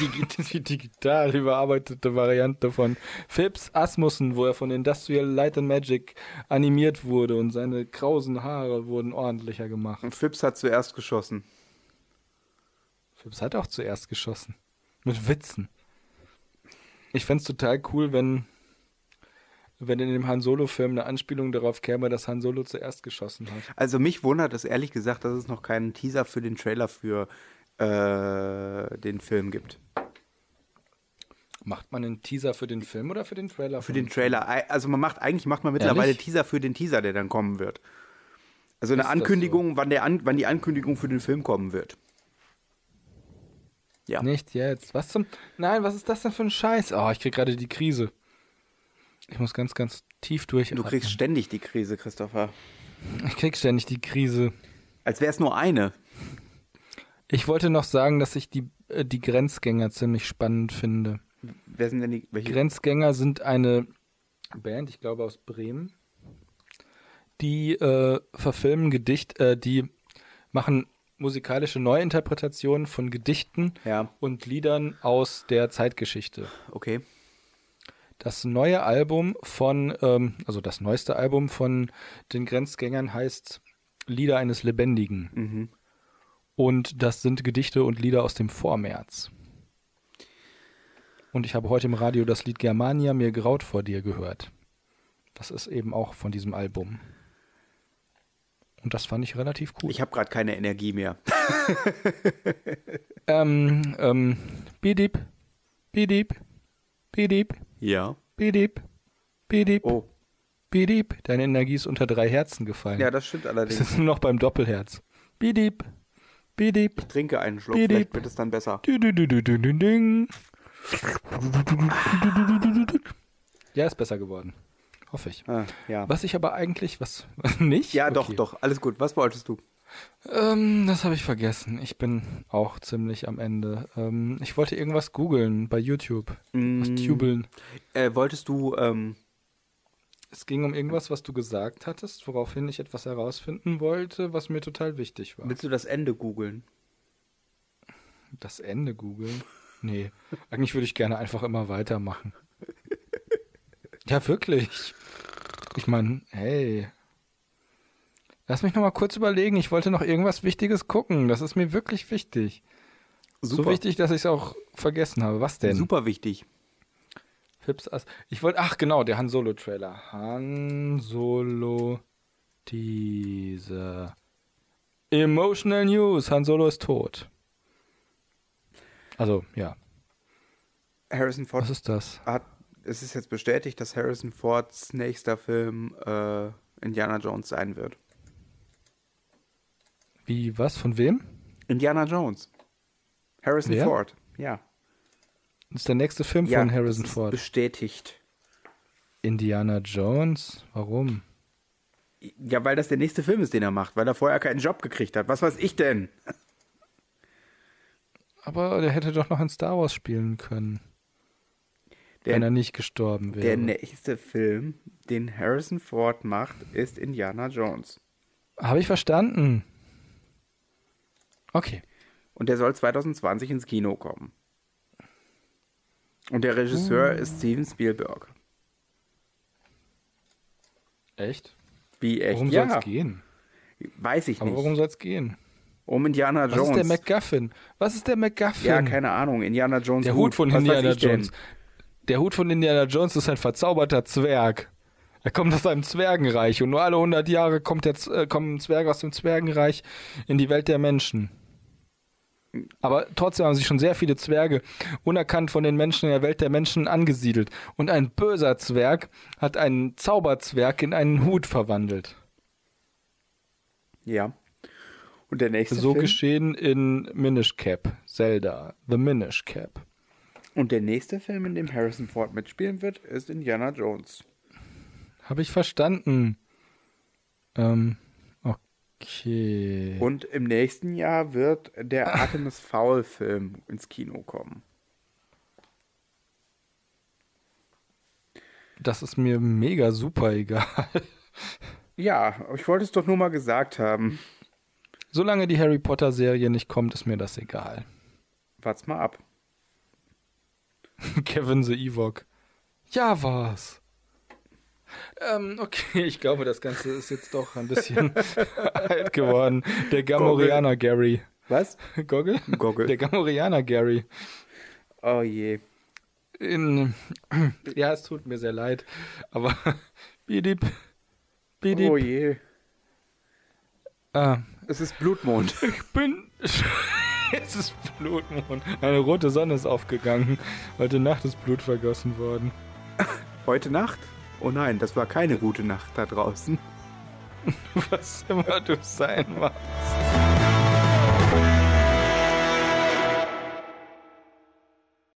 Speaker 1: Digi- die digital überarbeitete Variante von Phipps Asmussen, wo er von Industrial Light and Magic animiert wurde und seine krausen Haare wurden ordentlicher gemacht.
Speaker 2: Fips hat zuerst geschossen.
Speaker 1: Phipps hat auch zuerst geschossen. Mit Witzen. Ich fänd's total cool, wenn, wenn in dem Han Solo-Film eine Anspielung darauf käme, dass Han Solo zuerst geschossen hat.
Speaker 2: Also mich wundert es ehrlich gesagt, dass es noch keinen Teaser für den Trailer für äh, den Film gibt.
Speaker 1: Macht man einen Teaser für den Film oder für den Trailer?
Speaker 2: Für den Trailer. Ei- Also man macht eigentlich macht man mittlerweile
Speaker 1: Ehrlich?
Speaker 2: Teaser für den Teaser, der dann kommen wird. Also eine
Speaker 1: Ist das
Speaker 2: Ankündigung, wann, der An wann die Ankündigung für den Film kommen wird. Ja.
Speaker 1: Nicht jetzt. Was zum. Nein, was ist das denn für ein Scheiß? Oh, ich krieg gerade die Krise. Ich muss ganz, ganz tief durch.
Speaker 2: Du kriegst ständig die Krise, Christopher.
Speaker 1: Ich krieg ständig die Krise.
Speaker 2: Als wäre es nur eine.
Speaker 1: Ich wollte noch sagen, dass ich die, äh, die Grenzgänger ziemlich spannend finde.
Speaker 2: Wer sind denn die, welche?
Speaker 1: Grenzgänger sind eine Band, ich glaube aus Bremen, die äh, verfilmen Gedicht, äh, die machen musikalische Neuinterpretationen von Gedichten
Speaker 2: Ja.
Speaker 1: und Liedern aus der Zeitgeschichte.
Speaker 2: Okay.
Speaker 1: Das neue Album von, ähm, also das neueste Album von den Grenzgängern heißt Lieder eines Lebendigen. Und das sind Gedichte und Lieder aus dem Vormärz. Und ich habe heute im Radio das Lied Germania mir graut vor dir gehört. Das ist eben auch von diesem Album. Und das fand ich relativ cool.
Speaker 2: Ich habe gerade keine Energie mehr.
Speaker 1: Ähm, ähm, bidip, bidip, bidip,
Speaker 2: Ja.
Speaker 1: bidip, bidip,
Speaker 2: Oh.
Speaker 1: bidip. Deine Energie ist unter drei Herzen gefallen.
Speaker 2: Ja, das stimmt
Speaker 1: Es
Speaker 2: allerdings.
Speaker 1: ist nur noch beim Doppelherz. Bidip, bidip,
Speaker 2: Trinke einen Schluck,
Speaker 1: Piep.
Speaker 2: vielleicht wird es dann besser.
Speaker 1: dü dü dü dü dü dü ding. Ja, ist besser geworden. Hoffe ich.
Speaker 2: Ah, ja.
Speaker 1: Was ich aber eigentlich, was, was nicht?
Speaker 2: Ja, doch,
Speaker 1: Okay.
Speaker 2: doch, alles gut. Was wolltest du?
Speaker 1: Ähm, das habe ich vergessen. Ich bin auch ziemlich am Ende. Ähm, ich wollte irgendwas googeln bei YouTube. Was
Speaker 2: Mm.
Speaker 1: tubeln.
Speaker 2: Äh, wolltest du, ähm,
Speaker 1: Es ging um irgendwas, was du gesagt hattest, woraufhin ich etwas herausfinden wollte, was mir total wichtig war.
Speaker 2: willst du das Ende googeln?
Speaker 1: Das Ende googeln? Nee. Eigentlich würde ich gerne einfach immer weitermachen. Ja, wirklich. Ich meine, hey. Lass mich noch mal kurz überlegen. Ich wollte noch irgendwas Wichtiges gucken. Das ist mir wirklich wichtig. So wichtig, dass ich es auch vergessen habe. Was denn?
Speaker 2: Super wichtig.
Speaker 1: Pips Ass. Ich wollte, ach genau, der Han Solo Trailer. Han Solo diese Emotional News. Han Solo ist tot. Also, ja.
Speaker 2: Harrison Ford
Speaker 1: Was ist das?
Speaker 2: hat, es ist jetzt bestätigt, dass Harrison Fords nächster Film äh, Indiana Jones sein wird.
Speaker 1: Wie, was, von wem?
Speaker 2: Indiana Jones. Harrison
Speaker 1: Wer?
Speaker 2: Ford. Ja.
Speaker 1: Das ist der nächste Film
Speaker 2: ja
Speaker 1: von Harrison
Speaker 2: das ist
Speaker 1: Ford.
Speaker 2: Bestätigt.
Speaker 1: Indiana Jones? Warum?
Speaker 2: Ja, weil das der nächste Film ist, den er macht, weil er vorher keinen Job gekriegt hat. Was weiß ich denn?
Speaker 1: Aber der hätte doch noch in Star Wars spielen können,
Speaker 2: Der,
Speaker 1: wenn er nicht gestorben wäre.
Speaker 2: der nächste Film, den Harrison Ford macht, ist Indiana Jones.
Speaker 1: Habe ich verstanden. Okay.
Speaker 2: Und der soll 2020 ins Kino kommen. Und der Regisseur
Speaker 1: Hm.
Speaker 2: ist Steven Spielberg.
Speaker 1: Echt?
Speaker 2: Wie echt?
Speaker 1: Worum
Speaker 2: ja,
Speaker 1: soll es gehen?
Speaker 2: weiß ich
Speaker 1: Aber
Speaker 2: nicht.
Speaker 1: worum soll es gehen?
Speaker 2: Um Indiana
Speaker 1: Was
Speaker 2: Jones.
Speaker 1: ist der MacGuffin? Was ist der MacGuffin?
Speaker 2: ja, keine Ahnung. Indiana Jones.
Speaker 1: der
Speaker 2: Hut.
Speaker 1: Hut von
Speaker 2: Was
Speaker 1: Indiana
Speaker 2: weiß ich denn?
Speaker 1: Jones. Der Hut von Indiana Jones ist ein verzauberter Zwerg. Er kommt aus einem Zwergenreich und nur alle 100 Jahre kommt der, Z- äh, kommen Zwerge aus dem Zwergenreich in die Welt der Menschen. Aber trotzdem haben sich schon sehr viele Zwerge unerkannt von den Menschen in der Welt der Menschen angesiedelt. Und ein böser Zwerg hat einen Zauberzwerg in einen Hut verwandelt.
Speaker 2: Ja. Und der nächste
Speaker 1: So
Speaker 2: Film.
Speaker 1: geschehen in Minish Cap, Zelda, The Minish Cap.
Speaker 2: Und der nächste Film, in dem Harrison Ford mitspielen wird, ist Indiana Jones.
Speaker 1: Habe ich verstanden. Ähm, okay.
Speaker 2: Und im nächsten Jahr wird der
Speaker 1: Ah.
Speaker 2: Artemis Fowl Film ins Kino kommen.
Speaker 1: Das ist mir mega super egal.
Speaker 2: Ja, ich wollte es doch nur mal gesagt haben.
Speaker 1: Solange die Harry Potter Serie nicht kommt, ist mir das egal.
Speaker 2: Wart's mal ab.
Speaker 1: Kevin the Ewok. Ja, was? Ähm, okay, ich glaube, das Ganze ist jetzt doch ein bisschen alt geworden. Der Gamorianer Gary.
Speaker 2: Was?
Speaker 1: Goggle?
Speaker 2: Goggle.
Speaker 1: Der Gamorianer Gary.
Speaker 2: Oh je.
Speaker 1: In, ja, es tut mir sehr leid, aber bidip, bidip.
Speaker 2: Oh je.
Speaker 1: Ah,
Speaker 2: Es ist Blutmond.
Speaker 1: ich bin. es ist Blutmond. Eine rote Sonne ist aufgegangen. Heute Nacht ist Blut vergossen worden.
Speaker 2: Heute Nacht? Oh nein, das war keine gute Nacht da draußen.
Speaker 1: Was immer du sein magst.